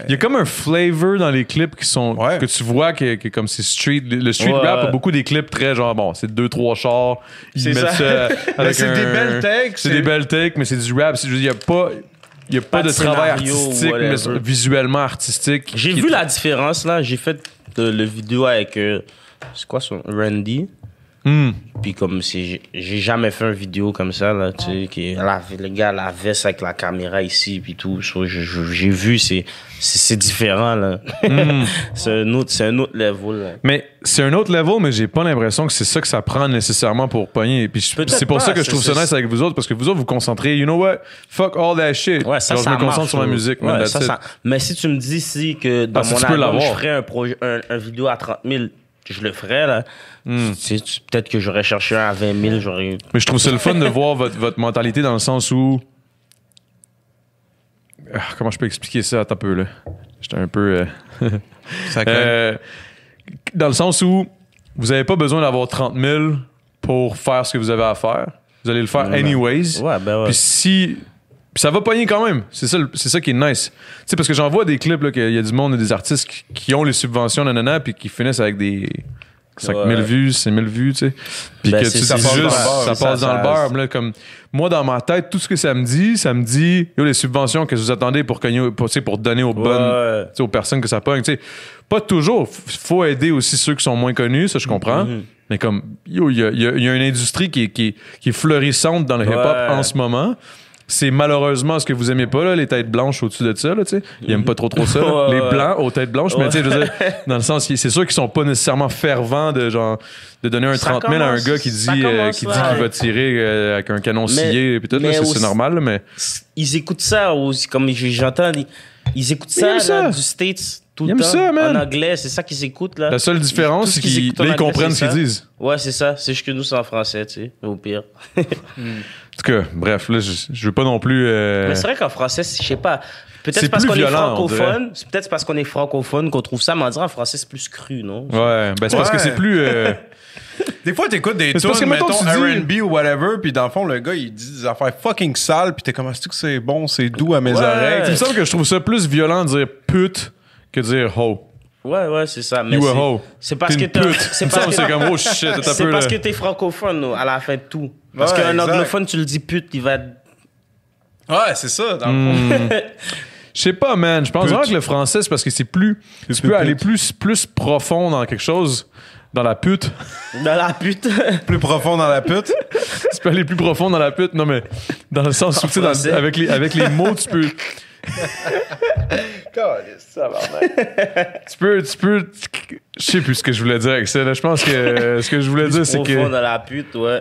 B: il y a comme un flavor dans les clips qui sont
C: Ouais.
B: que tu vois que, que comme c'est street le street
E: Ouais,
B: rap a
E: ouais.
B: beaucoup des clips très genre bon c'est deux trois chars ils
E: C'est
B: mettent ça,
E: ça.
B: avec
C: c'est
B: un-
C: des belles takes,
B: c'est
C: c'est-
B: des belles takes mais c'est du rap c'est juste il y a pas il y a pas,
E: Pas
B: de
E: de
B: travail
E: scénario,
B: artistique mais
E: whatever.
B: visuellement artistique
E: J'ai
B: qui
E: vu
B: est-
E: la différence là. J'ai fait euh, le vidéo avec euh, c'est quoi son Randy.
B: Hmm.
E: Puis comme si j'ai- j'ai jamais fait une vidéo comme ça là, tu sais, qui la- le gars la veste avec la caméra ici puis tout. So, je- je- J'ai vu c'est c'est c'est différent là.
B: Hmm.
E: c'est un autre c'est un autre level. là.
B: Mais c'est un autre level, mais j'ai pas l'impression que c'est ça que ça prend nécessairement pour pogner. Puis je-
E: Peut-être
B: c'est pour
E: pas,
B: ça que je
E: c'est-
B: trouve ça
E: c'est-
B: nice avec vous autres, parce que vous autres, vous concentrez, you know what, fuck all that shit.
E: Ouais, ça,
B: Genre,
E: ça
B: je me concentre
E: marche,
B: sur ma
E: ouais.
B: musique,
E: Ouais,
B: man, that's
E: ça,
B: it.
E: ça- Mais si tu me dis si que dans
B: Ah, si
E: mon
B: tu peux
E: album, je
B: l'avoir.
E: ferais un, projet, un, un vidéo à 30 000, je le ferais là.
B: Hmm.
E: Tu sais, tu- Peut-être que j'aurais cherché un à 20 000, j'aurais...
B: Mais je trouve ça le fun de voir votre, votre mentalité dans le sens où. Ah, Comment je peux expliquer ça? Attends un peu, là. J'étais un peu. euh,
C: Ça cogne.
B: Euh, dans le sens où vous n'avez pas besoin d'avoir 30 000 pour faire ce que vous avez à faire. Vous allez le faire anyways.
E: Ouais, ben ouais.
B: Puis si. puis ça va pogner quand même. C'est ça, le- c'est ça qui est nice. Tu sais, parce que j'en vois des clips, là, qu'il y a du monde et des artistes qui, qui ont les subventions, nanana, puis qui finissent avec des 5000
E: Ouais.
B: vues, 5000 vues, tu sais. Puis
E: Ben,
B: que
E: c'est-
B: tu
E: ça
B: dis
E: passe dans
B: juste,
E: le beurre,
B: ça passe
E: ça-
B: dans le
E: ça-
B: beurre. Là, comme, moi, dans ma tête, tout ce que ça me dit, ça me dit, yo, les subventions que vous attendez pour, cogner- pour, tu sais, pour donner aux bonnes,
E: ouais.
B: tu sais, aux personnes que ça pogne. tu sais. Pas toujours. F- Faut aider aussi ceux qui sont moins connus, ça je comprends.
E: Mm-hmm.
B: Mais comme, yo, il y a, il y a- il y a une industrie qui est, qui, est- qui est florissante dans le hip-hop
E: Ouais.
B: en ce moment. C'est malheureusement ce que vous aimez pas, là, les têtes blanches au-dessus de ça, là, tu sais. Ils aiment pas trop trop ça, là.
E: Ouais,
B: les
E: ouais.
B: blancs aux têtes blanches, mais tu sais, je veux dire, dans le sens, c'est sûr qu'ils sont pas nécessairement fervents de genre, de donner un
E: Ça
B: 30 000 à un
E: commence-
B: gars qui dit,
E: ça
B: euh,
E: commence,
B: qui dit
E: là.
B: qu'il va tirer euh, avec un canon scié, puis tout, là,
E: mais
B: c'est c'est
E: aussi-
B: normal, là, mais.
E: ils écoutent ça aussi, comme j'ai- j'entends, ils, ils écoutent
B: Ils aiment
E: ça,
B: ça.
E: Là, du States tout
B: Ils
E: le
B: aiment
E: temps.
B: ça, man.
E: En anglais, c'est ça qu'ils écoutent là.
B: La seule
E: Tout
B: différence,
E: ce
B: c'est qu'ils
E: écoutent en
B: là, ils
E: anglais,
B: comprennent
E: c'est
B: ce qu'ils
E: ça.
B: disent.
E: Ouais, c'est ça. C'est juste que nous, c'est en français, tu sais, au pire.
B: En tout cas, bref, là, je, je veux pas non plus. euh,
E: Mais c'est vrai qu'en français, c'est- je sais pas.
B: C'est
E: Peut-être parce
B: plus
E: qu'on est
B: violent, on dirait.
E: francophone, c'est peut-être parce qu'on est francophone qu'on trouve ça, mais on dirait en français, c'est plus cru, non?
B: Ouais, ben c'est parce que
C: Ouais.
B: c'est plus. euh,
C: Des fois, t'écoutes des
B: Mais c'est parce
C: tunes,
B: que, mettons,
C: mettons,
B: tu
C: R&B ou whatever, puis dans le fond, le gars, il dit des affaires fucking sales, puis t'es comme, est-ce que c'est bon, c'est doux à mes
E: Ouais.
C: oreilles?
B: il me semble que je trouve ça plus violent de dire pute que de dire ho.
E: Ouais, ouais, c'est ça. Mais
B: You a
E: c'est-
B: hoe.
E: C'est parce que
B: T'es une
E: t'es.
B: pute.
E: C'est
B: Il me
E: parce
B: semble
E: que
B: c'est comme, oh shit, t'as un
E: C'est
B: peu
E: parce
B: le-
E: que t'es francophone, nous, à la fin de tout. Parce
C: Ouais,
E: qu'un
C: exact.
E: anglophone, tu le dis pute, il va. être-
C: Ouais, c'est ça, dans
E: Hmm.
C: le fond.
B: Mm. Je sais pas, man. Je pense
C: Pute.
B: vraiment que le français, c'est parce que c'est plus. Tu peux
C: pute.
B: aller plus, plus profond dans quelque chose, dans la pute.
E: Dans la pute.
C: Plus profond dans la pute.
B: tu peux aller plus profond dans la pute. Non, mais dans le sens où, tu sais, dans-
E: français.
B: avec les, avec les mots, tu peux. Tu peux, tu peux. Je sais plus ce que je voulais dire avec ça. là. Je pense que euh, ce que je voulais dire, c'est
E: Profond hein.
B: que.
E: dans la pute, ouais.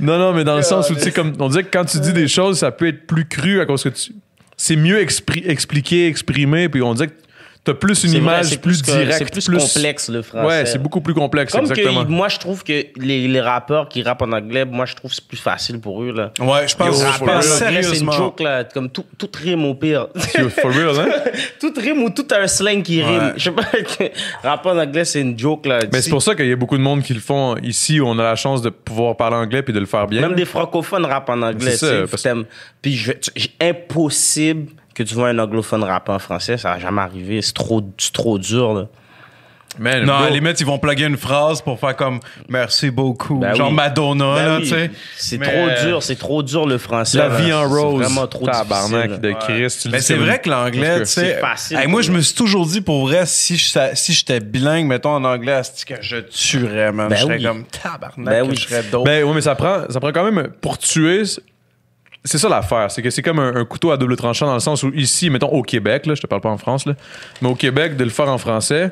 B: Non, non, mais dans le sens où, tu sais, comme on disait que quand tu dis des choses, ça peut être plus cru à cause que tu. C'est mieux expri- expliqué, exprimé, puis on dirait que t'as plus une
E: C'est vrai,
B: image
E: c'est
B: plus
E: que-
B: directe.
E: C'est plus, complexe, le français.
B: Ouais, c'est beaucoup plus complexe,
E: Comme
B: exactement.
E: que moi, je trouve que les, les rappeurs qui rappent en anglais, moi, je trouve que c'est plus facile pour eux, là.
C: Ouais, je pense,
E: Yo,
C: je
E: rappeur, là,
C: pense
E: c'est une
C: sérieusement.
E: joke, là. Comme tout, tout rime au pire.
B: You- For real, hein?
E: tout rime ou tout a un slang qui rime. Je sais pas, rappeur en anglais, c'est une joke, là.
B: Mais
E: Si-
B: c'est pour ça qu'il y a beaucoup de monde qui le font ici où on a la chance de pouvoir parler anglais puis de le faire bien.
E: Même des francophones rappent en anglais.
B: C'est ça,
E: tu sais,
B: parce-
E: t'aimes. Puis je, tu- j- impossible que tu vois un anglophone rapper en français, ça va jamais arriver. C'est trop, c'est trop dur. Là.
B: Man,
C: Non,
B: bro.
C: à la limite, ils vont plugger une phrase pour faire comme merci beaucoup.
E: Ben
C: genre
E: oui.
C: Madonna,
E: Ben
C: là,
E: oui,
C: tu sais.
E: C'est
C: Mais,
E: trop
C: euh,
E: dur, c'est trop dur le français.
B: la
E: là.
B: vie en
E: C'est
B: rose.
E: Vraiment trop
B: Tabarnak
E: difficile.
B: de
E: là.
B: Christ. tu le
C: Mais
B: dis
C: Ben, c'est
B: comme-
C: vrai que
B: En
C: l'anglais,
B: tout
C: tu
B: cas,
C: sais.
E: c'est facile
C: hey,
E: pour
C: moi,
E: eux.
C: je me suis toujours dit, pour vrai, si je sa- si j'étais bilingue, mettons, en anglais, asti que je tuerais, man.
E: Ben
C: je serais
E: oui.
C: comme tabarnak,
E: Ben
C: que
E: oui.
C: je serais dope.
B: Ben oui, mais ça prend, ça prend quand même pour tuer. c'est- C'est ça l'affaire, c'est que c'est comme un, un couteau à double tranchant dans le sens où ici, mettons au Québec, là, je te parle pas en France, là, mais au Québec, de le faire en français,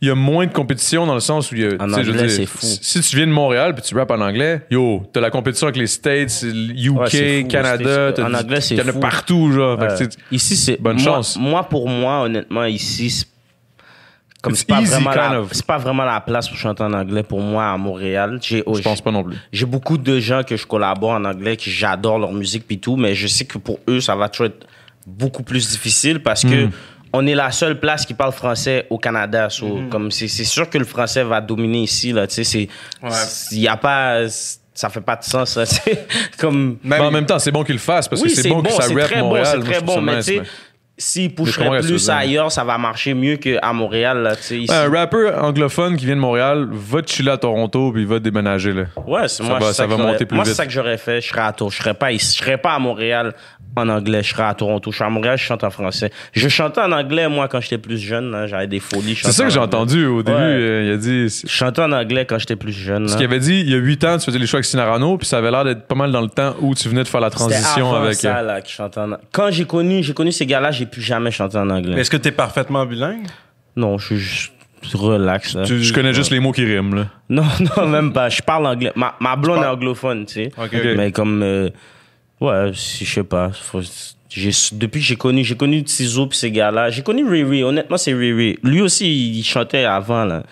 B: il y a moins de compétition dans le sens où il y a.
E: En
B: tu sais, je veux
E: anglais,
B: dire,
E: c'est fou.
B: Si si tu viens de Montréal puis tu rappes en anglais, yo, t'as la compétition avec les States, UK,
E: Ouais, c'est fou,
B: Canada,
E: c'est-
B: t'as
E: en
B: du-
E: anglais, c'est
B: Il y en a
E: fou.
B: partout, genre. fait que
E: Euh,
B: c'est-
E: ici, c'est.
B: Bonne
E: moi-
B: chance.
E: Moi, pour moi, honnêtement, ici, c'est- comme
B: It's
E: c'est pas,
B: easy,
E: vraiment
B: kind
E: la-
B: of.
E: c'est pas vraiment la place pour chanter en anglais pour moi à Montréal. J'ai,
B: je pense pas non plus.
E: J'ai beaucoup de gens que je collabore en anglais, qui j'adore leur musique puis tout, mais je sais que pour eux, ça va toujours être beaucoup plus difficile parce
B: Hmm.
E: que on est la seule place qui parle français au Canada. So, comme c'est, c'est sûr que le français va dominer ici là. Tu sais, c'est il y a pas, ça fait pas de sens là. tu sais. comme
B: Mais en même temps, c'est bon qu'ils le fassent parce
E: oui,
B: que c'est bon, que ça
E: c'est
B: rappe
E: très bon,
B: Montréal.
E: c'est
B: moi,
E: très
B: je trouve
E: bon,
B: ça
E: mais
B: nice,
E: tu sais,
B: mais-
E: s'ils
B: comprends
E: pusheraient
B: ce que tu
E: plus
B: veux dire.
E: ailleurs, ça va marcher mieux qu'à Montréal là. Tu sais, ici.
B: Ouais, un rappeur Euh, anglophone qui vient de Montréal va te chiller à Toronto puis il va te déménager là.
E: Ouais, c'est
B: Ça
E: moi,
B: va-
E: c'est
B: ça
E: que
B: va
E: j'aurais-
B: monter plus
E: moi,
B: vite.
E: c'est ça que j'aurais fait. Je serais à Toronto. Je serais pas ici. Je serais pas à Montréal en anglais. Je serais à Toronto. Je suis à Montréal, je chante en français. Je chantais en anglais, moi, quand j'étais plus jeune. là. J'avais des folies. je
B: C'est
E: chantais
B: ça que
E: en
B: j'ai
E: anglais.
B: entendu au début.
E: Ouais. hein.
B: euh, il a dit. c'est-
E: Je chantais en anglais quand j'étais plus jeune.
B: Ce
E: là.
B: qu'il avait dit, il y a 8 ans, tu faisais les choix avec Sinarano, puis ça avait l'air d'être pas mal dans le temps où tu venais de faire la
E: C'était
B: transition
E: avant
B: avec.
E: ça,
B: euh,
E: là, que je chantais en- Quand j'ai connu, j'ai connu ces gars-là, j'ai plus jamais chanté en anglais.
C: Est-ce que t'es parfaitement bilingue?
E: Non, je suis juste relax, là.
B: tu- je connais juste les mots qui riment. Là.
E: Non, non, même pas. Je parle anglais. Ma, ma blonde est anglophone, tu sais.
B: ok.
E: Mais comme, euh, ouais, si, je sais pas. Faut- j'ai- depuis que j'ai connu, j'ai connu Tizo pis ces gars-là. J'ai connu Riri. Honnêtement, c'est Riri. Lui aussi, il chantait avant, là.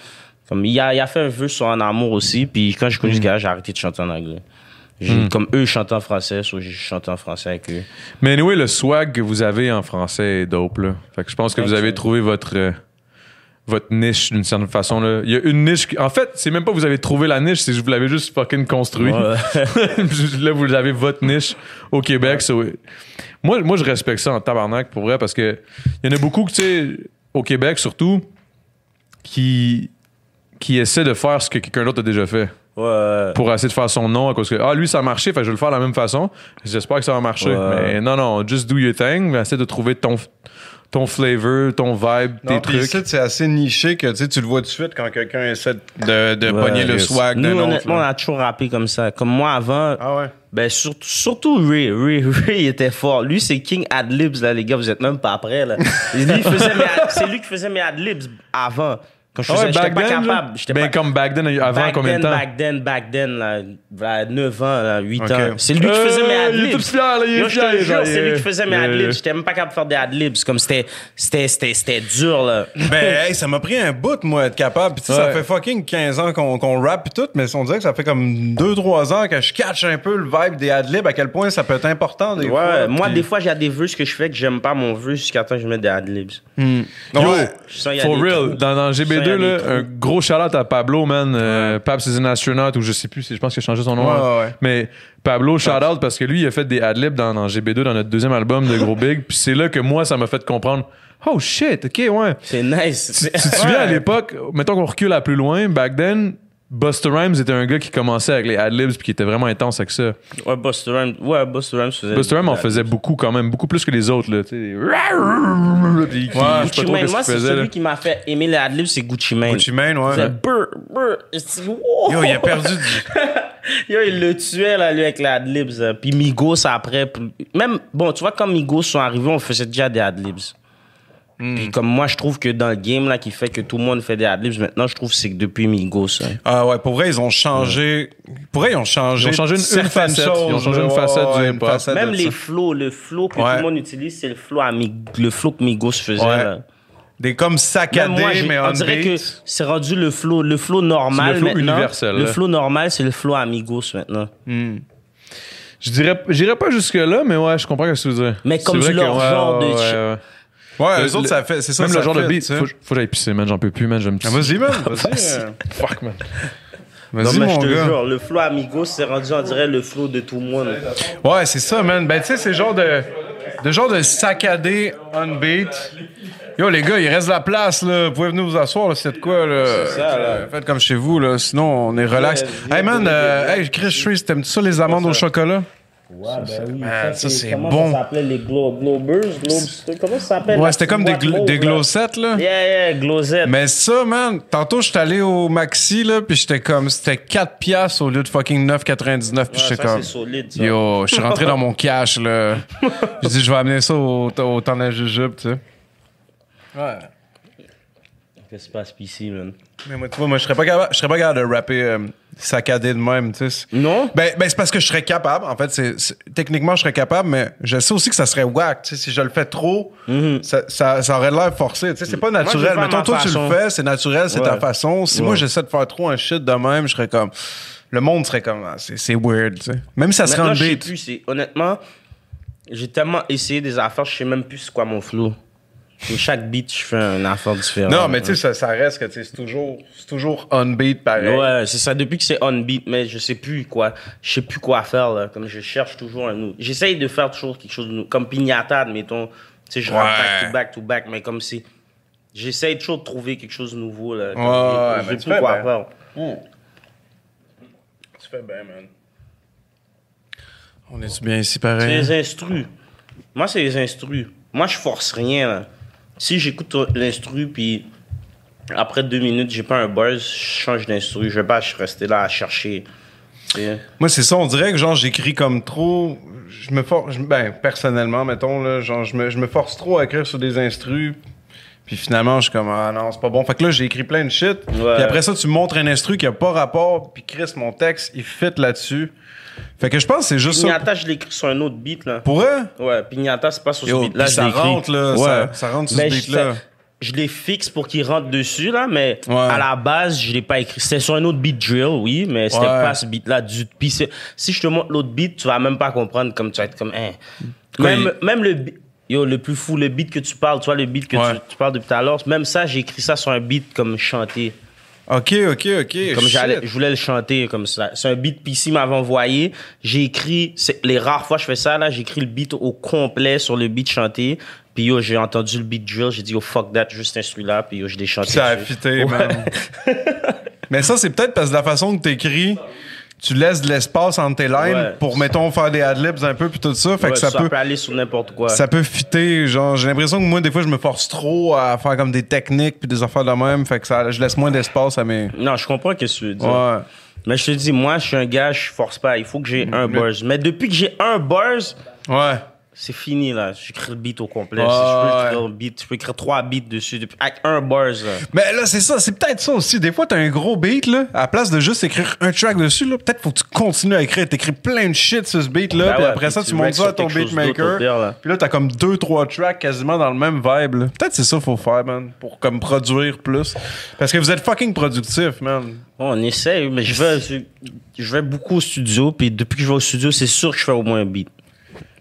E: Comme, il a, il a fait un vœu sur un amour aussi. Puis quand j'ai connu ce
B: Mm.
E: gars-là, j'ai arrêté de chanter en anglais. J'ai- Comme eux, ils chantaient en français, so j'ai chanté en français avec eux.
B: Mais anyway, le swag que vous avez en français est dope. Là. Fait que je pense que vous
E: Thank
B: avez
E: you.
B: trouvé votre, euh, votre niche d'une certaine façon. Là. Il y a une niche. qui- En fait, c'est même pas que vous avez trouvé la niche, c'est que vous l'avez juste fucking construit.
E: Ouais.
B: là, vous avez votre niche au Québec. so- euh, moi, moi, je respecte ça en tabarnak, pour vrai, parce que il y en a beaucoup, tu sais, au Québec surtout, qui, qui essaient de faire ce que quelqu'un d'autre a déjà fait
E: Ouais.
B: pour essayer de faire son nom à cause que, ah, lui, ça a marché, fait que je vais le faire de la même façon. J'espère que ça va marcher.
E: Ouais.
B: Mais non, non, just do your thing, mais essaie de trouver ton, ton flavor, ton vibe, tes
C: Non, puis
B: trucs.
C: ici, c'est assez niché que tu sais, tu le vois tout de suite quand quelqu'un essaie de, de
E: Ouais,
C: pogner le
E: yes.
C: swag d'un
E: Nous,
C: autre.
E: honnêtement, on
C: là.
E: a toujours rappé comme ça. Comme moi, avant,
C: Ah ouais.
E: Ben surtout, surtout Ray, Ray, Ray était fort. Lui c'est King Adlibs là les gars, vous êtes même pas prêts là. Lui, il faisait mes ad- c'est lui qui faisait mes Adlibs avant. Quand je
B: Ah ouais,
E: faisais, j'étais
B: back
E: pas
B: then, là?
E: capable, j'étais
B: Ben,
E: pas
B: comme back then, avant
E: back
B: combien
E: then,
B: de temps?
E: Back then, back then là, voilà, 9 ans, là, 8
C: Ok.
E: ans. C'est lui qui faisait mes
B: Euh,
E: Adlibs.
B: il est tout fier, là, il est
E: Yo, je te
B: fier,
E: le jure,
B: genre,
E: c'est lui
B: il-
E: qui faisait mes
B: euh,
E: Adlibs, j'étais même pas capable de faire des Adlibs comme c'était c'était c'était c'était dur là.
C: Ben, hey, ça m'a pris un bout, moi, être capable. Puis, tu sais, ça
B: Ouais.
C: fait fucking 15 ans qu'on qu'on rappe pis tout, mais on dirait que ça fait comme 2-3 ans que je catch un peu le vibe des adlibs, à quel point ça peut être important des
E: Ouais,
C: fois.
E: moi
C: puis-
E: des fois j'ai des vœux ce que
B: Hmm.
E: je fais que j'aime pas mon vœu jusqu'à temps que je mette des Adlibs.
C: Yo!
E: Je sens, il y a
B: For
E: des-
B: real, dans, dans GBD,
E: il y
B: deux,
E: a
B: là,
E: des
B: un gros shout-out à Pablo, man. Euh, Pab, c'est un astronaute, ou je sais plus, c'est- je pense qu'il a changé son nom.
C: Ouais,
B: hein.
C: ouais, ouais.
B: Mais Pablo, shout-out, parce que lui, il a fait des adlibs dans, dans GB2, dans notre deuxième album de Gros Big. Puis c'est là que moi, ça m'a fait comprendre. Oh shit, ok, ouais.
E: C'est nice.
B: Tu tu te souviens à l'époque, mettons qu'on recule à plus loin, back then, Buster Rhymes était un gars qui commençait avec les adlibs puis qui était vraiment intense avec ça.
E: Ouais, Buster Rhymes. Ouais, Buster Rhymes faisait.
B: Buster Rhymes en faisait beaucoup quand même, beaucoup plus que les autres. Là, tu sais, des Puis qui- je sais pas trop
E: Gucci Mane.
B: qu'est-ce
E: Moi,
B: qu'il
E: c'est
B: faisait. là.
E: celui qui m'a fait aimer les adlibs, c'est Gucci Mane.
C: Gucci Mane,
E: Il faisait
C: ouais.
E: brr, brr. Et c'est- wow.
C: Yo, il a perdu du.
E: Yo, il le tuait, là, lui, avec les adlibs. là. Puis Migos, après. plus- Même, bon, tu vois, quand Migos sont arrivés, on faisait déjà des adlibs.
B: Hmm.
E: Puis comme moi, je trouve que dans le game, là, qui fait que tout le monde fait des adlibs, maintenant, je trouve que c'est que depuis Migos. hein.
C: Ah ouais, pour vrai, ils ont changé. Pour vrai, ils ont changé.
B: Ils ont changé une- une
C: certaines
B: facette.
C: choses,
B: Ils ont changé une
C: ouais,
B: facette
C: ouais,
B: du
C: une
B: hip-hop.
C: facette
E: Même
C: de
E: les
C: ça.
E: flows, le flow que
C: Ouais.
E: tout le monde utilise, c'est le flow, à Mig- le flow que Migos faisait.
C: Ouais.
E: là.
C: Des comme
E: Même
C: saccadés,
E: moi, j'ai-
C: mais
E: on
C: on
E: dirait que
C: beat.
E: c'est rendu le flow, le flow normal
B: C'est le flow
E: maintenant.
B: universel,
E: Le
B: là.
E: flow normal, c'est le flow Amigos maintenant.
B: Je dirais, j'irais pas jusque là, mais ouais, je comprends ce que tu veux dire.
E: Mais comme
B: C'est vrai
E: leur
B: que- ouais,
E: genre de
B: ouais,
E: chi-
B: ouais, ouais.
C: Ouais,
B: Le-
C: eux autres,
B: le-
C: ça fait. C'est ça,
B: Même
C: ça
B: le genre
C: fait,
B: de beat,
C: tu sais.
B: faut, faut que j'aille pisser, man, j'en peux plus, man, j'aime
C: Ah, Vas-y, man. Vas-y. euh,
B: Fuck, man.
C: Vas-y,
E: Non, mais
C: mon
E: je te
C: gars.
E: jure, le flow Amigos, c'est rendu, on dirait, le flow de tout le monde.
C: Ouais, c'est ça, man. Ben, tu sais, c'est genre de, de genre de saccadé on beat. Yo, les gars, il reste de la place, là. Vous pouvez venir vous asseoir, là. C'est de quoi, là?
E: ça, là.
C: Euh, Faites comme chez vous, là. Sinon, on est relax.
E: Ouais,
C: hey, man,
E: ouais,
C: euh, hey, Chris Shreese, t'aimes-tu ça, les amandes au chocolat?
E: Ouais, ben oui.
C: Ah, ça, ça, c'est comment ça bon.
E: s'appelait les Globers? comment ça s'appelle?
C: Ouais, c'était comme des, gl- des glossettes, là.
E: Yeah, yeah, Glosette.
C: Mais ça, man, tantôt, j'étais allé au Maxi, là, puis j'étais comme, c'était 4 piastres au lieu de fucking 9,99, puis j'étais
E: Ah, ça,
C: comme...
E: c'est solide, ça.
C: Yo, je suis rentré dans mon cash, là. J'ai dit, je vais amener ça au, au temps de la jujube, tu sais. Ouais.
E: Qu'est-ce qui se passe ici, man?
C: Mais moi, tu vois, moi, je serais pas capable, je serais pas capable de rapper euh, saccadé de même, tu sais.
E: Non?
C: Ben, ben c'est parce que je serais capable. En fait, c'est, c'est- techniquement, je serais capable, mais je sais aussi que ça serait whack, tu sais. Si je le fais trop, ça, ça, ça aurait l'air forcé, tu sais. C'est pas
E: Mm-hmm. je vais
C: naturel.
E: faire
C: Mettons,
E: ma
C: toi,
E: façon.
C: tu le fais, c'est naturel, c'est ta
E: Ouais.
C: façon. Si moi, j'essaie de faire trop un shit de même, je serais comme, le monde serait comme, ah, c'est, c'est weird, tu sais. Même si ça serait
E: Maintenant,
C: un
E: je sais
C: beat.
E: plus, c'est- honnêtement, j'ai tellement essayé des affaires, je sais même plus c'est quoi mon flow. Pour chaque beat, je fais un affaire différent.
C: Non, mais tu sais, ça, ça reste que tu sais, c'est toujours, c'est toujours on beat pareil.
E: Ouais, c'est ça. Depuis que c'est on beat, mais je sais plus quoi, je sais plus quoi faire là. Comme je cherche toujours un autre. J'essaye de faire toujours quelque chose de nou- comme Pignata, admettons. Tu sais, je rentre
C: Ouais.
E: back to back to back, mais comme si j'essaye toujours de trouver quelque chose de nouveau là. Comme
C: Ouais, ouais,
E: je
C: mais
E: sais
C: tu
E: plus
C: fais
E: quoi
C: bien.
E: faire.
C: Hmm. Tu fais bien, man. On est bien ici pareil?
E: C'est les instrus. Moi, c'est les instrus. Moi, je force rien. là. Si j'écoute l'instru, puis après deux minutes, j'ai pas un buzz, je change d'instru. Je vais pas rester là à chercher. Tu sais.
C: Moi, c'est ça, on dirait que genre j'écris comme trop. Je me force. je- Ben, personnellement, mettons, là, genre, je me, je me force trop à écrire sur des instrus. Puis finalement, je suis comme, ah non, c'est pas bon. Fait que là, j'ai écrit plein de shit.
E: Ouais.
C: Puis après ça, tu me montres un instru qui a pas rapport. Puis Chris, mon texte, il fit là-dessus. Fait que je pense que c'est juste ça.
E: Pignata, je l'écris sur un autre beat, là.
C: Pour eux?
E: Ouais, Pignata, c'est pas sur
C: Yo,
E: ce beat-là,
C: puis
E: je
C: ça
E: l'écris.
C: rentre, là, ça- ça rentre sur ce
E: Ben, je-
C: beat-là.
E: ça- Je les fixe pour qu'ils rentrent dessus, là, mais
C: Ouais.
E: à la base, je l'ai pas écrit. C'était sur un autre beat drill, oui, mais c'était
C: Ouais.
E: pas ce beat-là du tout. Puis c'est- si je te montre l'autre beat, tu vas même pas comprendre, comme tu vas être comme, hein. Même, même le beat- Yo, le plus fou, le beat que tu parles, tu vois, le beat que
C: Ouais.
E: tu, tu parles depuis tout à l'heure, même ça, j'ai écrit ça sur un beat comme chanté.
C: Ok, ok, ok.
E: Comme
C: shit.
E: j'allais, je voulais le chanter comme ça. C'est un beat PC m'avait envoyé. J'ai écrit, c'est les rares fois que je fais ça là, j'écris le beat au complet sur le beat chanté. Puis yo, j'ai entendu le beat drill, j'ai dit yo fuck that, juste instruit là. Puis yo, je l'ai chanté.
C: Ça a
E: dessus.
C: fité, man. Mais ça, c'est peut-être parce que la façon que t'écris, tu laisses de l'espace entre tes lines
E: Ouais.
C: pour, mettons, faire des adlibs un peu puis tout ça. Fait
E: Ouais,
C: que ça, peut,
E: aller sur n'importe quoi.
C: ça peut fitter. Genre, j'ai l'impression que moi, des fois, je me force trop à faire comme des techniques puis des affaires de même. Fait que ça, je laisse moins d'espace à mes.
E: Non, je comprends ce que tu veux dire.
C: Ouais.
E: Mais je te dis, moi, je suis un gars, je force pas. Il faut que j'ai un buzz. Mais depuis que j'ai un buzz,
C: Ouais.
E: c'est fini là. J'écris le beat au complet.
C: Ouais,
E: Si je peux
C: ouais.
E: écrire un beat, je peux écrire trois beats dessus depuis avec un buzz. là.
C: Mais là, c'est ça. C'est peut-être ça aussi. Des fois, t'as un gros beat, là. À la place de juste écrire un track dessus, là, peut-être faut que tu continues à écrire. T'écris plein de shit sur ce beat, là.
E: Ben
C: puis
E: ouais,
C: après
E: puis
C: ça,
E: tu
C: tu montes
E: rec
C: ça à
E: sur
C: ton
E: quelque chose d'autre, au
C: beatmaker.
E: pire, là.
C: Puis là, t'as comme deux, trois tracks quasiment dans le même vibe, là. Peut-être c'est ça qu'il faut faire, man. Pour comme produire plus. Parce que vous êtes fucking productif, man.
E: On essaye, mais je vais, je, je vais beaucoup au studio. Puis depuis que je vais au studio, c'est sûr que je fais au moins un beat.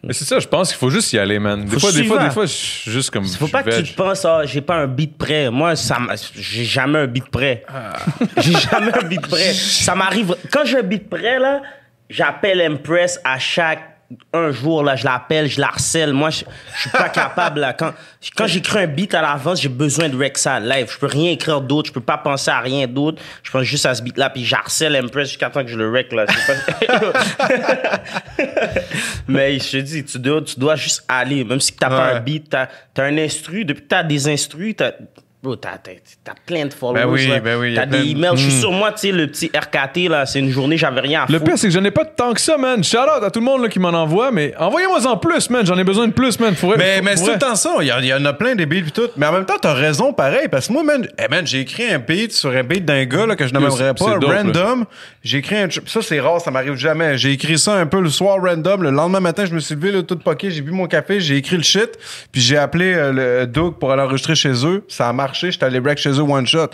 B: Mais c'est ça, je pense qu'il faut juste y aller, man. Des
E: Faut
B: fois, des fois,
E: suivant.
B: des fois, je suis juste comme.
E: Faut
B: je
E: pas que
B: vais-
E: tu te penses, ah, j'ai pas un beat prêt. Moi, ça, m'a- j'ai jamais un beat prêt. J'ai jamais un beat prêt. Ça m'arrive. Quand j'ai un beat prêt, là, j'appelle Empress à chaque un jour, là, je l'appelle, je la harcèle. Moi, je, je suis pas capable, là. Quand, quand j'écris un beat à l'avance, j'ai besoin de rec ça live. Je peux rien écrire d'autre, je peux pas penser à rien d'autre. Je pense juste à ce beat-là, puis j'harcèle Empress jusqu'à temps que je le rec, là. Je sais pas- Mais je te dis, tu dois, tu dois juste aller. Même si t'as pas
C: Ouais.
E: un beat, t'as as un instru. Depuis que t'as des instrus, t'as... bro, t'as- t'as- t'as plein de followers.
C: Ben oui,
E: là.
C: ben oui, y a
E: T'as des
C: plein de-
E: emails. Je suis sur moi, tu sais, le petit RKT, là, c'est une journée, j'avais rien à
B: Le
E: foutre.
B: pire, c'est que j'en ai pas tant que ça, man. Shout out à tout le monde là, qui m'en envoie, mais envoyez-moi en plus, man. J'en ai besoin de plus, man. Faudrait-
C: Mais,
B: faut-
C: mais c'est tout
B: faudrait-
C: le temps ça. Il y, en- il y en a plein des beats pis tout. Mais en même temps, t'as raison pareil. Parce que moi, man, eh, man, j'ai écrit un beat sur un beat d'un gars là, que je
B: c'est-
C: nommerais
B: c'est
C: pas,
B: dope,
C: random. J'ai écrit un. tr- Ça, c'est rare, ça m'arrive jamais. J'ai écrit ça un peu le soir random. Le lendemain matin, je me suis levé, là, tout poqué. J'ai bu mon café, j'ai écrit le shit. Puis j'ai appelé euh, le Doug pour aller enregistrer chez eux. Ça a marché. J'étais allé break chez eux one shot.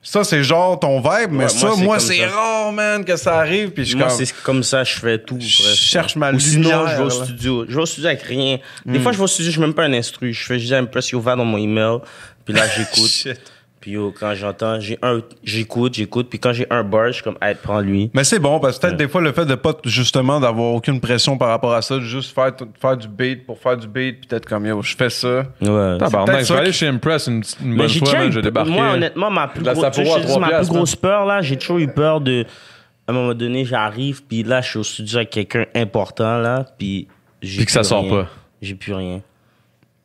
C: Ça, c'est genre ton vibe. Mais
E: Ouais,
C: ça,
E: moi, c'est
C: moi,
E: comme
C: c'est
E: ça.
C: rare, man, que ça arrive. Puis je suis
E: Moi,
C: comme-
E: c'est comme ça, je fais tout. presque.
C: cherche ma
E: Ou sinon,
C: lumière,
E: je vais au
C: là. Hmm.
E: studio. Je vais au studio avec rien. Des fois, je vais au studio, je suis même pas un instru. Je fais juste un press, yo, va dans mon email. Puis là, j'écoute.
C: Shit.
E: puis yo, quand j'entends, j'ai un, j'écoute, j'écoute. Puis quand j'ai un bar, je suis comme, hey, prends-lui.
C: Mais c'est bon, parce que peut-être des fois, le fait de pas, t- justement, d'avoir aucune pression par rapport à ça, de juste faire, t- faire du beat pour faire du beat, peut-être comme, yo, je fais ça.
E: Ouais.
C: C'est
B: Tabarnak,
C: peut-être
B: je vais
C: ça
B: aller
C: qui-
B: chez Impress une, petite- une
E: Mais
B: bonne
E: j'ai
B: fois,
E: déjà
B: man.
E: eu-
B: Je vais débarquer.
E: Moi, honnêtement, ma plus,
B: De la
E: gros- tu sais,
B: Sapporo à
E: je te dis,
B: trois
E: ma plus
B: piastres, hein.
E: grosse peur, là, j'ai toujours eu peur de. À un moment donné, j'arrive, puis là, je suis au studio avec quelqu'un important, là, puis. j'ai
B: Puis que ça
E: plus
B: sort
E: rien.
B: pas.
E: J'ai plus rien.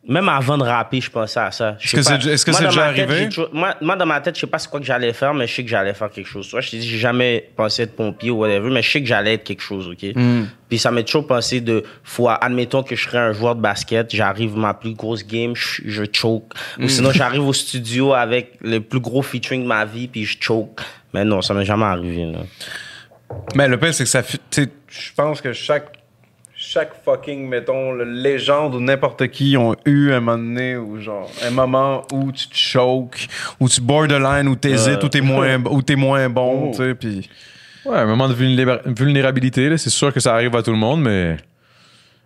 E: Même avant de rapper, je pensais à ça. Je
C: Est-ce
E: sais
C: que
E: pas.
C: c'est- est-ce que
E: Moi,
C: c'est
E: dans
C: déjà
E: ma tête,
C: arrivé?
E: j'ai toujours- moi, moi, dans ma tête, je sais pas c'est quoi que j'allais faire, mais je sais que j'allais faire quelque chose. Soit je t'ai dit, j'ai jamais pensé être pompier ou whatever, mais je sais que j'allais être quelque chose, OK?
C: Hmm.
E: Puis ça m'est toujours pensé de fois, admettons que je serais un joueur de basket, j'arrive ma plus grosse game, je, je choke.
C: Hmm.
E: Ou sinon, j'arrive au studio avec le plus gros featuring de ma vie, puis je choke. Mais non, ça m'est jamais arrivé, là.
C: Mais le pire, c'est que ça, fi- tu sais, je pense que chaque, chaque fucking, mettons, le- légende ou n'importe qui ont eu un moment donné ou genre, un moment où tu te choques, où tu borderline, où t'hésites,
E: Euh.
C: où t'es moins, où t'es moins bon, tu sais, puis
B: Ouais, un moment de vulnéra- vulnérabilité, là, c'est sûr que ça arrive à tout le monde, mais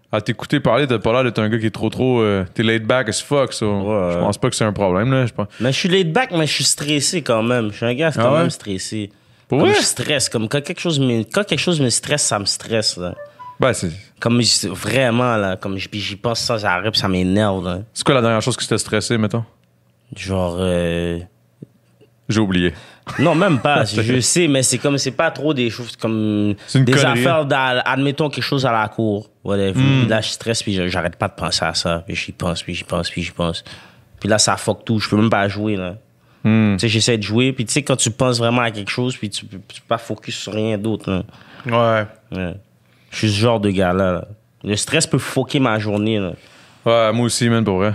B: à t'écouter parler, t'as pas l'air d'être un gars qui est trop trop. euh, t'es laid back as fuck, so
E: Ouais,
B: je
E: ouais.
B: pense pas que c'est un problème, là. Je pense.
E: Mais je suis laid back, mais je suis stressé quand même. Je suis un gars quand
C: Ah ouais?
E: même stressé.
B: Pour
E: Comme
B: vrai?
E: Je stresse. Comme quand quelque chose me, quand quelque chose me stresse, ça me stresse, là.
B: Ben, c'est
E: Comme je- vraiment, là. Comme je- puis j'y pense sans arrêt, puis ça m'énerve, là.
B: c'est quoi la dernière chose qui t'a stressé, mettons
E: Genre, euh,
B: J'ai oublié.
E: Non, même pas. je sais, mais c'est comme, c'est pas trop des choses comme.
B: C'est une
E: des
B: connerie. Hmm.
E: affaires, d'al- admettons quelque chose à la cour. Whatever. Puis Là, je stresse, puis je- j'arrête pas de penser à ça. Puis j'y pense, puis j'y pense, puis j'y pense. Puis là, ça fuck tout. Je peux même pas jouer, là.
B: Hmm.
E: Tu sais, j'essaie de jouer. Puis tu sais, quand tu penses vraiment à quelque chose, puis tu peux tu peux pas focus sur rien d'autre, là.
C: ouais.
E: Ouais. Je suis ce genre de gars-là. là. Le stress peut fucker ma journée, là.
B: Ouais, moi aussi, man, pour vrai.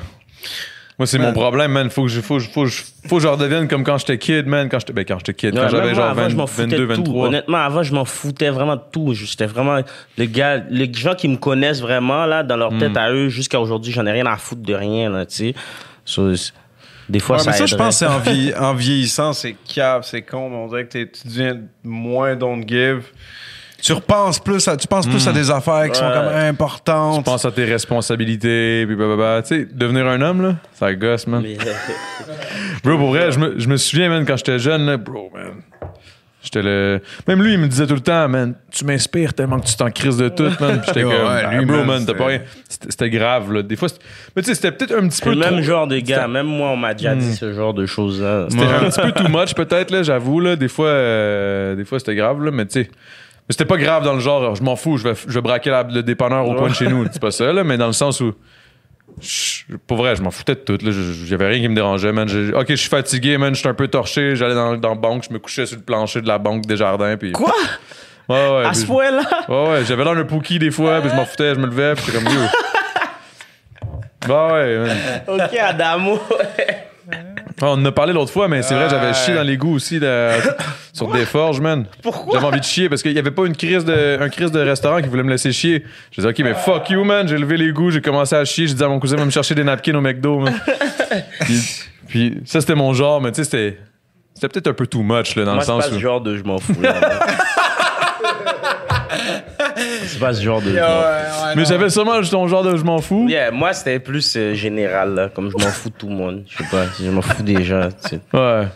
B: Moi, c'est mon problème, man. Faut que je, faut, que je- faut, que je- faut que je redevienne comme quand j'étais kid, man. Quand j'étais, ben, quand j'étais kid,
E: Ouais,
B: quand j'avais
E: même moi,
B: genre
E: avant,
B: 20
E: je m'en foutais
B: 22,
E: de tout.
B: 23.
E: Honnêtement, avant, je m'en foutais vraiment de tout. Je- J'étais vraiment le gars, les gens qui me connaissent vraiment là, dans leur tête à eux, jusqu'à aujourd'hui, j'en ai rien à foutre de rien là, tu sais. So, c'est- des fois,
C: Ouais, Ah,
E: ça,
C: mais ça, je
E: aiderait.
C: pense, c'est en, vie- en vieillissant, c'est cave, c'est con, mais on dirait que t'es- tu deviens moins don't give. Tu repenses plus à, tu penses plus à des affaires qui sont
E: Hmm. Ouais.
C: comme
B: Tu
C: importantes.
B: penses à tes responsabilités, puis blablabla. Tu sais, devenir un homme, là, ça gosse, man.
E: Mais, euh,
B: Bro, pour vrai, je me, je me souviens, man, quand j'étais jeune, là, bro, man. J'étais le. Même lui, il me disait tout le temps, man, tu m'inspires tellement que tu t'en crises de tout, man. Puis j'étais
C: Ouais,
B: comme,
C: ouais,
B: Ah,
C: lui,
B: bro,
C: man,
B: man, t'as
C: c'était-
B: pas rien. C'était c'était grave, là. Des fois, c'était- mais tu sais, c'était peut-être un petit peu
E: le même
B: trop-
E: genre de gars, même moi, on m'a déjà dit ce genre de choses là.
B: C'était un petit peu too much, peut-être, là, j'avoue, là. Des fois, euh, des fois c'était grave, là, mais tu sais. Mais c'était pas grave dans le genre, je m'en fous, je vais, je vais braquer la- le dépanneur au coin de chez nous. C'est pas ça, là, mais dans le sens où. je- pour vrai, je m'en foutais de tout, là. Je- je- J'avais rien qui me dérangeait, man. J'ai- ok, je suis fatigué, man, je suis un peu torché. J'allais dans, dans la banque, je me couchais sur le plancher de la banque des jardins, puis.
E: Quoi
B: Ouais, ouais.
E: À
B: puis-
E: ce point-là
B: Ouais, ouais, j'avais l'air d'un pookie des fois, puis je m'en foutais, je me levais, puis j'étais comme. Yo. Bah ouais, man.
E: Ok, Adamo.
B: Ouais, Ah, on en a parlé l'autre fois, mais c'est vrai, j'avais
C: Ouais.
B: chié dans l'égout aussi de- sur des forges, man.
E: Pourquoi?
B: J'avais envie de chier parce qu'il n'y avait pas une crise de, un crise de restaurant qui voulait me laisser chier. Je disais, OK, mais fuck you, man. J'ai levé l'égout, j'ai commencé à chier. J'ai dit à mon cousin, va me chercher des napkins au McDo, man. puis, puis ça, c'était mon genre, mais tu sais, c'était. C'était peut-être un peu too much, là, dans
E: Moi,
B: le
E: c'est pas
B: sens
E: ce
B: où.
E: genre de je m'en fous. là. C'est pas ce genre de.
B: Mais j'avais sûrement ton genre de je m'en fous.
E: Yeah, moi, c'était plus euh, général, là, comme je m'en fous de tout le monde. Je sais pas, je m'en fous des gens. tu sais.
B: Ouais.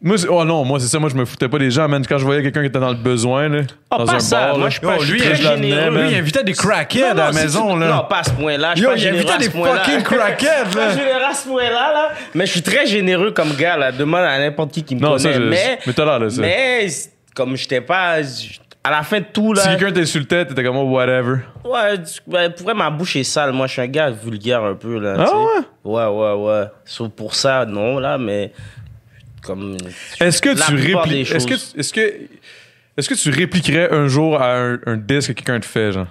B: Moi, c'est- oh non, moi, c'est ça. Moi, je me foutais pas des gens, man. Quand je voyais quelqu'un qui était dans le besoin, là, dans
E: Ah, pas
B: un
E: ça.
B: bar,
E: Moi,
B: là,
E: je suis pas-
B: oh,
E: je suis
B: lui,
E: très
B: je l'amenais,
E: généreux.
B: man.
C: Lui, il invitait des crackheads
E: hein. Non,
C: à la
E: c'est-
C: maison,
E: Non,
C: là.
E: pas à ce point-là. Je suis
C: Yo,
E: pas
C: il
E: généreux
C: invitait
E: à
C: des
E: ce point-là.
C: fucking crackheads,
E: Je
C: là.
E: suis généreux à ce point-là, là. Mais je suis très généreux comme gars, là. Demande à n'importe qui qui me
B: Non,
E: connaît.
B: ça, je-
E: mais,
B: mais t'as l'air de ça.
E: Mais, c'est- comme j'étais pas. j- À la fin de tout, là.
B: Si quelqu'un t'insultait, t'étais comme, oh, whatever.
E: Ouais, tu- ben, pour vrai, ma bouche est sale. Moi, je suis un gars vulgaire un peu, là.
B: Ah
E: tu sais.
B: ouais?
E: Ouais, ouais, ouais. Sauf pour ça, non, là, mais. Comme.
B: Est-ce que
E: La
B: tu
E: plupart des
B: répliques. Est-ce que,
E: choses.
B: est-ce que, est-ce que tu répliquerais un jour à un, un disque que quelqu'un te fait, genre?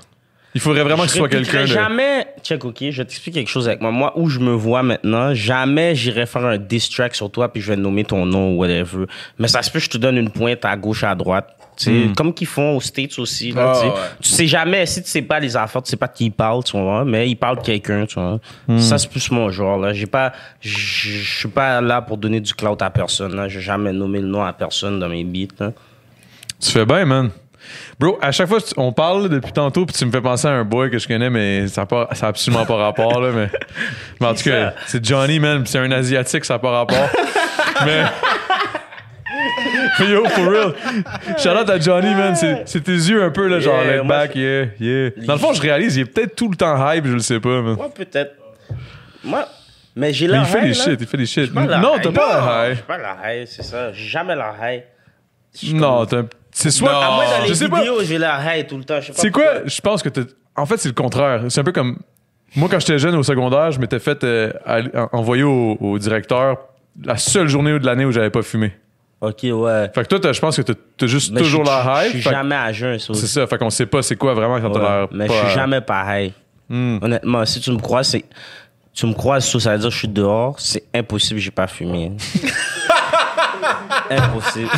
B: Il faudrait vraiment que
E: Je
B: ce soit
E: répliquerai
B: quelqu'un. de-
E: jamais. Check, ok, je vais t'explique quelque chose avec moi. Moi, où je me vois maintenant, jamais j'irai faire un diss track sur toi puis je vais nommer ton nom ou whatever. Mais ça se peut, que je te donne une pointe à gauche, à droite. Tu sais,
B: Hmm.
E: Comme qu'ils font aux States aussi. Là,
C: Ah,
E: tu sais.
C: ouais.
E: Tu sais jamais, si tu sais pas les affaires, tu sais pas de qui ils parlent, tu vois, mais ils parlent de quelqu'un, tu vois.
B: Hmm.
E: Ça, c'est plus mon genre, là. J'ai pas, je je suis pas là pour donner du clout à personne, là. J'ai jamais nommé le nom à personne dans mes beats, là.
B: Tu fais bien, man. Bro, à chaque fois tu- on parle depuis tantôt, puis tu me fais penser à un boy que je connais, mais ça n'a pas- ça a absolument pas rapport, là. Mais, mais en tout cas,
E: ça?
B: c'est Johnny, man, puis c'est un Asiatique, ça n'a pas rapport. mais. Mais yo, for real. Shout-out à Johnny, man. C'est c'est tes yeux un peu, là, genre,
E: Yeah,
B: laid
E: moi,
B: back, yeah, yeah. Dans le fond, je réalise, il est peut-être tout le temps hype, je le sais pas, man.
E: Moi, peut-être. Moi, mais j'ai
B: Mais
E: la
B: il fait
E: haie,
B: des
E: là.
B: shit, il fait des shit.
E: pas la
B: Non,
E: haie.
B: t'as pas la
E: Non,
B: high.
E: J'ai pas la haie, c'est ça. J'ai jamais la haie.
B: Non, t'as. C'est soit.
E: À moi, dans
B: je
E: les
B: sais pas.
E: vidéos, j'ai la haie tout le temps. je sais pas
B: C'est quoi?
E: pourquoi.
B: Je pense que t'es- En fait, c'est le contraire. C'est un peu comme. Moi, quand j'étais jeune au secondaire, je m'étais fait euh, aller- en- envoyer au, au directeur la seule journée de l'année où j'avais pas fumé.
E: Ok, ouais.
B: Fait que toi, t'as- je pense que t'as t'as juste
E: Mais
B: toujours
E: je-
B: la hype.
E: Je suis
B: Fait que-
E: jamais à jeun, ça aussi.
B: C'est ça. Fait qu'on sait pas c'est quoi vraiment quand
E: Ouais,
B: t'as l'air.
E: mais je
B: pas- Hmm.
E: suis jamais pareil. Honnêtement, si tu me crois, c'est. Tu me crois, ça ça veut dire que je suis dehors, c'est impossible, j'ai pas fumé. impossible.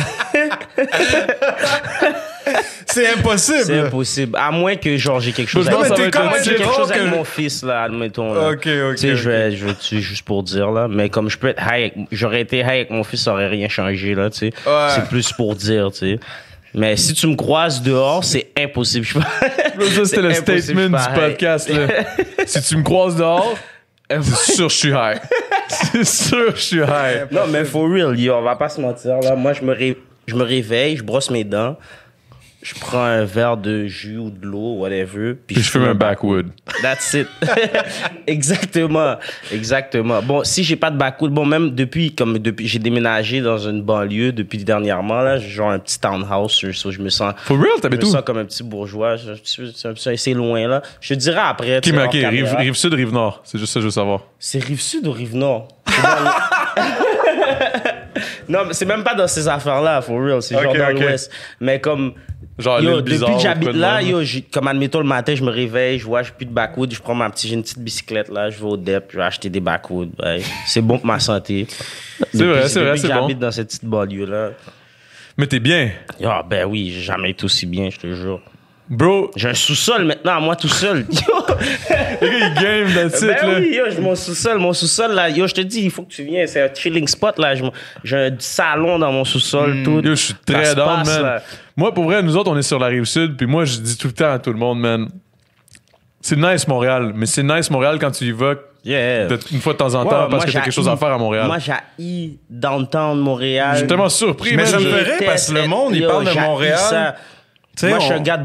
C: C'est
E: C'est
C: impossible.
E: impossible. À moins que, genre, j'ai quelque chose
B: Je pense
E: avec,
B: que ça va être
E: à moins
B: assez
E: que j'ai quelque
B: drôle
E: chose avec
B: que-
E: mon fils, là, admettons. Là.
C: Ok, ok,
E: Tu sais, je
C: ok.
E: vais, je vais tuer juste pour dire, là. Mais comme je peux être high, avec- j'aurais été high avec mon fils, ça aurait rien changé, là, tu sais.
C: Ouais.
E: C'est plus pour dire, tu sais. Mais si tu me croises dehors, c'est impossible. je suis pas-
B: Ça,
E: c'est
B: c'était le
E: impossible,
B: statement
E: je suis
B: du
E: pas high.
B: podcast. là. si tu me croises dehors, c'est sûr que je suis high. c'est sûr que je suis high.
E: Non, mais for real, yo, on va pas se mentir, là. Moi, je me, ré- je me réveille, je brosse mes dents, je prends un verre de jus ou de l'eau, whatever.
B: Puis je fume un backwood.
E: That's it. exactement, exactement. Bon, si j'ai pas de backwood, bon même depuis comme depuis j'ai déménagé dans une banlieue depuis dernièrement là, j'ai genre un petit townhouse, je, je me sens
B: For real,
E: je
B: t'avais
E: me
B: tout.
E: sens comme un petit bourgeois, je- je- je- je- c'est loin là. Je te dirai après.
B: Ok,
E: tu sais,
B: mais
E: hors
B: ok, rive,
E: caméra.
B: rive sud, rive nord. C'est juste ça que je veux savoir.
E: C'est rive sud ou rive nord C'est dans le- Non, mais c'est même pas dans ces affaires-là, for real. C'est genre
C: Ok,
E: dans
C: ok.
E: l'ouest. Mais comme.
B: Genre
E: yo,
B: l'île bizarre
E: depuis que
B: ou quoi
E: j'habite
B: de
E: là,
B: même.
E: yo, j'ai- comme admettons le matin, je me réveille, je vois, j'ai plus de backwood, je prends ma petite, j'ai une petite bicyclette là, je vais au DEP, je vais acheter des backwoods. ouais. C'est bon pour ma santé. Depuis-
B: vrai, c'est vrai,
E: depuis que
B: c'est bon.
E: J'habite dans cette petite banlieue là.
B: Mais t'es bien.
E: Ah, ben oui, j'ai jamais été aussi bien, je te jure.
B: Bro,
E: J'ai un sous-sol maintenant, à moi tout seul. Yo.
B: le gars, il game, that's it,
E: Ben
B: là.
E: oui, yo, je mon sous-sol, mon sous-sol là, yo, je te dis, il faut que tu viennes, c'est un chilling spot là, Je m'en- j'ai un salon dans mon sous-sol, tout.
B: Yo, je suis très
E: se
B: down,
E: passe,
B: man.
E: là.
B: Moi, pour vrai, nous autres, on est sur la rive sud, puis moi, je dis tout le temps à tout le monde, man, c'est nice Montréal, mais c'est nice Montréal quand tu y vas
E: Yeah.
B: de- une fois de temps en temps
E: Euh. Ouais, moi,
B: parce que t'as quelque
E: j'haïs-
B: chose à faire à Montréal.
E: Moi, j'ai downtown de Montréal.
B: je suis tellement surpris,
C: Mais
B: man.
C: ça me
B: Je-
C: fait- ferait parce que le monde, il parle de Montréal.
E: Tu
C: sais,
E: moi, je suis
C: on-
E: un gars de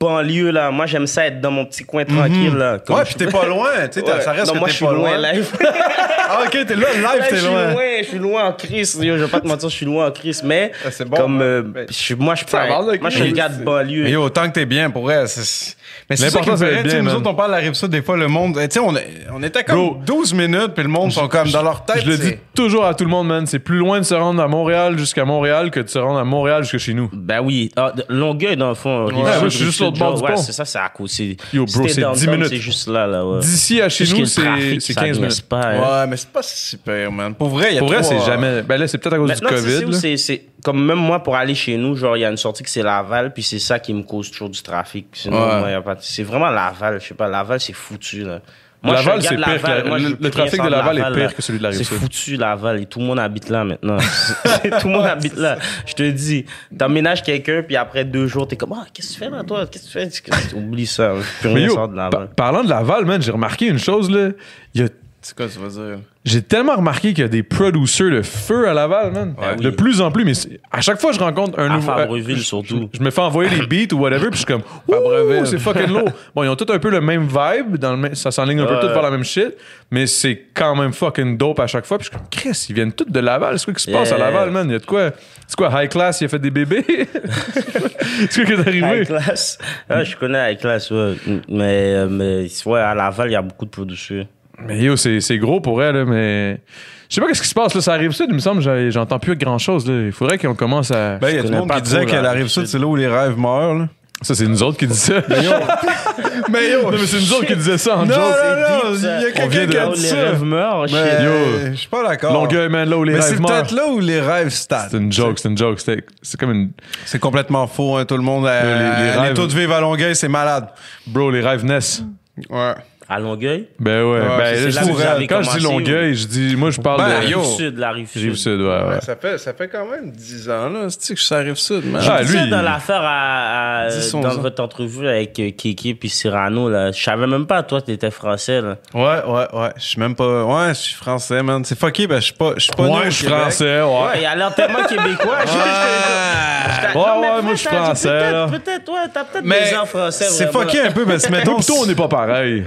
E: banlieue là. Moi, j'aime ça être dans mon petit coin tranquille là. Comme
C: Ouais,
E: je-
C: puis t'es pas loin, tu sais, t'as-
E: Ouais.
C: ça reste
E: Non,
C: que
E: moi,
C: t'es
E: je suis
C: pas
E: loin,
C: loin.
E: là.
C: Ah, ok, t'es là, live,
E: Là, je
C: t'es
E: suis
C: loin.
E: loin, je suis loin en crise. Yo, je vais pas te mentir, je suis loin en crise, mais
C: Ah, c'est bon,
E: comme
C: hein.
E: euh,
C: Mais-
E: je suis- moi, je suis pas-
C: parle de
E: moi, je suis un
C: crise,
E: gars de banlieue.
C: Mais yo, autant que t'es bien, pour vrai, c'est... Mais c'est ça qui
B: L'important,
C: me
B: c'est d'être
C: ferait, tu sais,
B: bien,
C: nous
B: man.
C: autres, on parle de la rive sud, des fois, le monde, eh, tu sais, on, est- on était comme
B: Bro.
C: 12 minutes, puis le monde sont comme dans leur tête,
B: Je le
C: c'est-
B: dis toujours à tout le monde, man. C'est plus loin de se rendre à Montréal jusqu'à Montréal que de se rendre à Montréal jusqu'à chez nous.
E: Ben oui, Ah, de- Longueuil dans le fond. Rive-Sud,
B: moi, je suis
E: Rive-Sud,
B: juste l'autre bord du
E: ouais,
B: pont.
E: c'est ça, c'est à côté.
B: Yo, bro,
E: Si t'es
B: c'est
E: downtown,
B: 10 minutes.
E: C'est juste là, là, ouais.
B: D'ici à chez
E: Parce que
B: nous,
E: le
B: c'est
E: trafic,
B: c'est
E: ça
B: 15
E: niaise
B: minutes.
E: pas, hein.
C: Ouais, mais c'est pas super, man. Pour vrai, il y a
B: Pour vrai,
C: trois- euh,
B: c'est jamais. Ben là, c'est peut-être à cause du
E: Maintenant, tu sais,
B: COVID.
E: c'est où
B: là.
E: c'est- c'est- comme même moi pour aller chez nous, genre il y a une sortie que c'est Laval, puis c'est ça qui me cause toujours du trafic. Sinon,
C: Ouais.
E: moi, y a pas- c'est vraiment Laval, je sais pas, Laval c'est foutu là. Moi,
B: Laval,
E: je suis un gars
B: c'est
E: de
B: pire que
E: Laval.
B: la-
E: Moi, je
B: le-
E: veux
B: le trafic
E: rien
B: de
E: savoir
B: Laval est pire que celui de la
E: C'est
B: Rive-Sud.
E: foutu, Laval. Et tout le monde habite là maintenant. C'est- tout le monde habite là. Je te dis, t'emménages quelqu'un, puis après deux jours, t'es comme, ah, qu'est-ce que tu fais là, toi? Qu'est-ce que tu fais? Oublie ça. Je peux
B: Mais
E: rien
B: yo,
E: sortir de Laval.
B: par- parlant de Laval, man, j'ai remarqué une chose, là. Il y a-
F: C'est quoi tu vas dire?
B: J'ai tellement remarqué qu'il y a des producers de feu à Laval, man.
E: Ouais.
B: De plus en plus, mais c'est- à chaque fois que je rencontre un
E: À
B: nouveau.
E: Fabreville,
B: euh, je-
E: surtout.
B: Je, je me fais envoyer des beats ou whatever, puis je suis comme, ouh,
C: Fabreville.
B: c'est fucking lourd. Bon, ils ont tous un peu le même vibe, dans le même- ça s'enligne un peu
E: Ouais.
B: tous vers la même shit, mais c'est quand même fucking dope à chaque fois. Puis je suis comme, Chris, ils viennent tous de Laval. C'est quoi qui se passe à
E: Yeah.
B: Laval, man? Il y a de quoi? C'est quoi, high class, il a fait des bébés? c'est quoi qui est
E: High
B: arrivé?
E: class. Ah, je connais High Class, ouais. Mais, euh, mais ouais, à Laval, il y a beaucoup de producteurs.
B: Mais yo, c'est c'est gros pour elle, là, mais. Je sais pas qu'est-ce qui se passe, là. Ça arrive ça, il me semble, j'ai- j'entends plus grand chose, là. Il faudrait qu'on commence à.
C: Ben, il y a
E: Je
C: du
E: connais
C: monde
E: pas
C: qui disait
E: trop,
C: qu'elle
E: là,
C: arrive sud, c'est là où les rêves meurent. là.
B: Ça, c'est nous autres qui dit ça. Mais yo, non, mais c'est nous autres qui disait ça en
C: Ben, Non,
B: joke.
C: non, non, il y
E: deep, ça.
C: a quelqu'un
E: On vient de
C: qui
E: là
C: a
E: où
C: dit
E: les
C: ça.
E: rêves meurent. shit.
C: Mais
B: Yo.
C: je suis pas d'accord.
B: Longueuil, man, là où les
C: Mais c'est
B: rêves meurent.
C: peut-être là où les rêves stagnent.
B: C'est une joke, c'est une joke. C'est c'est comme une.
C: C'est complètement faux, hein, tout le monde. euh,
B: les- les
C: les,
B: rêves-
C: taux de vivre à Longueuil, c'est malade.
B: Bro, les rêves naissent.
C: Ouais.
E: À Longueuil.
B: Ben ouais.
C: Ouais,
B: ben,
C: c'est
B: là, je
C: là que
B: dis-
C: vous avez
B: quand je dis
E: commencé,
B: Longueuil, je dis. Moi, je parle
C: Ben,
B: de.
C: yo.
E: Rive sud, la rive
B: Rive
E: sud.
B: sud, ouais, ouais.
C: Ça, fait, ça fait quand même 10 ans, là. C'est-tu que je suis arrivé sud, man?
B: Ah,
E: Tu
B: lui,
E: sais, dans
B: il-
E: l'affaire à, à-
C: Dis son
E: dans
C: ça.
E: votre entrevue avec euh, Kiki puis Cyrano, là, je savais même pas, toi, t'étais français, là.
C: Ouais, ouais, ouais. Je suis même pas. Ouais, je suis français, man. C'est fucké, ben, je suis pas. Je suis pas né au
B: Ouais, je suis
C: Québec.
B: français,
E: Ouais,
B: ouais.
E: il a l'air tellement québécois. je- je- je-
B: Ouais,
E: je- non, mais
B: ouais,
E: peut-être,
B: moi, je suis
E: t'as dit,
B: français, là.
E: Peut-être, peut-être, ouais, t'as peut-être des airs français.
C: c'est
E: vraiment.
C: fucké un peu, mais mettons.
B: Toi, pis toi, on n'est pas pareil.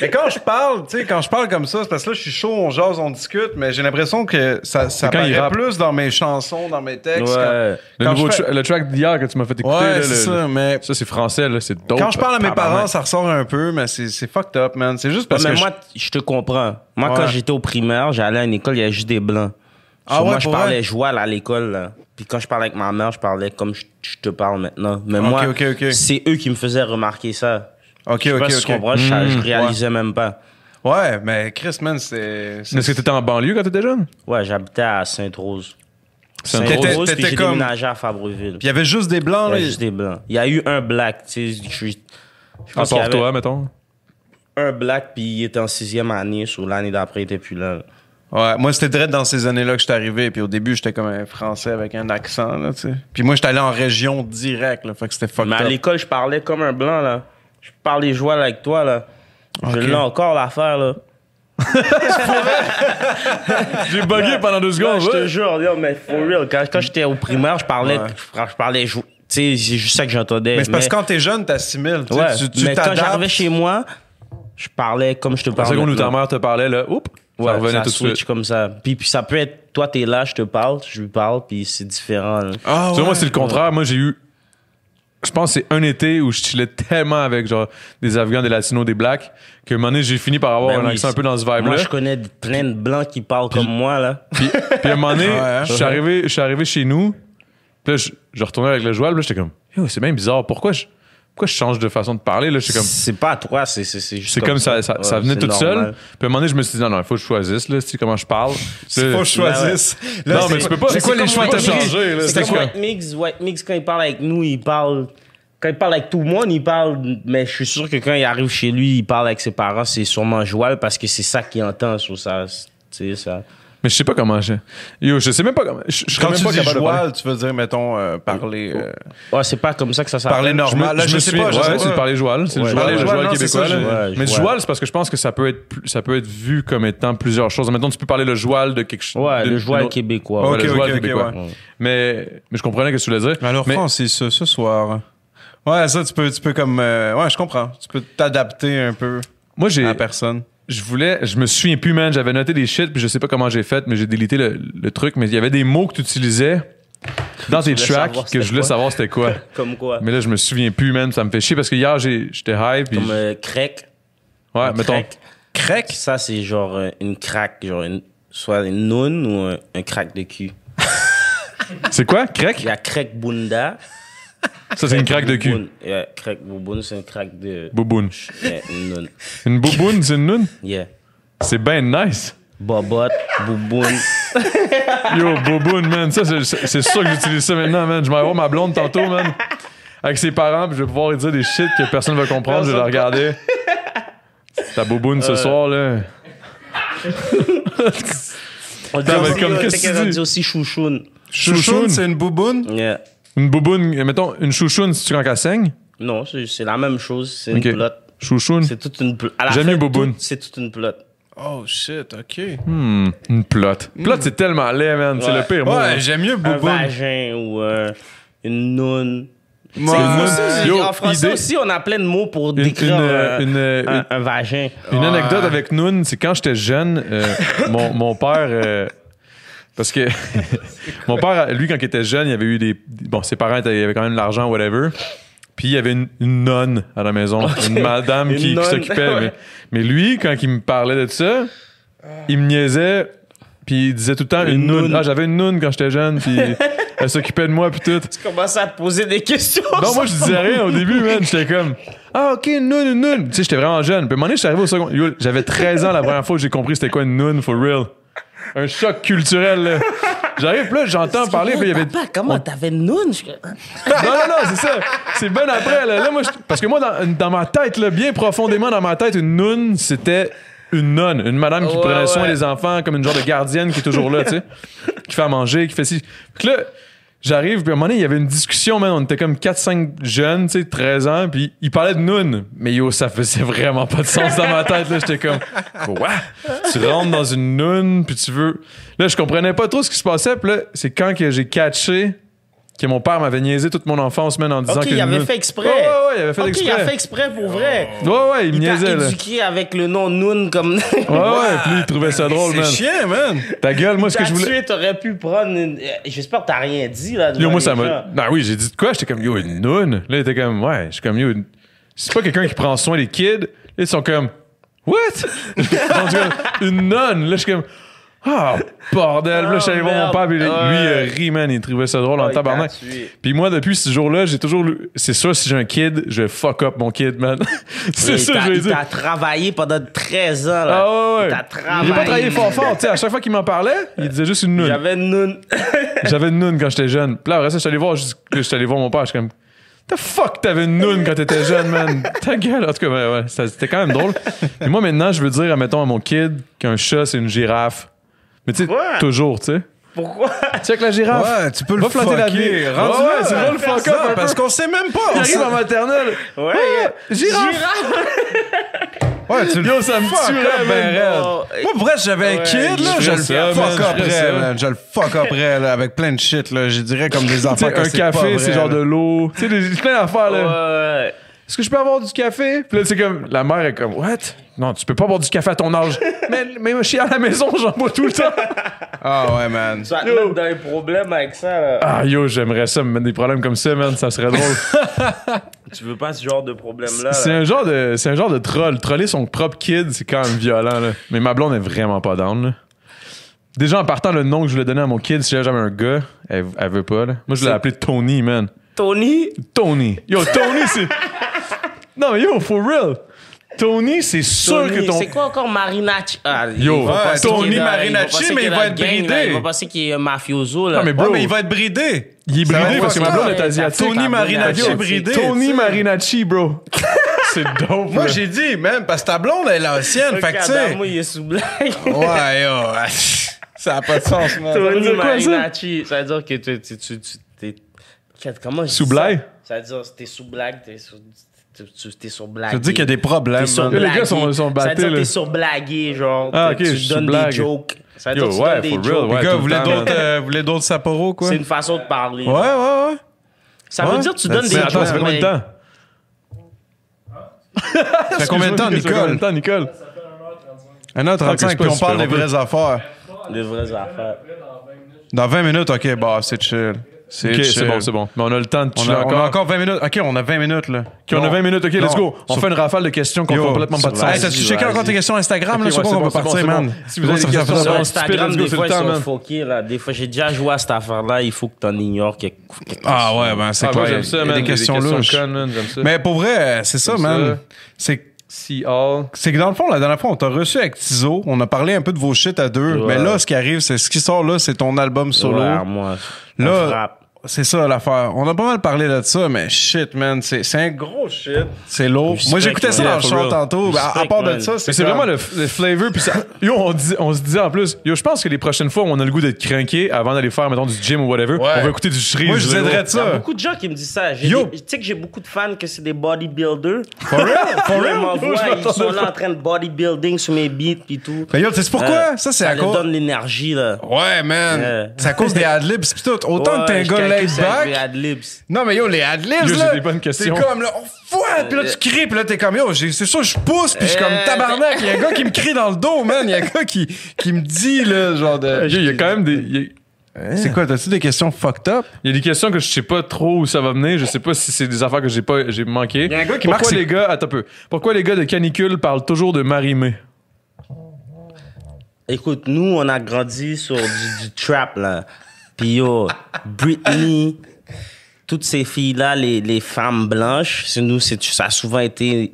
C: Mais quand je parle, tu sais, quand je parle comme ça, c'est parce que là, je suis chaud, on jase, on discute, mais j'ai l'impression que ça, ça
B: quand il
C: apparaît
B: rappe.
C: plus dans mes chansons, dans mes textes.
E: Ouais.
B: Le,
C: Quand
B: nouveau
C: je fais-
B: tra- le track d'hier que tu m'as fait écouter,
C: Quand-
B: là,
C: Ouais,
B: le-
C: c'est
B: le-
C: ça, mais
B: Ça, c'est français, là, c'est dope.
C: quand je parle à mes
B: Tabarnak.
C: parents, ça ressort un peu, mais c'est c'est fucked up, man. C'est juste parce
E: Ouais, mais
C: que.
E: moi, je te comprends. Moi,
C: Ouais.
E: quand j'étais au primaire, j'allais à une école, il y avait juste des blancs.
C: Ah
E: So,
C: ouais,
E: moi, je
C: pour vrai?
E: parlais joual à l'école. là. Puis quand je parlais avec ma mère, je parlais comme je, je te parle maintenant. Mais
C: Ok,
E: moi,
C: ok, ok.
E: c'est eux qui me faisaient remarquer ça.
C: je- Ok,
E: Je sais
C: ok,
E: pas si tu
C: ok. Hmm,
E: comprends, je, je réalisais même pas.
C: Ouais, mais Chris, man, c'est. c'est-
B: Est-ce que t'étais en banlieue quand t'étais jeune?
E: Ouais, j'habitais à Sainte-Rose.
B: Sainte-Rose.
E: Sainte-Rose,
C: T'étais-
E: puis j'ai
C: t'étais comme-
E: déménagé à
C: Puis
E: Fabreville.
C: il y avait juste des
E: Il
C: blancs,
E: y
C: là.
E: avait juste des blancs. Il y a eu un black, tu sais, je suis... Je
B: À
E: pense qu'il y
B: part
E: avait
B: toi, mettons.
E: un black, puis il était en sixième année, sur l'année d'après, il était plus là.
C: Ouais, moi, c'était direct dans ces années-là que j'étais arrivé. Puis au début, j'étais comme un Français avec un accent, là, tu sais. Puis moi, j'étais allé en région direct, là. Fait que c'était fucked
E: Mais à
C: up.
E: l'école, je parlais comme un blanc, là. Je parlais joual avec toi, là. Je l'ai encore l'affaire, là.
B: J'ai bugué pendant deux
E: Non,
B: secondes,
E: je te
B: ouais.
E: jure, yo, mais for real, quand, quand j'étais au primaire, je parlais,
C: Ouais.
E: je parlais, jou- tu sais, c'est juste ça que j'entendais.
C: Mais c'est parce que quand t'es jeune, t'assimiles. tu sais,
E: ouais,
C: tu- tu
E: mais quand
C: t'adaptes.
E: j'arrivais chez moi, je parlais comme je te
B: La
E: parlais.
B: seconde où ta
E: maintenant.
B: mère te parlait, là, oups,
E: Ouais,
B: ça revenait
E: ça
B: tout de
E: switch
B: suite. Tu
E: comme ça. Puis, puis ça peut être, toi, t'es là, je te parle, je lui parle, puis c'est différent. là.
C: Ah,
B: vois, moi,
C: ouais.
B: c'est le contraire. Moi, j'ai eu. Je pense que c'est un été où je chillais tellement avec genre des Afghans, des Latinos, des Blacks, que un moment donné, j'ai fini par avoir
E: Ben
B: un
E: oui,
B: accent un
E: c'est-
B: peu dans ce vibe-là.
E: Moi, je connais des- plein de blancs qui parlent comme moi, là.
B: Puis, puis à un moment donné,
C: Ouais, hein.
B: je, suis arrivé, je suis arrivé chez nous. Puis là, je, je retournais avec le joual. Puis là, j'étais comme, Yo, c'est bien bizarre. Pourquoi je, pourquoi je change de façon de parler? Là, j'étais comme,
E: C'est pas à toi, c'est c'est- c'est juste.
B: c'est comme ça, ça, ça
E: Ouais,
B: venait
E: c'est
B: toute seule.
E: normal.
B: Puis à un moment donné, je me suis dit, non, non, il faut que je choisisse, là, tu sais comment je parle.
C: C'est faut que je choisisse. Là,
B: Non, mais tu
C: c'est-
B: peux pas-
C: C'est quoi
B: c'est
C: les
B: comme
C: choix que t'as
B: White Mix.
C: changé, là?
B: C'est
E: C'est
B: comme
E: comme
B: quoi?
E: White Mix. White Mix, quand il parle avec nous, il parle. Quand il parle avec tout le monde, il parle. Mais je suis sûr que quand il arrive chez lui, il parle avec ses parents, c'est sûrement jouable parce que c'est ça qu'il entend sur ça. Tu sais, ça.
B: Mais je sais pas comment je. Yo, je sais même pas comment. Je, je serais
C: Quand
B: même
C: tu
B: pas
C: dis
B: capable de parler. Oh,
C: joual, tu veux dire, mettons, euh, parler. euh,
E: Ouais, c'est pas comme ça que ça
C: Parler
E: s'appelle.
B: Je me,
C: normal. Ah, Là,
B: je
C: je
B: me
C: sais
B: souviens-
C: pas. je sais
B: ouais,
C: pas.
B: c'est le parler joual, c'est
E: Ouais,
B: le joual,
E: parler
B: le
C: joual,
B: joual
C: non, c'est
B: québécois.
C: ça,
B: là.
E: j'ai- ouais,
B: mais le
E: joual.
B: joual, c'est parce que je pense que ça peut être plus- ça peut être vu comme étant plusieurs choses. Maintenant, tu peux parler le joual de quelque chose.
E: Ouais,
B: de-
E: le
B: d'une
E: joual
B: autre-
E: québécois.
B: Ouais,
C: Ok,
B: le joual
C: ok, ok,
B: québécois.
C: ouais.
B: Mais mais je comprenais ce que tu voulais dire.
C: Alors,
B: mais,
C: France, c'est ce, ce soir. Ouais, ça, tu peux, tu peux comme. euh, ouais, je comprends. Tu peux t'adapter un peu
B: moi j'ai
C: à la personne.
B: je voulais, je me souviens plus, man. J'avais noté des shit, puis je sais pas comment j'ai fait, mais j'ai délité le, le truc. Mais il y avait des mots que tu utilisais dans tes
E: voulais
B: tracks
E: savoir
B: que je voulais
E: c'était
B: savoir c'était quoi.
E: Comme quoi?
B: mais là, je me souviens plus, man. Ça me fait chier parce que hier, j'ai- j'étais high, puis
E: Comme euh, crack.
B: ouais, mettons.
E: Crack? Ça, c'est genre euh, une crack, genre une, soit une noun ou un, un crack de cul.
B: C'est quoi, crack
E: Il y a crack bunda.
B: Ça c'est une crack de cul.
E: Bouboune. Yeah, crack bouboune, c'est un crack de...
B: Bouboune.
E: Yeah, une noun.
B: Une bouboune, c'est une noune.
E: Yeah.
B: C'est ben nice.
E: Bobotte, bouboune.
B: Yo, bouboune, man. Ça, c'est- c'est c'est sûr que j'utilise ça maintenant, man. Je vais aller voir ma blonde tantôt, man. Avec ses parents, puis je vais pouvoir lui dire des shit que personne va comprendre. Je vais la regarder. Ta bouboune
E: Euh.
B: ce soir, là.
E: On dit
B: Putain, mais
E: aussi,
B: comme
E: euh,
B: qu'est-ce
E: check,
B: que tu
E: on
B: dis?
E: dit aussi chouchoune.
C: Chouchoune,
B: Chouchoune.
C: c'est une bouboune?
E: Yeah.
B: Une bouboune, mettons, une chouchoune, si tu quand qu'elle saigne.
E: Non, c'est c'est la même chose. C'est
B: Ok.
E: une plotte.
B: Chouchoune,
E: C'est toute une plotte. À la
B: J'aime
E: fin,
B: mieux Bouboune.
E: tout- C'est toute une plotte.
C: Oh shit, ok.
B: Hmm, une plotte. Plotte, c'est tellement laid, man. C'est
E: Hmm. Ouais.
B: le pire mot.
C: Ouais,
B: hein.
C: j'aime mieux
E: Un
C: bouboune.
E: vagin ou euh, une noune.
C: Moi,
E: C'est-
B: une
E: aussi,
B: noune.
E: j'ai-
B: Yo,
E: en français
B: idée.
E: aussi, on a plein de mots pour
B: Une,
E: décrire
B: une,
E: euh,
B: euh, une, euh,
E: un, un vagin.
B: Une anecdote
C: Ouais.
B: avec Noon, c'est quand j'étais jeune, euh, mon, mon père. euh, parce que mon père, lui, quand il était jeune, il avait eu des. Bon, ses parents étaient- il avaient quand même de l'argent, whatever. Puis il y avait une, une nonne à la maison, une madame
E: Une
B: qui, qui
E: nonne,
B: s'occupait.
E: ouais.
B: mais, mais lui, quand il me parlait de ça, il me niaisait, puis il disait tout le temps
E: Une
B: une, noune.
E: nonne.
B: Ah, j'avais une noune quand j'étais jeune, puis elle s'occupait de moi, puis tout.
E: Tu commences à te poser des questions.
B: Non, moi, je disais rien au début, man. J'étais comme, ah, ok, une noun, une noun. Tu sais, j'étais vraiment jeune. Puis à un moment donné, j'étais arrivé au second. Yo, J'avais 13 ans la première fois que j'ai compris c'était quoi une noun for real. Un choc culturel, là. J'arrive, puis là, j'entends parler, puis il y avait.
E: Papa, comment t'avais une noune? Je-
B: Non, non, non, c'est ça. C'est ben après, là. Là, moi, je- parce que moi, dans, dans ma tête, là, bien profondément dans ma tête, une noun, c'était une nonne, une madame qui
E: Ouais,
B: prenait soin
E: ouais.
B: des enfants comme une genre de gardienne qui est toujours là, tu sais, qui fait à manger, qui fait ci. Puis là, j'arrive, puis à un moment donné, il y avait une discussion, man, on était comme 4-5 jeunes, tu sais, 13 ans, puis ils parlaient de noun. Mais yo, ça faisait vraiment pas de sens dans ma tête, là. J'étais comme, quoi? Tu rentres dans une noun, puis tu veux. Là, je comprenais pas trop ce qui se passait, puis là, c'est quand que j'ai catché que mon père m'avait niaisé toute mon enfance, man, en disant
E: Ok,
B: que.
E: il avait
B: noun-
E: fait exprès.
B: Ouais, ouais, ouais, il avait fait
E: ok, il
B: exprès.
E: a fait exprès pour vrai.
B: Ouais, ouais, Oh. il me
E: Il t'a
B: niaisait, là.
E: éduqué avec le nom Noun comme.
B: Ouais, ouais, puis lui, il trouvait ça drôle,
C: C'est
B: man.
C: chiant, man.
B: Ta gueule, moi, ce que
E: T'as
B: je voulais.
E: tué, t'aurais pu prendre une. euh, J'espère que t'as rien dit, là.
B: Yo,
E: devant
B: moi,
E: les
B: ça
E: gens.
B: m'a. Ben oui, j'ai dit de quoi? J'étais comme, yo, une noun. Là, il était comme, ouais, je suis comme, yo, une- c'est pas quelqu'un qui prend soin des kids. Là, ils sont comme, what? En tout cas, une nonne. Là, je suis comme, ah, bordel. Là, je suis allé
E: Oh,
B: voir mon
E: merde.
B: père, puis lui,
E: Ouais.
B: euh, rit, man, il trouvait ça drôle
E: Oh,
B: en
E: il
B: tabarnak.
E: t'a tué.
B: Puis moi, depuis ce jour-là, j'ai toujours. lu- C'est sûr, si j'ai un kid, je vais fuck up mon kid, man.
E: Il
B: C'est ça, que
E: t'a-
B: je vais
E: il
B: dire.
E: t'a travaillé pendant 13 ans, là.
B: Ah ouais,
E: Il
B: ouais.
E: t'a travaillé.
B: Il a pas travaillé fort fort, tu sais. À chaque fois qu'il m'en parlait, il disait juste une noun.
E: J'avais une Noun.
B: J'avais une noun quand j'étais jeune. Puis là, après ça, je suis allé voir, je je suis allé voir mon père, je suis comme. The fuck, t'avais une noun quand t'étais jeune, man. Ta gueule. En tout cas, ouais, ouais, ça- c'était quand même drôle. Et moi, maintenant, je veux dire, admettons à mon kid, qu'un chat, c'est une girafe. Mais tu sais,
E: Ouais.
B: toujours, tu sais.
E: Pourquoi?
B: Check la girafe.
C: Ouais, tu peux le
B: Va flatter la vie.
C: fucker. Rendu
B: Ouais,
C: là,
B: ouais, c'est
C: hein.
B: vrai, le fuck up
C: Non,
B: un peu.
C: Parce qu'on sait même pas.
B: Il
C: on
B: arrive en
C: sait-
B: maternelle.
E: Ouais.
B: Girafe.
C: Ouais, tu le
B: Yo, ça me
C: fuck
B: tuerait,
C: up, ben,
B: man.
C: raide.
E: Oh,
C: Moi, pour vrai, si j'avais un
E: Ouais,
C: kid, là,
B: je
C: je le
B: ferais ça, man,
C: fuck
B: je
C: up,
B: ferais
C: raide,
B: ça.
C: man. Je le fuck up, raide, là, avec plein de shit, là. Je dirais comme des
B: Tu
C: enfants
B: sais,
C: que
B: un
C: c'est pas
B: café, c'est
C: vrai,
B: genre
C: là.
B: de l'eau. Tu sais, des- plein d'affaires, là.
E: ouais.
B: Est-ce que je peux avoir du café? Puis là, c'est comme, la mère est comme, What? Non, tu peux pas boire du café à ton âge. mais, mais moi, je suis à la maison, j'en bois tout le temps.
C: Ah ouais, man.
E: Tu vas te mettre dans les problèmes avec ça, là.
B: Ah, yo, j'aimerais ça me mettre des problèmes comme ça, man. Ça serait drôle.
E: Tu veux pas ce genre de problème-là?
B: c'est un genre de, c'est un genre de troll. Troller son propre kid, c'est quand même violent, là. Mais ma blonde est vraiment pas down, là. Déjà, en partant, le nom que je voulais donner à mon kid, si j'avais un gars, elle, elle veut pas, là. Moi, je l'ai appelé Tony, man.
E: Tony?
B: Tony. Yo, Tony, c'est. Non, mais yo, for real. Tony, c'est sûr
E: Tony,
B: que ton.
E: C'est quoi encore Marinacci? Ah, il
B: Yo,
E: va
B: ouais,
E: penser
B: Tony
E: qu'il est dans-
C: Marinacci,
E: penser
C: mais
E: qu'il est
C: il
E: dans
C: va
E: la
C: être
E: gang, là.
C: bridé.
E: Il va penser qu'il est un mafioso, là.
B: Non, Ah, mais
C: Ouais,
B: bro.
C: mais il va être bridé.
B: Il est
C: Ça va
B: bridé
C: être
B: parce que ma
C: ça.
B: blonde est asiatique.
C: hein.
B: Ah,
C: Tony Marinacci
E: Yo,
C: bridé.
B: Tony
C: tu sais.
B: Marinacci, bro. C'est dope.
C: Moi,
B: là.
C: j'ai dit, même, parce que ta blonde, elle est ancienne, fait que tu sais.
E: Moi, il est sous blague.
C: Ouais, yo. Ça a pas de sens, man.
B: veut
E: Tony
B: dire quoi, ça?
E: Marinacci. Ça veut dire que tu- tu- tu tu- t'es. Qu'est- Comment je dis
B: Sous
E: ça?
B: blague?
E: Ça veut dire que t'es sous blague, t'es sous. tu- tu- T'es sur blague.
C: Ça dit qu'il y a des problèmes,
E: T'es sur
C: man.
B: hein? Les gars
E: blagué.
B: sont- sont
E: Ça
B: battés,
E: veut dire que
B: là.
E: t'es sur blagué, genre.
B: Ah,
E: tu-
B: ok, je
E: Tu
B: suis
E: donnes
B: blague.
E: des jokes. Ça veut
B: Yo,
E: dire que tu
B: ouais,
E: donnes des
B: for real, ouais.
E: jokes.
C: Les
B: tout
C: gars,
B: le
C: vous voulez
B: temps,
C: d'autres,
B: man.
C: euh, vous voulez d'autres Sapporo, quoi?
E: C'est
C: Ouais,
E: une façon de parler.
C: ouais, ouais.
E: Ça veut
C: Ouais.
E: dire que tu donnes des
B: Mais
E: jokes.
B: attends, ça fait combien de
E: mais-
B: temps?
C: Ça fait combien de temps,
B: Excuse-moi, ça fait combien
C: Nicole?
B: de temps, Nicole?
C: 1h35,
B: Ok,
C: puis
B: c'est
C: on
B: pas
C: parle des
B: super,
C: vraies affaires.
E: Des vraies affaires.
C: Dans 20 minutes, ok, bah, c'est chill. C'est
B: Ok,
C: chill.
B: c'est bon, c'est bon. Mais on a le temps de
C: On
B: chiller
C: a, on
B: encore.
C: a encore 20 minutes. Ok, on a 20 minutes, là.
B: Ok, on a 20 minutes, ok, let's
C: Non.
B: go. On
C: Sur-
B: fait une rafale de questions qu'on
C: Yo,
B: fait complètement pas de
C: sur-
B: sens.
C: Hey, t'as-tu
E: Vas-y,
C: checké
E: vas-y.
C: encore tes questions Instagram,
B: Ok,
C: là? Je sais
B: ouais,
C: pas
B: c'est
C: qu'on
B: bon,
C: va
B: c'est bon,
C: partir,
B: c'est bon.
C: man.
B: Si vous avez des
C: Ça fait
B: questions,
C: pas
B: c'est
E: Sur
B: bon.
C: de
B: speed,
E: Instagram,
B: let's go,
E: des
B: c'est
E: fois,
B: le
E: ils
B: temps, man.
E: sont fuckés, là. Des fois, j'ai déjà joué à cette affaire-là. Il faut que t'en ignores quelque quelque-
C: Ah ouais, ben c'est
B: Ah,
C: clair.
B: moi, j'aime ça,
C: Il y a
B: man.
C: Des questions louches.
B: connes, man, J'aime ça.
C: Mais pour vrai, euh, c'est ça,
B: Comme
C: man.
B: ça.
C: C'est
B: Si all.
C: c'est que dans le fond, la dernière fois, on t'a reçu avec Tizo, on a parlé un peu de vos shit à deux,
E: Ouais.
C: mais là, ce qui arrive, c'est ce qui sort là, c'est ton album solo.
E: Ouais, moi.
C: Là,
E: on frappe.
C: c'est ça l'affaire. On a pas mal parlé de ça, mais shit, man, c'est c'est un gros shit. C'est lourd.
E: Respect,
C: Moi, j'écoutais ça
E: man.
C: dans le
E: Yeah,
C: show
E: for real.
C: tantôt. ben, à, à part de
E: Respect,
C: ça,
E: man.
C: c'est
B: Mais c'est
C: comme-
B: vraiment le, le flavor. Puis ça- yo, on, dit- on se disait en plus, yo, je pense que les prochaines fois où on a le goût d'être craqué avant d'aller faire, mettons, du gym ou whatever,
C: Ouais.
B: on va écouter du shreeze.
C: Moi, je vous
B: zéro.
C: aiderais de
E: Il y a
C: ça.
E: beaucoup de gens qui me disent ça. J'ai
B: Yo.
E: des- Tu sais que j'ai beaucoup de fans que c'est des bodybuilders.
C: For real? For
E: Ils
C: real?
E: m'envoient,
B: Je
E: ils
B: m'attendais
E: sont là
B: pas.
E: en train de bodybuilding sur mes beats et tout.
C: Mais yo, tu sais pourquoi?
E: Euh,
C: ça, c'est à
E: Ça leur
C: cause.
E: donne l'énergie, là.
C: Ouais, man.
E: Ouais.
C: C'est à cause des adlibs pis tout. Autant
E: Ouais,
C: que t'es un
E: je
C: gars
E: calcule
C: laid
E: ça avec mes
C: back.
E: ad-libs.
C: Non, mais yo, les adlibs,
B: Yo, j'ai
C: là.
B: des bonnes questions.
C: T'es comme, là, on fouette, pis là, tu cries, pis là, t'es comme, yo, j'ai- c'est sûr, je pousse, pis je suis comme,
E: Euh,
C: tabarnak. Il y a un gars qui me crie dans le dos, man. Il y a un gars qui, qui me dit, là, genre de. Hein?
B: Yo, Il y a quand même des. il y a-
C: C'est quoi, t'as-tu des questions fucked up?
B: Il y a des questions que je sais pas trop où ça va mener. Je sais pas si c'est des affaires que j'ai pas j'ai manqué.
C: y a un gars qui marque
B: Pourquoi
C: ses-
B: les gars, attends un peu. Pourquoi les gars de canicule parlent toujours de Marimé
E: Écoute, nous, on a grandi sur du, du trap, là. Puis yo, Britney, toutes ces filles-là, les, les femmes blanches, c'est nous, c'est, ça a souvent été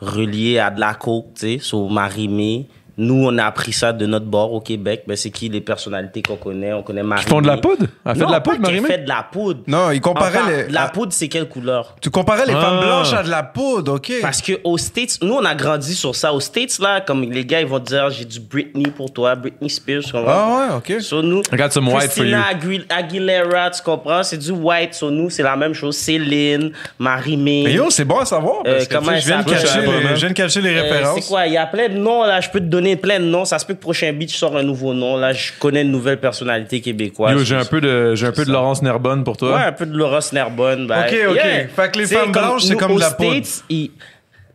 E: relié à de la coke, tu sais, sur Marimé. Nous, on a appris ça de notre bord au Québec. Ben, c'est qui les personnalités qu'on connaît? On connaît Marimé.
B: font de la poudre? Elle fait de
E: Non,
B: la poudre,
E: pas qu'elle
B: Marie-Mé?
E: fait de la poudre.
C: Non, ils comparaient
E: On parle-
C: les-
E: La
C: à-
E: poudre, c'est quelle couleur?
C: Tu comparais les
B: Ah.
C: femmes blanches à de la poudre, OK?
E: Parce que aux States, nous on a grandi sur ça. Aux States là, comme les gars ils vont te dire j'ai du Britney pour toi, Britney Spears. tu comprends?
C: Ah ouais, ok.
E: Sur nous,
B: I got some white for
E: Christina Agui- Aguilera, tu comprends? C'est du white. Sur nous c'est la même chose. Céline, Marie-Mé.
C: Mais yo, c'est bon à savoir, parce
E: Euh,
C: que tu sais,
E: comment
C: je viens, de
E: ça s'appelle?
C: cacher
B: Je savais pas,
C: les,
B: man.
C: je viens de cacher les
E: Euh,
C: références.
E: c'est quoi? Il y a plein de noms là. Je peux te donner plein de noms. Ça se peut que prochain beat je sors un nouveau nom. Là, je connais une nouvelle personnalité québécoise.
B: Yo, j'ai un peu de j'ai un peu de Laurence Nerbonne pour toi.
E: Ouais, un peu de Laura Snerbonne. bah,
C: Ok, ok.
E: yeah.
C: Fait que les
E: T'sais,
C: femmes blanches, c'est
E: nous,
C: comme de
E: aux
C: la poudre.
E: States, ils-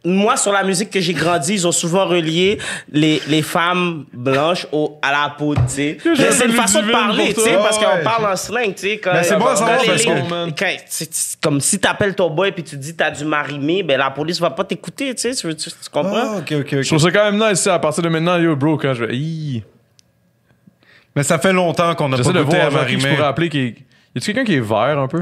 E: Moi, sur la musique que j'ai grandi, ils ont souvent relié les, les femmes blanches au, à la poudre, tu sais. Mais
B: j'ai un
E: C'est
B: peu
E: une
B: de
E: façon de
B: Ludivine
E: parler,
B: pour
E: tu
B: toi.
E: sais, parce
C: Ah ouais.
E: qu'on parle en slang, tu sais. quand-
C: Ben, c'est bon à
E: quand
C: savoir,
E: les-
C: parce
E: les-
B: qu'on- man.
E: quand- c'est- c'est Comme si t'appelles ton boy puis tu dis t'as du marimé, ben la police va pas t'écouter, tu sais. Tu, veux- tu- tu comprends?
C: Ah, ok, ok, ok.
B: Je trouve ça quand même nice ça, à partir de maintenant yo bro quand je vais Hi.
C: Mais ça fait longtemps qu'on n'a pas
B: J'essaie de
C: goûté à
B: voir vers qui je
C: Marimé.
B: pourrais appeler qui est- Y a-tu quelqu'un qui est vert un peu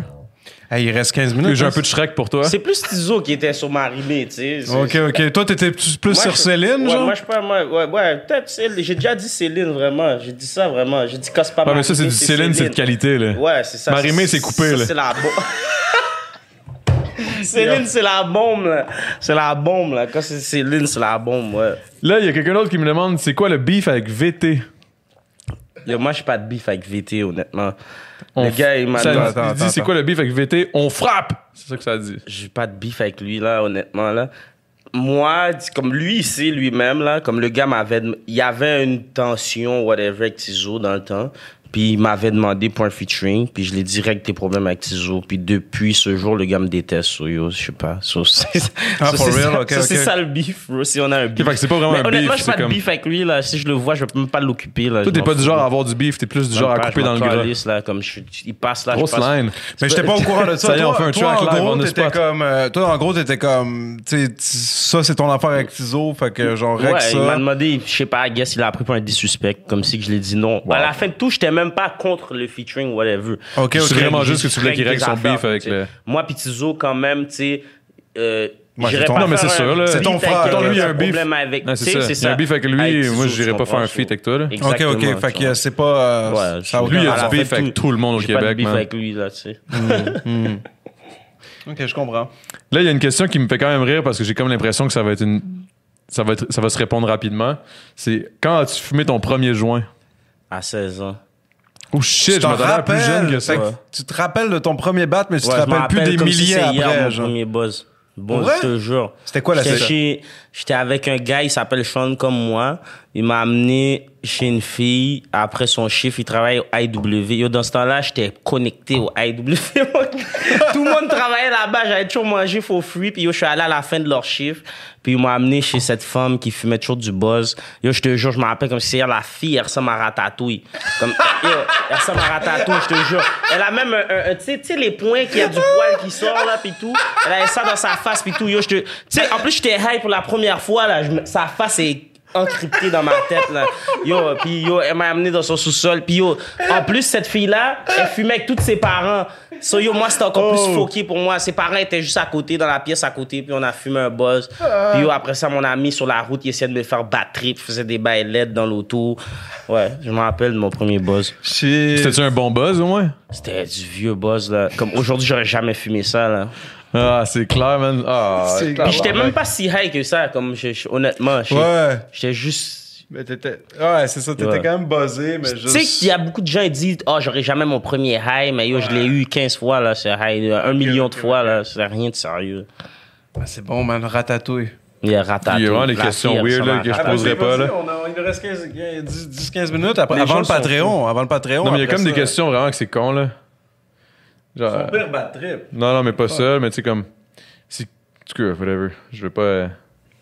C: Hey, il reste 15 minutes.
B: J'ai un
C: hein?
B: peu de Shrek pour toi.
E: C'est plus Tizo qui était sur marimé, tu sais. C'est-
C: Ok, ok. Toi, t'étais plus plus
E: Moi,
C: sur
E: je-
C: Céline,
E: ouais,
C: genre?
E: Moi, je suis pas. Moi, ouais, ouais, peut-être Céline. J'ai déjà dit Céline, vraiment. J'ai dit ça, vraiment. J'ai dit casse pas
B: Ah mais ça c'est du Céline, c'est de qualité là.
E: Ouais, c'est ça.
B: Marimé, c'est coupé,
E: ça,
B: là.
E: C'est la bombe. Céline, c'est la bombe, là. C'est la bombe, là. Quand c'est Céline, c'est la bombe, ouais.
B: Là, il y a quelqu'un d'autre qui me demande c'est quoi le beef avec VT
E: Yo, moi, je suis pas de beef avec VT, honnêtement.
B: On
E: Le gars, il m'a
B: Ça
E: dit-
B: dit-
C: attends,
B: dit c'est
C: attends.
B: quoi le beef avec VT On frappe. C'est ça que ça dit.
E: j'ai pas de beef avec lui là honnêtement là moi dis- comme lui ici lui-même là comme le gars m'avait dem- il y avait une tension whatever avec Tizo dans le temps puis il m'avait demandé pour un featuring puis je l'ai dit règle tes problèmes avec Tizo puis depuis ce jour le gars me déteste so, yo je sais pas So, c'est
C: Ah,
E: so,
C: for
E: c'est
C: real?
E: ça,
C: Ok,
E: so, c'est
C: ok.
E: ça le beef bro si on a un beef
B: fait que c'est pas vraiment
E: Mais
B: un beef,
E: honnêtement je
B: c'est
E: suis pas de
B: comme-
E: beef avec lui là si je le vois je peux même pas l'occuper
B: Toi,
E: là Je
B: t'es
E: m'en
B: pas du
E: fous.
B: genre à avoir du beef, t'es plus du genre à
E: Même pas,
B: couper
E: je
B: dans le
E: m'en
B: gras.
E: calisse, là comme je suis- il passe là
B: Grosse
E: je passe
B: line.
C: Mais j'étais pas au courant de ça.
B: Ça y est, on
C: Toi-
B: fait un
C: toi,
B: track
C: en
B: live
C: gros,
B: on the
C: t'étais
B: spot.
C: comme, euh, toi, en gros, t'étais comme, tu sais, tu- ça, c'est ton affaire avec Tizo, fait que genre, règle
E: Ouais, il m'a
B: euh,
C: ça.
E: demandé, je sais pas, I guess il a pris pour un des suspects, comme si que je l'ai dit non. À la fin de tout, j'étais même pas contre le featuring, whatever.
C: Ok, ok.
E: Je
B: C'est
E: règle-
B: vraiment juste que tu voulais qu'il
E: je
B: règle son
E: des
B: beef avec
E: tu sais.
B: le-
E: Moi pis Tizo, quand même, tu sais, euh,
C: Ouais,
E: j'irais
C: c'est ton-
E: pas
C: Non,
B: mais
E: faire
B: c'est
E: un
B: sûr, là.
E: beat
B: C'est
C: ton
E: avec
C: frère,
E: quelqu'un
B: Dans lui,
E: qui
B: il y
E: a
B: a un beef.
E: problème avec,
B: Ouais,
E: tu
B: c'est
E: sais,
B: ça.
E: c'est
B: Il y a
E: ça.
B: un beef avec lui,
E: Avec Tizo,
B: moi, j'irais pas
E: tu
B: faire un
E: comprends,
B: feat
E: so.
B: avec toi, là.
C: Ok,
E: Exactement,
C: ok. Fait
E: tu
C: que euh,
E: vois.
C: c'est pas, euh,
E: Ouais, je-
C: ça a
E: à
C: aucun
B: Lui, il a
E: la
B: du
E: fin
C: rapport.
B: beef
E: de
B: avec tout le monde au
E: J'ai pas de
B: Québec,
E: beef
B: man.
E: avec lui, là, tu sais.
C: Ok, je comprends.
B: Là, il y a une question qui me fait quand même rire parce que j'ai comme l'impression que ça va être une. Ça va, être- ça va se répondre rapidement. C'est quand as-tu fumé ton premier joint?
E: À 16 ans.
B: Oh
C: Tu
B: shit, je
C: t'en
B: m'attendais à plus jeune que ça.
C: fait Tu te rappelles de ton premier bat, mais tu te
E: Ouais, je me
C: rappelles plus
E: rappelle
C: des
E: comme si
C: milliers
E: c'est hier,
C: après,
E: mon
C: genre.
E: premier buzz. Bon,
C: Ouais?
E: je te jure.
C: C'était quoi la
E: J'étais
C: scène?
E: chez- J'étais avec un gars, il s'appelle Sean comme moi. Il m'a amené chez une fille. Après son chiffre, il travaille au IW. Yo, dans ce temps-là, j'étais connecté au IW. Tout le monde travaillait là-bas. J'avais toujours mangé faux fruits. Puis yo, je suis allé à la fin de leur chiffre. Puis il m'a amené chez cette femme qui fumait toujours du buzz. Yo, je te jure, je me rappelle comme si hier, la fille, elle ressemble à Ratatouille. Comme, yo, elle ressemble à Ratatouille, je te jure. Elle a même un, un- un- tu sais- tu sais, les points qu'il y a du poil qui sort, là, puis tout. Elle a ça dans sa face, puis tout. Yo, je te, tu sais, en plus, j'étais high pour la première fois, là. Je me- sa face est encrypté dans ma tête, là. Yo, puis yo, elle m'a amené dans son sous-sol. Puis yo, en plus, cette fille-là, elle fumait avec tous ses parents. So yo, moi, c'était encore plus foqué pour moi. Ses parents étaient juste à côté, dans la pièce à côté, puis on a fumé un buzz. Puis yo, après ça, mon ami sur la route, il essayait de me faire battre, il faisait des bails LED dans l'auto. Ouais, je me rappelle de mon premier buzz.
B: C'était-tu un bon buzz au moins?
E: C'était du vieux buzz, là. Comme aujourd'hui, j'aurais jamais fumé ça, là.
B: Ah, c'est clair, man. Ah,
F: C'est-
B: tabarnak.
E: Puis j'étais même pas si high que ça, comme je- je- honnêtement. je-
C: Ouais.
E: J'étais juste.
F: Mais t'étais.
C: Ouais, c'est ça. T'étais
E: Ouais.
C: quand même buzzé, mais
E: Tu sais
C: juste.
E: qu'il y a beaucoup de gens qui disent Ah, j'aurais jamais mon premier high, mais yo, je l'ai eu 15 fois, là, ce high. là, Un million de fois, là. C'est rien de sérieux.
F: Ah, c'est bon, man, ratatouille.
E: Il y a ratatouille.
B: Il y a vraiment des
E: la
B: questions
E: fille, elle
B: weird, là,
E: ressemble à
B: que je poserais
E: ratatouille.
B: pas, là.
C: On a- il nous reste 15, 10, 10, 15 minutes après,
B: Les
C: avant,
B: gens
C: le
B: sont
C: Patreon, avant le Patreon.
B: Non, mais il y a
C: après
B: comme des
C: ça.
B: questions vraiment que c'est con, là. Genre.
C: Son pire bad trip.
B: Non, non, mais pas ça, mais tu sais, comme. Si. En tout cas, whatever. Je veux pas. euh,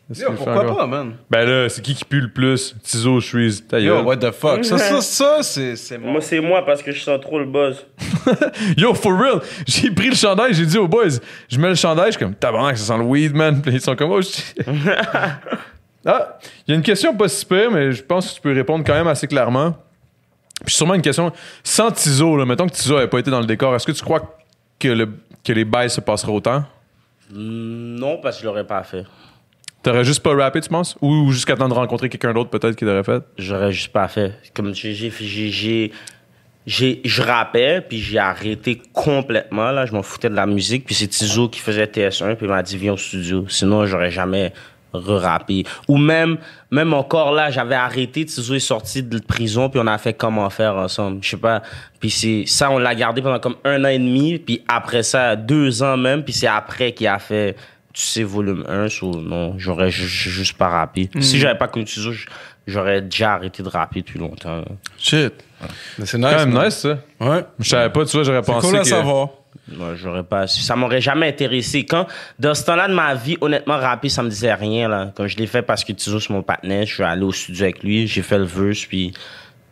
B: laisser
F: Yo,
B: le faire
F: pourquoi
B: encore.
F: pas, man?
B: Ben là, c'est qui qui pue le plus Tizo, Shreeze, ta
F: Yo,
B: gueule.
F: what the fuck? Ça, ça, ça, c'est c'est mon.
E: Moi, c'est moi parce que je sens trop le buzz.
B: Yo, for real, j'ai pris le chandail, j'ai dit aux boys, je mets le chandail, je suis comme, tabarnak, ça sent le weed, man. Puis ils sont comme, oh, shit. ah, il y a une question pas si pire, mais je pense que tu peux répondre quand même assez clairement. Puis sûrement une question, sans Tizo, là, mettons que Tizo avait pas été dans le décor, est-ce que tu crois que, le, que les bails se passeraient autant
E: Ah, Non, parce que je l'aurais pas fait.
B: T'aurais juste pas rappé, tu penses Ou jusqu'à temps de rencontrer quelqu'un d'autre, peut-être, qui l'aurait fait
E: J'aurais juste pas fait. Comme j'ai, j'ai, j'ai, j'ai, j'ai- je rappais, puis j'ai arrêté complètement, là. Je m'en foutais de la musique, puis c'est Tizo qui faisait TS1, puis il m'a dit, viens au studio. Sinon, j'aurais jamais re-rappé. Ou même, même encore là, j'avais arrêté, Tizo est sorti de prison, puis on a fait comment faire ensemble. Je sais pas. Puis c'est, ça, on l'a gardé pendant comme un an et demi, puis après ça, deux ans même, puis c'est après qu'il a fait tu sais, volume 1, so, non, j'aurais ju- ju- juste pas rappé. Si j'avais pas connu Tizo, j- j'aurais déjà arrêté de rapper depuis longtemps.
C: Shit. Mais c'est nice.
B: Quand même
C: man.
B: nice, ça.
C: Ouais.
B: Je savais pas, tu vois, j'aurais
C: C'est
B: pensé
C: cool à
B: que-
C: savoir.
E: Moi, j'aurais pas, ça m'aurait jamais intéressé. Quand, dans ce temps-là de ma vie, honnêtement, rapper, ça me disait rien, là. Quand je l'ai fait parce que Tizo, c'est mon partenaire, je suis allé au studio avec lui, j'ai fait le verse, puis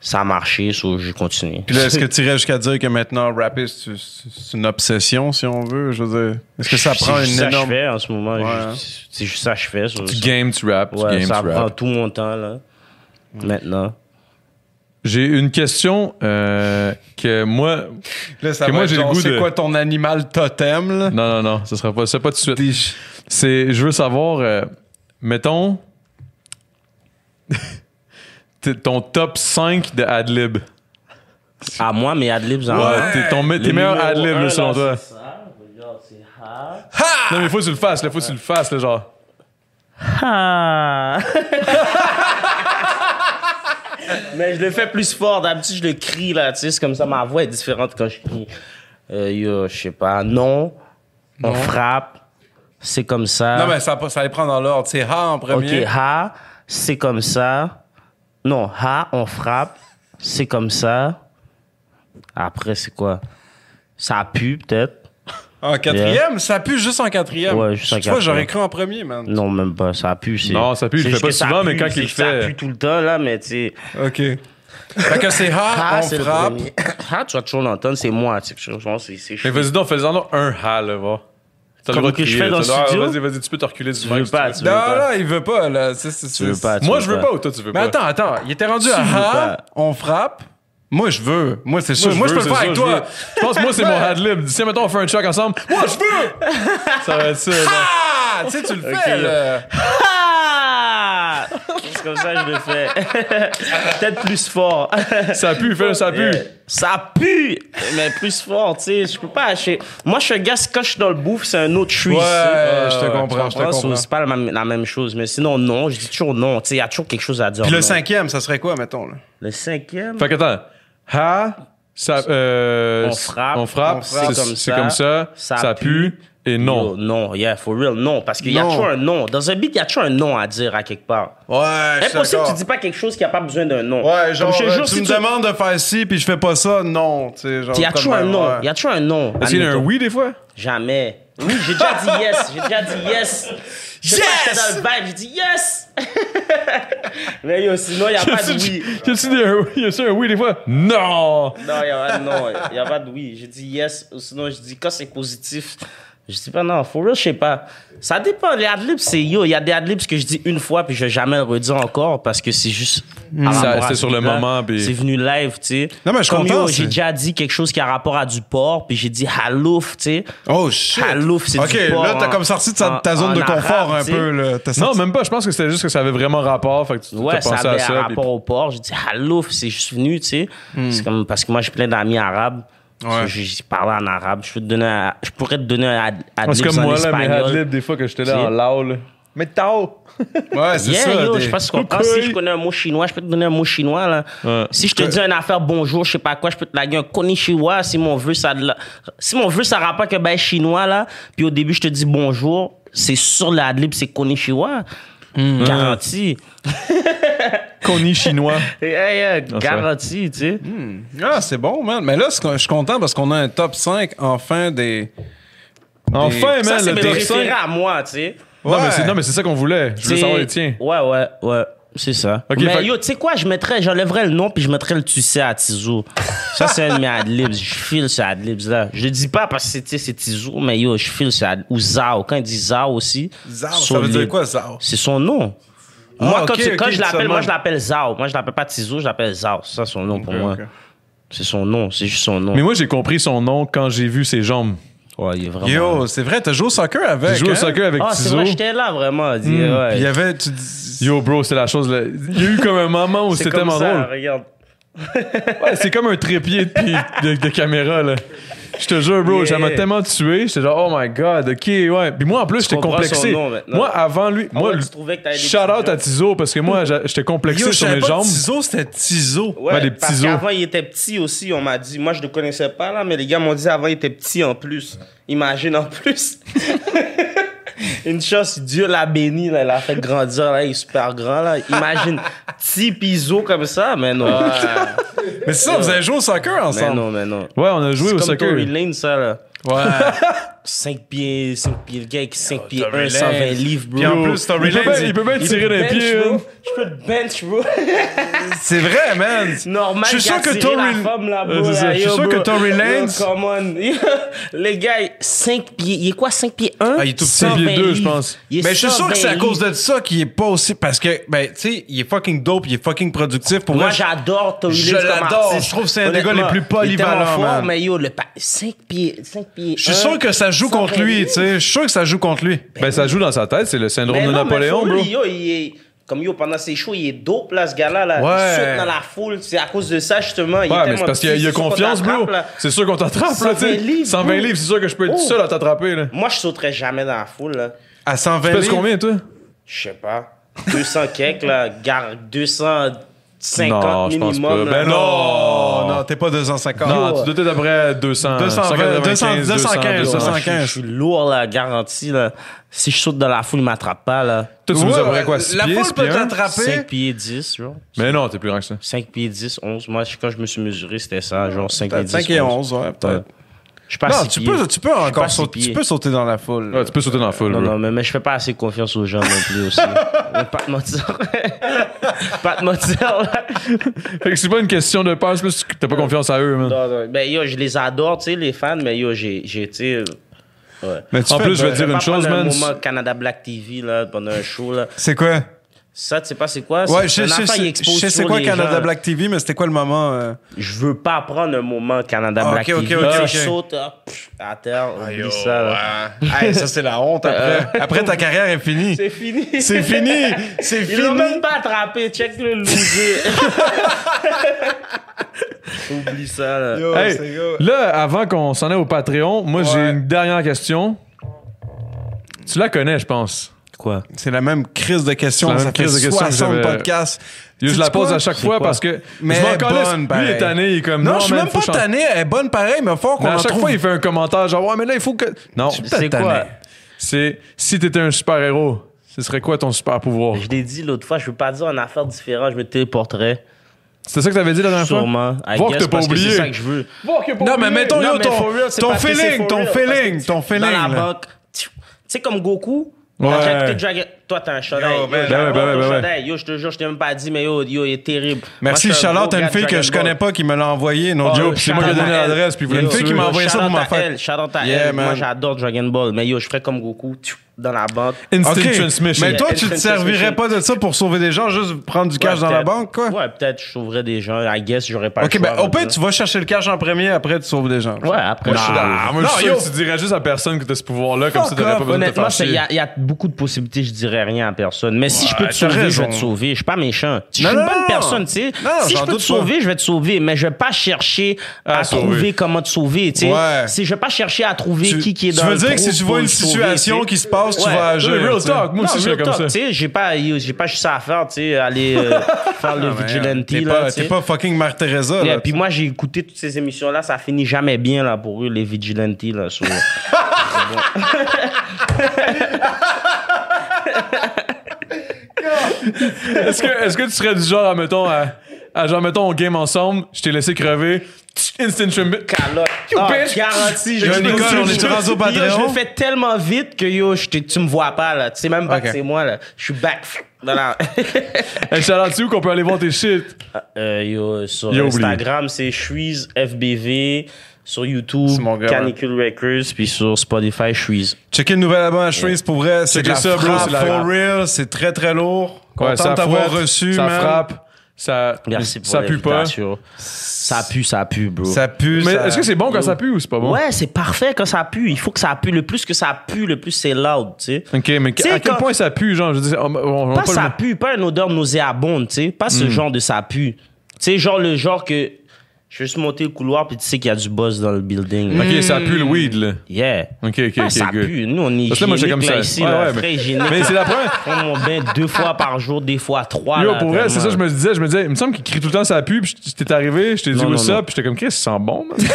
E: ça a marché, so, j'ai continué.
C: Puis là, est-ce que tu irais jusqu'à dire que maintenant, rapper, c'est c'est une obsession, si on veut? Je veux dire, est-ce que ça
E: C'est
C: prend
E: juste
C: une
E: ça que je
C: énorme...
E: fais en ce moment.
C: Ouais. hein.
E: juste- C'est juste ça que je fais. so-
B: Tu
E: ça-
B: game, tu rap, tu
E: ouais,
B: game,
E: ça
B: tu
E: prend
B: rap.
E: tout mon temps, là. Maintenant.
B: J'ai une question euh, que moi.
C: Là, ça
B: Que moi,
C: va être
B: j'ai le
C: genre,
B: goût
C: c'est
B: de-
C: quoi ton animal totem, là?
B: Non, non, non, ce sera pas ça, pas tout de suite.
C: Des-
B: C'est, je veux savoir, euh, mettons, t'es- ton top 5 de adlib.
E: À moi, mes adlibs en
B: Ouais, t'es ton me-
E: Le
B: tes meilleurs
E: numéro
B: adlibs,
E: un,
B: là, selon
E: là,
B: toi.
E: c'est ça. Regarde, c'est hard.
B: Non, mais faut que tu le fasses, là, faut que tu le fasses, là, genre.
E: Ah! Mais je le fais plus fort. D'habitude, je le crie, là. Tu sais, c'est comme ça, ma voix est différente quand je crie. Euh, yo, je sais pas. Non, on frappe. C'est comme ça.
C: Non, mais ça, ça les prend dans l'ordre. C'est ha en premier.
E: OK, ha, c'est comme ça. Non, ha, on frappe, c'est comme ça. Après, c'est quoi? Ça pue, peut-être?
C: En quatrième, ça pue juste en quatrième.
E: Ouais, juste en
C: Tu vois,
E: quatrième.
C: j'aurais cru en premier, man.
E: Non, même pas, ça pue. c'est-
B: Non, ça pue, il
E: c'est
B: le fait
E: juste
B: pas
E: que ça
B: souvent, mais
E: pue,
B: quand
E: c'est
B: il
E: que
B: le fait-
E: Ça pue tout le temps, là, mais tu sais...
C: OK. Fait que c'est ha,
E: Ha,
C: on
E: Ah, c'est le
C: frappe.
E: premier. Ha, tu vas toujours l'entendre, c'est moi. Tu sais, je pense que c'est...
B: Mais vas-y donc, fais-en donc un ha, là, va. T'as
E: Comme
B: droit de
E: que je
B: crier,
E: fais dans
B: t'as
E: le
B: droit-
E: studio?
B: Vas-y, vas-y, tu peux te reculer du
E: Tu
B: mic
E: veux
B: si
E: pas,
B: veux.
E: tu veux
C: Non,
E: pas.
C: non, il veut pas, là. C'est- c'est-
E: Tu veux
C: c'est-
E: pas, tu
B: Moi, je veux pas ou toi, tu veux
C: Mais
B: pas?
C: attends, attends. Il était rendu à
E: veux
C: ha,
E: pas.
C: on frappe. Moi, je veux. Moi, c'est sûr. Moi, je peux le
B: veux,
C: faire avec
B: c'est ça,
C: toi.
B: Je, veux. Je pense que moi, c'est mon adlib. Si, mettons, on fait un track ensemble, moi, je veux! ça va être ça, là.
C: Ah! Tu sais, tu le fais, là.
E: Ha! C'est comme ça que je le fais. Peut-être plus fort.
B: Ça pue, fais-le, ça pue.
E: Euh, ça pue, mais plus fort, tu sais. Je peux pas acheter. Moi, je suis un gars, quand je suis dans le bouffe, c'est un autre chouï.
C: Ouais,
E: ici.
C: je te
B: ouais,
C: comprends, je te
E: So,
C: comprends.
E: C'est pas la même, la même chose, mais sinon, non. Je dis toujours non. Tu sais, il y a toujours quelque chose à dire.
C: Puis le
E: non.
C: cinquième, ça serait quoi, mettons, là?
E: Le cinquième.
B: Fait que, attends. Ha, ça, euh,
E: On frappe.
B: On frappe,
C: On frappe.
B: c'est
E: C'est comme
B: c'est
E: ça.
B: comme ça. Ça,
E: Ça
B: pue. Et
E: Yo,
B: non.
E: non, yeah, for real, non. Parce qu'il y a
C: Non.
E: toujours un non. Dans un beat, il y a toujours un non à dire à quelque part.
C: Ouais, Ah, je suis
E: Impossible que tu
C: d'accord.
E: dis pas quelque chose qui a pas besoin d'un nom.
C: Ouais, genre,
E: Comme je te
C: euh,
E: jure,
C: tu
E: si
C: me demandes de faire ci, puis je fais pas ça, non, tu sais, genre... ben,
E: Il y a toujours un
C: non.
E: nom. Il y a toujours un nom.
B: Est-ce qu'il y a un oui, des fois?
E: Jamais. Oui, j'ai déjà dit yes. J'ai déjà dit yes. Yes! J'étais dans le vibe, j'ai dit yes. Mais yo, sinon, il a pas
B: Y
E: de oui.
B: a-tu des- y a-tu un oui, des fois? Non!
E: Non, il n'y a, pas de non, y a pas de oui. J'ai dit yes. Ou sinon, je dis quand c'est positif, Je dis pas non, for real, je sais pas. Ça dépend. Les adlibs, c'est yo. Il y a des adlibs que je dis une fois puis je vais jamais le redire encore parce que c'est juste. par
B: Ça,
E: rapport à
B: c'est
E: ce
B: sur le
E: truc-là.
B: moment, puis-
E: C'est venu live, tu sais.
C: Non, mais je suis
E: Comme,
C: content,
E: yo,
C: c'est-
E: J'ai déjà dit quelque chose qui a rapport à du porc puis j'ai dit halouf, tu sais.
C: Oh shit.
E: Halouf, Ah, c'est
C: Ok,
E: du porc.
C: là, t'as
E: en-
C: comme sorti de ta, ta
E: en-
C: zone de
E: en
C: confort
E: arabe,
C: un
E: tu sais.
C: peu. Là. T'as
B: Non,
C: sorti-
B: même pas. Je pense que c'était juste que ça avait vraiment rapport. Fait que tu
E: Ouais,
B: t'as
E: ça
B: pensé
E: avait
B: à
E: un
B: ça. puis- Hmm.
E: rapport au porc. J'ai dit, halouf, c'est juste venu, tu sais. C'est comme, parce que moi, j'ai plein d'amis arabes. Parce que J'ai parlé en arabe. Je, peux te donner un- je pourrais te donner un ad,
B: Ah, C'est
E: adlibs
B: comme
E: en
B: moi, là, mes
E: espagnol.
B: adlibs, des fois que j'étais
E: Tu
B: là
E: sais.
B: en lao, là. Mais tao!
C: Ouais, c'est
E: Yeah,
C: ça.
E: yo,
C: des-
E: je sais pas si tu comprends.
B: Coucou.
E: Si je connais un mot chinois, je peux te donner un mot chinois, là.
B: Ouais.
E: Si je te dis une affaire bonjour, je sais pas quoi, je peux te laguer un konnichiwa si mon vœu, ça, de la- si mon vœu, ça rapporte que ben chinois, là, puis au début, je te dis bonjour, c'est sur l'adlib, c'est konnichiwa.
B: Hmm.
E: Garanti.
B: Koni chinois.
E: Yeah, yeah,
B: Ah, c'est
E: garanti, tu sais.
C: Ah, c'est bon, man. Mais là, c'est que- je suis content parce qu'on a un top 5 enfin des.
B: Enfin,
E: Ça,
B: man,
E: c'est
B: Ah, le
E: mes
B: top
E: préférés
B: 5.
E: à moi, tu sais.
B: Non, mais
C: Ouais.
B: c'est- non, mais c'est ça qu'on voulait. Je voulais
E: C'est-
B: savoir les tiens.
E: Ouais, ouais, ouais. C'est ça.
B: Ok,
E: mais
B: fait-
E: yo, tu sais quoi, je mettrais, j'enlèverais le nom puis je mettrais le tu sais à Tizou. Ça, c'est un de mes adlibs. Je file ce adlibs là. Je le dis pas parce que c'est- tu sais, c'est Tizou, mais yo, je file ce ad... Ou Zao. Quand il dit Zao aussi.
C: Zao, ça veut
E: solide.
C: dire quoi, Zao?
E: C'est son nom.
C: Ah,
E: moi, quand,
C: ok,
E: tu- quand
C: ok,
E: je l'appelle, moi,
C: seulement.
E: je l'appelle Zao. Moi, je l'appelle pas Tizou, je l'appelle Zao. C'est ça son nom pour moi.
C: ok.
E: C'est son nom, c'est juste son nom.
B: Mais moi, j'ai compris son nom quand j'ai vu ses jambes.
E: Ouais, il est vraiment.
C: Yo, c'est vrai, t'as joué au soccer avec.
B: J'ai joué au
C: hein?
B: soccer avec Hmm.
E: Ah, c'est
B: Tizo.
E: vrai, j'étais là vraiment. dis, ouais.
C: Puis il y avait. Tu dis-
B: Yo, bro, c'est la chose. là. Il y a eu comme un moment où
E: C'est
B: c'était
E: comme
B: tellement
E: ça,
B: drôle.
E: Regarde.
B: Ouais, c'est comme un trépied de, pi- de- de caméra, là. Je te jure, bro,
E: Yeah.
B: ça m'a tellement tué. J'étais genre, oh my god, ok, ouais. Puis moi, en plus, j'étais
E: comprends
B: complexé.
E: son nom maintenant. Ah
B: Moi, avant lui, moi,
E: ouais, tu trouvais que t'avais des
B: shout out
E: petits
B: à Tizo parce que moi, j'a- j'étais complexé
C: Yo, je
B: sur
C: savais
B: mes
C: pas
B: jambes.
C: que Tizo, c'était Tizo.
E: Ouais,
B: Ouais, des
E: parce
B: petits os.
E: qu'avant, il était petit aussi, on m'a dit. Moi, je le connaissais pas, là, mais les gars m'ont dit avant, il était petit en plus. Imagine en plus. Une chance, Dieu l'a béni, là, il l'a fait grandir, là, il est super grand, là. Imagine, petit piso comme ça, mais non.
C: Mais c'est
E: Euh,
C: ça, vous avez joué au soccer
E: mais
C: ensemble.
E: non, mais non.
B: Ouais, on a joué
E: C'est
B: au
E: comme
B: soccer.
E: Tory Lane, ça, là.
C: Ouais.
E: 5 pieds, 5 pieds, le gars
B: Oh,
E: avec 5 pieds
C: Tory
E: 1, 120
C: Lanez.
E: livres, bro.
C: Puis en
B: Yo,
C: plus, Tory
B: il peut
C: Lanez,
B: bien-
C: il-
B: il peut bien
E: Il
B: tirer
E: peut
B: des
E: bench,
B: pieds.
E: bro.
B: hein.
E: Je peux le bench, bro.
C: C'est vrai, man.
E: normal.
C: Je suis sûr
E: qu'il a
C: que
E: tiré
C: Tory-
E: la femme là-bas,
C: Euh, c'est ça.
E: là,
C: Je suis
E: yo,
C: sûr
E: bro.
C: que Tory
E: Yo,
C: Lanez-
E: come on. Les gars, 5 pieds. Il est quoi, 5 pieds 1
C: Ah, il est tout petit.
E: 120
B: Pieds deux, je
E: livres.
B: pense.
E: Il est ben
C: Mais je suis sûr que c'est à
E: 120
C: cause
E: livres.
C: de ça qu'il est pas aussi. Parce que, ben, tu sais, il est fucking dope, il est fucking productif. Pour
E: Moi,
C: moi,
E: j'adore Tory
C: Je
E: Lanez comme
C: l'adore.
E: artiste.
C: Je trouve que c'est un des gars les plus
E: Honnêtement, il est tellement
C: polyvalents,
E: fort,
C: man.
E: mais yo, le 5 pieds, 5 pieds
C: je suis
E: 1,
C: sûr que ça joue
E: 120
C: contre lui,
E: livres.
C: tu sais. Je suis sûr que ça joue contre lui.
B: Ben, ça joue dans sa tête, c'est le syndrome
E: Mais
B: de
E: non, mais
B: Napoléon,
E: faut
B: bro.
E: lui, Yo, il est... Comme yo, pendant ses shows, il est dope, là, ce gars-là. Là.
C: Ouais.
E: Il saute dans la foule. C'est à cause de ça, justement. il est
B: Ouais, mais
E: tellement
B: c'est parce qu'il y a-
E: petit,
B: il y a
E: c'est sûr qu'on
B: confiance, bro.
E: t'attrape, là.
B: C'est sûr qu'on t'attrape, là, tu
E: 120
B: sais.
E: livres,
B: 120
E: bro.
B: livres, c'est sûr que je peux être tout
E: Oh.
B: seul à t'attraper, là.
E: Moi, je sauterais jamais dans la foule, là.
C: À 120
B: Tu pèses
C: livres.
B: combien, toi?
E: je sais pas, 200 quelques, là, gar- 250
B: Non, je pense
E: minimum.
B: pas.
E: là.
B: Ben
C: Non, Oh, non, t'es pas 250.
B: Non, tu dois être après 200.
C: 220,
B: 295,
C: 215,
E: Non,
B: 200.
E: je, suis- je suis lourd, là, garanti, là. Si je saute dans la foule, il m'attrape pas, là.
B: Toi, tu nous
C: Ouais,
B: avouerais quoi? 6
C: La
B: pieds,
C: foule
B: 6
C: peut
B: pieds, un?
C: t'attraper.
E: 5 pieds 10, genre.
B: Mais non, t'es plus grand que ça.
E: 5 pieds 10, 11. Moi, je- quand je me suis mesuré, c'était ça, genre 5 pieds 10.
C: 5 et 11, ouais,
E: Ouais.
C: peut-être.
E: Je suis pas
C: Non,
E: six
C: tu
E: pieds.
C: peux, tu
E: Je
C: peux
E: suis pas
C: encore
E: six
C: sauter, tu
E: pieds.
C: peux sauter dans la foule.
B: Ouais, tu peux sauter dans la foule,
E: Non,
B: bro.
E: non, mais, mais je fais pas assez confiance aux gens non plus aussi. Je vais pas te mentir. pas te mentir, là.
B: Fait que c'est pas une question de peur, c'est plus que t'as pas confiance à eux, man.
E: Non, non. Ben, yo, je les adore, tu sais, les fans, mais yo, j'ai, j'ai, tu sais, ouais.
C: Mais tu
B: En
C: fais
B: plus, je vais
C: peur.
B: te dire
E: Euh, Pas
B: une chose,
E: prendre
B: man.
E: un moment Canada Black TV, là, pendant un show, là.
C: C'est quoi?
E: Ça, tu sais pas c'est quoi?
C: Ouais, je
E: C'est
C: sais,
E: un
C: je
E: enfant, il
C: sais,
E: expose
C: je sais c'est
E: toujours
C: quoi
E: les
C: Canada
E: gens.
C: Black TV, mais c'était quoi le moment? euh?
E: Je veux pas prendre un moment Canada
C: Ah,
E: Black
C: ok,
E: TV.
C: ok,
E: là,
C: ok,
E: je
C: ok.
E: saute, ah, pff, à terre, oublie
C: oh,
E: ça, là.
C: Hey, ça, c'est la honte après. Euh, après, ta carrière est finie.
E: C'est fini.
C: C'est fini. C'est
E: Ils l'ont
C: fini.
E: même pas attrapé. Check le loser. oublie ça, là.
C: Yo,
B: Hey,
C: c'est gros.
B: là, avant qu'on s'en aille au Patreon, moi, j'ai
C: Ouais.
B: une dernière question. Tu la connais, je pense.
E: Quoi?
C: C'est la même crise de questions.
B: C'est la
C: Ça
B: même
C: fait
B: crise de questions que
C: 60
B: j'avais.
C: podcasts.
B: Yo, je
C: Sais-tu
B: la pose
C: quoi?
B: à chaque fois
E: quoi?
B: parce que.
C: Mais
B: je m'en
C: elle est
B: calisse.
C: bonne,
B: Lui, il est
C: pareil.
B: tanné, il est comme.
C: Non, je suis
B: man,
C: même
B: faut
C: pas
B: changer.
C: tanné. Elle est bonne pareil, mais fort qu'on
B: Mais
C: en
B: à chaque
C: trouve.
B: fois, il fait un commentaire genre, ouais, mais là, il faut que. Non,
E: C'est quoi?
B: c'est si t'étais un super-héros, ce serait quoi ton super-pouvoir?
E: Je l'ai dit l'autre fois, je veux pas dire une affaire différente, je me téléporterais.
B: C'était ça que t'avais dit la dernière fois?
E: Sûrement. I
B: Voir que
E: guess,
B: t'as pas
E: parce
B: oublié.
E: C'est ça que je veux.
C: Non, mais mettons, yo,
E: Non, mais
C: ton,
E: for real, c'est
C: ton
E: parce que c'est
C: feeling,
E: for
C: ton
E: real, parce que
C: feeling,
E: tu-
C: ton feeling.
E: Dans la
C: là.
E: banque. Tu tu sais, comme Goku.
B: Ouais.
E: Dragon- Dragon- Toi, t'as un chandail.
C: Yo,
E: Yo,
C: ben,
B: ben
E: j'adore
B: ouais, ben
E: ton
B: ouais.
E: chandail. Yo, je te jure, je t'ai même pas dit, mais yo, yo, il est terrible.
C: Merci,
E: Moi, je suis un
C: Charlotte,
E: gros
C: t'as une
E: gars de
C: fille que
E: Dragon
C: je connais
E: Ball.
C: pas qui me l'a envoyé. Non,
E: Oh,
C: Yo,
E: yo,
C: puis c'est moi qui ai
E: shout-out
C: donné
E: à elle.
B: l'adresse, puis vous
E: Yo,
B: voulez me
C: tuer.
E: yo,
C: qui m'a envoyé ça pour
E: shout-out
C: ma
E: à
C: fête.
E: elle, shout-out à
C: Yeah,
E: elle. Moi,
C: man.
E: j'adore Dragon Ball, mais yo, je ferais comme Goku, tchou, dans la banque.
B: Instant
C: Ok,
B: transmission.
C: Mais toi, tu te
E: Instant
C: servirais
E: transmission.
C: pas de ça pour sauver des gens, juste prendre du cash
E: Ouais,
C: dans la
E: peut-être.
C: banque, quoi?
E: Ouais, peut-être je sauverais des gens. I guess j'aurais pas
C: Ok,
E: le choix.
C: ben, au
E: rendu
C: pire,
E: là.
C: tu vas chercher le cash en premier, après, tu sauves des gens.
E: Ouais, après, je suis
B: Ah, moi, je suis
C: Non,
B: sûr que
C: yo.
B: tu dirais juste à personne que t'as ce pouvoir-là, comme ça,
E: Fuck
B: t'aurais
E: off,
B: pas besoin de te
E: Honnêtement,
B: faire
E: c'est- il y,
B: chier.
E: a- il y a beaucoup de possibilités, je dirais rien à personne. Mais si je peux te
C: t'as
E: sauver, je
C: raison.
E: vais te sauver. Je suis pas méchant. Si
C: Non,
E: je suis
C: non,
E: une
C: non.
E: bonne personne, tu sais.
C: Non,
E: si
C: j'en
E: je peux te
C: doute pas.
E: sauver, je vais te sauver. Mais je vais pas chercher euh, à,
B: À sauver.
E: trouver comment te sauver, tu sais.
C: Ouais.
E: Si je vais pas chercher à trouver qui qui est
C: tu
E: dans
C: veux
E: le
C: dire que
E: trou
C: si tu
E: pour
C: vois une
E: le sauver,
C: situation
E: tu sais.
C: qui se passe, tu
E: Ouais.
C: vas agir.
B: Non, mais real
C: tu sais.
B: talk, moi
E: Non,
B: aussi, je
E: real
B: serais comme
E: talk,
B: ça.
E: tu sais, j'ai pas, j'ai pas juste ça à faire, tu sais, aller euh, faire le
B: euh,
E: vigilante,
C: T'es
E: là,
C: pas,
E: tu sais.
C: t'es pas fucking Mère Teresa.
E: Et
C: là.
E: puis moi, j'ai écouté toutes ces émissions-là, ça finit jamais bien là, pour eux, les vigilantes. Là, sur-
B: Est-ce que, est-ce que tu serais du genre, à, mettons, à, à genre, mettons, on game ensemble, je t'ai laissé crever, tch, instant trimbi-
E: Calotte. Ah,
C: Ben,
B: bitch.
E: garantie,
C: Yo, Nicole, on est
E: je-
C: rendu au Patreon.
E: Yo, Je le fais tellement vite que yo, je te- tu me vois pas là. Tu sais même pas
C: Ok.
E: que c'est moi là. Je suis back. Non, non.
B: Hey, Charlotte, c'est où qu'on peut aller voir tes shit?
E: Euh, yo, sur
B: Yo, oublie.
E: Instagram, c'est Chuise FBV. Sur
C: C'est
E: YouTube,
C: mon gars,
E: Canicule Records. Puis sur Spotify, Chuise.
C: Checker le nouvel album à Shreeze pour vrai. C'est de
B: Checker
C: la
B: ça, bro,
C: frappe
B: c'est de la
C: for
B: frappe.
C: real. C'est très très lourd.
B: Ouais,
C: Content de t'avoir reçu,
B: ça
C: man.
B: frappe, ça,
E: Merci pour
B: ça pue pas.
E: l'invitation. Ça pue, ça pue, bro.
C: Ça pue.
B: Mais
C: ça-
B: est-ce que c'est bon quand ça pue ou c'est pas bon?
E: Ouais, c'est parfait quand ça pue. Il faut que ça pue. Le plus que ça pue, le plus c'est loud, tu sais.
B: Ok, mais
E: Tu sais,
B: à quel
E: quand-
B: point ça pue, genre, je veux dire, on, on- on-
E: Pas,
B: le-
E: ça pue, pas une odeur nauséabonde, tu sais. Pas
B: Hmm.
E: ce genre de ça pue. Tu sais, genre le genre que je vais juste monter le couloir puis tu sais qu'il y a du buzz dans le building. Hmm.
B: Ok, ça pue le weed, là.
E: Yeah.
B: Ok, ok,
E: Pas
B: ok,
E: ça
B: good.
E: pue. Nous, on est
B: Parce que moi, j'étais
E: hygiénique,
B: comme
E: là,
B: ça.
E: ici,
B: Ouais,
E: là,
B: ouais, mais-
E: très hygiénique.
B: Mais c'est la première.
E: Je prends mon bain deux fois par jour, des fois trois.
B: Yo,
E: là,
B: pour vrai, c'est ça,
E: tellement.
B: je me disais, je me disais, il me semble qu'il crie tout le temps ça pue, puis je- t'es arrivé, je t'ai dit
E: Non, non,
B: what's
E: non.
B: up, puis j'étais comme, Chris, il sent bon, man.
C: Ouais,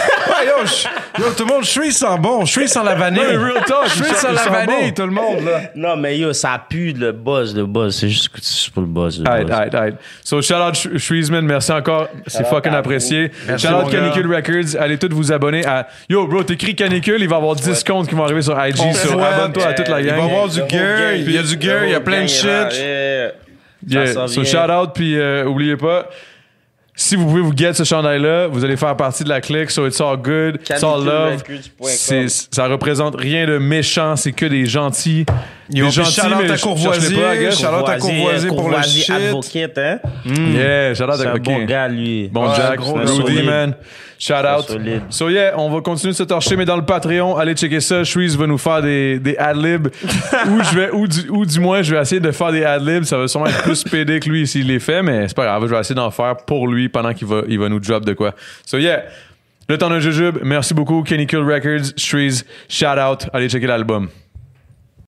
C: yo, je- yo, tout le monde, Shreeze sent bon. Shreeze sent la vanille.
B: Non, mais real talk, il
C: Shreeze
B: sent-
C: sent
B: il
C: la
B: sent
C: vanille,
B: bon.
C: tout le monde, là.
E: Non, mais yo, ça pue le buzz, le buzz. C'est juste que c'est juste pour le buzz. le
B: Alright,
E: buzz.
B: alright, alright. So, shout out Sh- Shreesman, merci encore. C'est fucking apprécié.
C: Merci,
B: shout
C: mon
B: out
C: gars.
B: Canicule Records. Allez tous vous abonner à. Yo, bro, t'écris Canicule, il va y avoir 10 comptes qui vont arriver sur IG.
C: On
B: so
C: souhaite,
B: abonne-toi à toute la
E: euh,
B: gang.
C: Il va y avoir du
E: Le whole
C: gear,
E: gang.
C: il y a du gear, il y a plein de
E: Le whole gang est
C: shit.
E: là, yeah.
B: Yeah,
E: Ça s'en
B: so
E: vient.
B: shout out, puis euh, oubliez pas, si vous pouvez vous get ce chandail-là, vous allez faire partie de la clique, so it's all good, it's all love.
E: CaniculeRecords.com.
B: C'est- Ça représente rien de méchant, c'est que des gentils.
C: Ils ont
B: des
C: pris Charlotte à
B: je- cherche-les pas, I
C: Courvoisier,
B: guess.
C: Charlotte à Courvoisier pour le
E: Courvoisier
C: shit.
E: Advocate, hein?
B: Yeah, shout out
E: C'est
B: à
E: un
B: ok.
E: bon gars, lui.
B: Bon
E: Ouais,
B: Jack,
E: gros
B: Rudy,
E: solide.
B: man. Shout out.
E: solide.
B: So yeah, on va continuer de se torcher, mais dans le Patreon, allez checker ça. Shreeze va nous faire des, des ad-libs. ou, je vais, ou, du, ou du moins, je vais essayer de faire des ad-libs. Ça va sûrement être plus pédé que lui s'il les fait, mais c'est pas grave. Je vais essayer d'en faire pour lui pendant qu'il va, il va nous drop de quoi. So yeah, le temps d'un jujube. Merci beaucoup, Kenny Kill Records, Shreeze. Shout out. Allez checker l'album.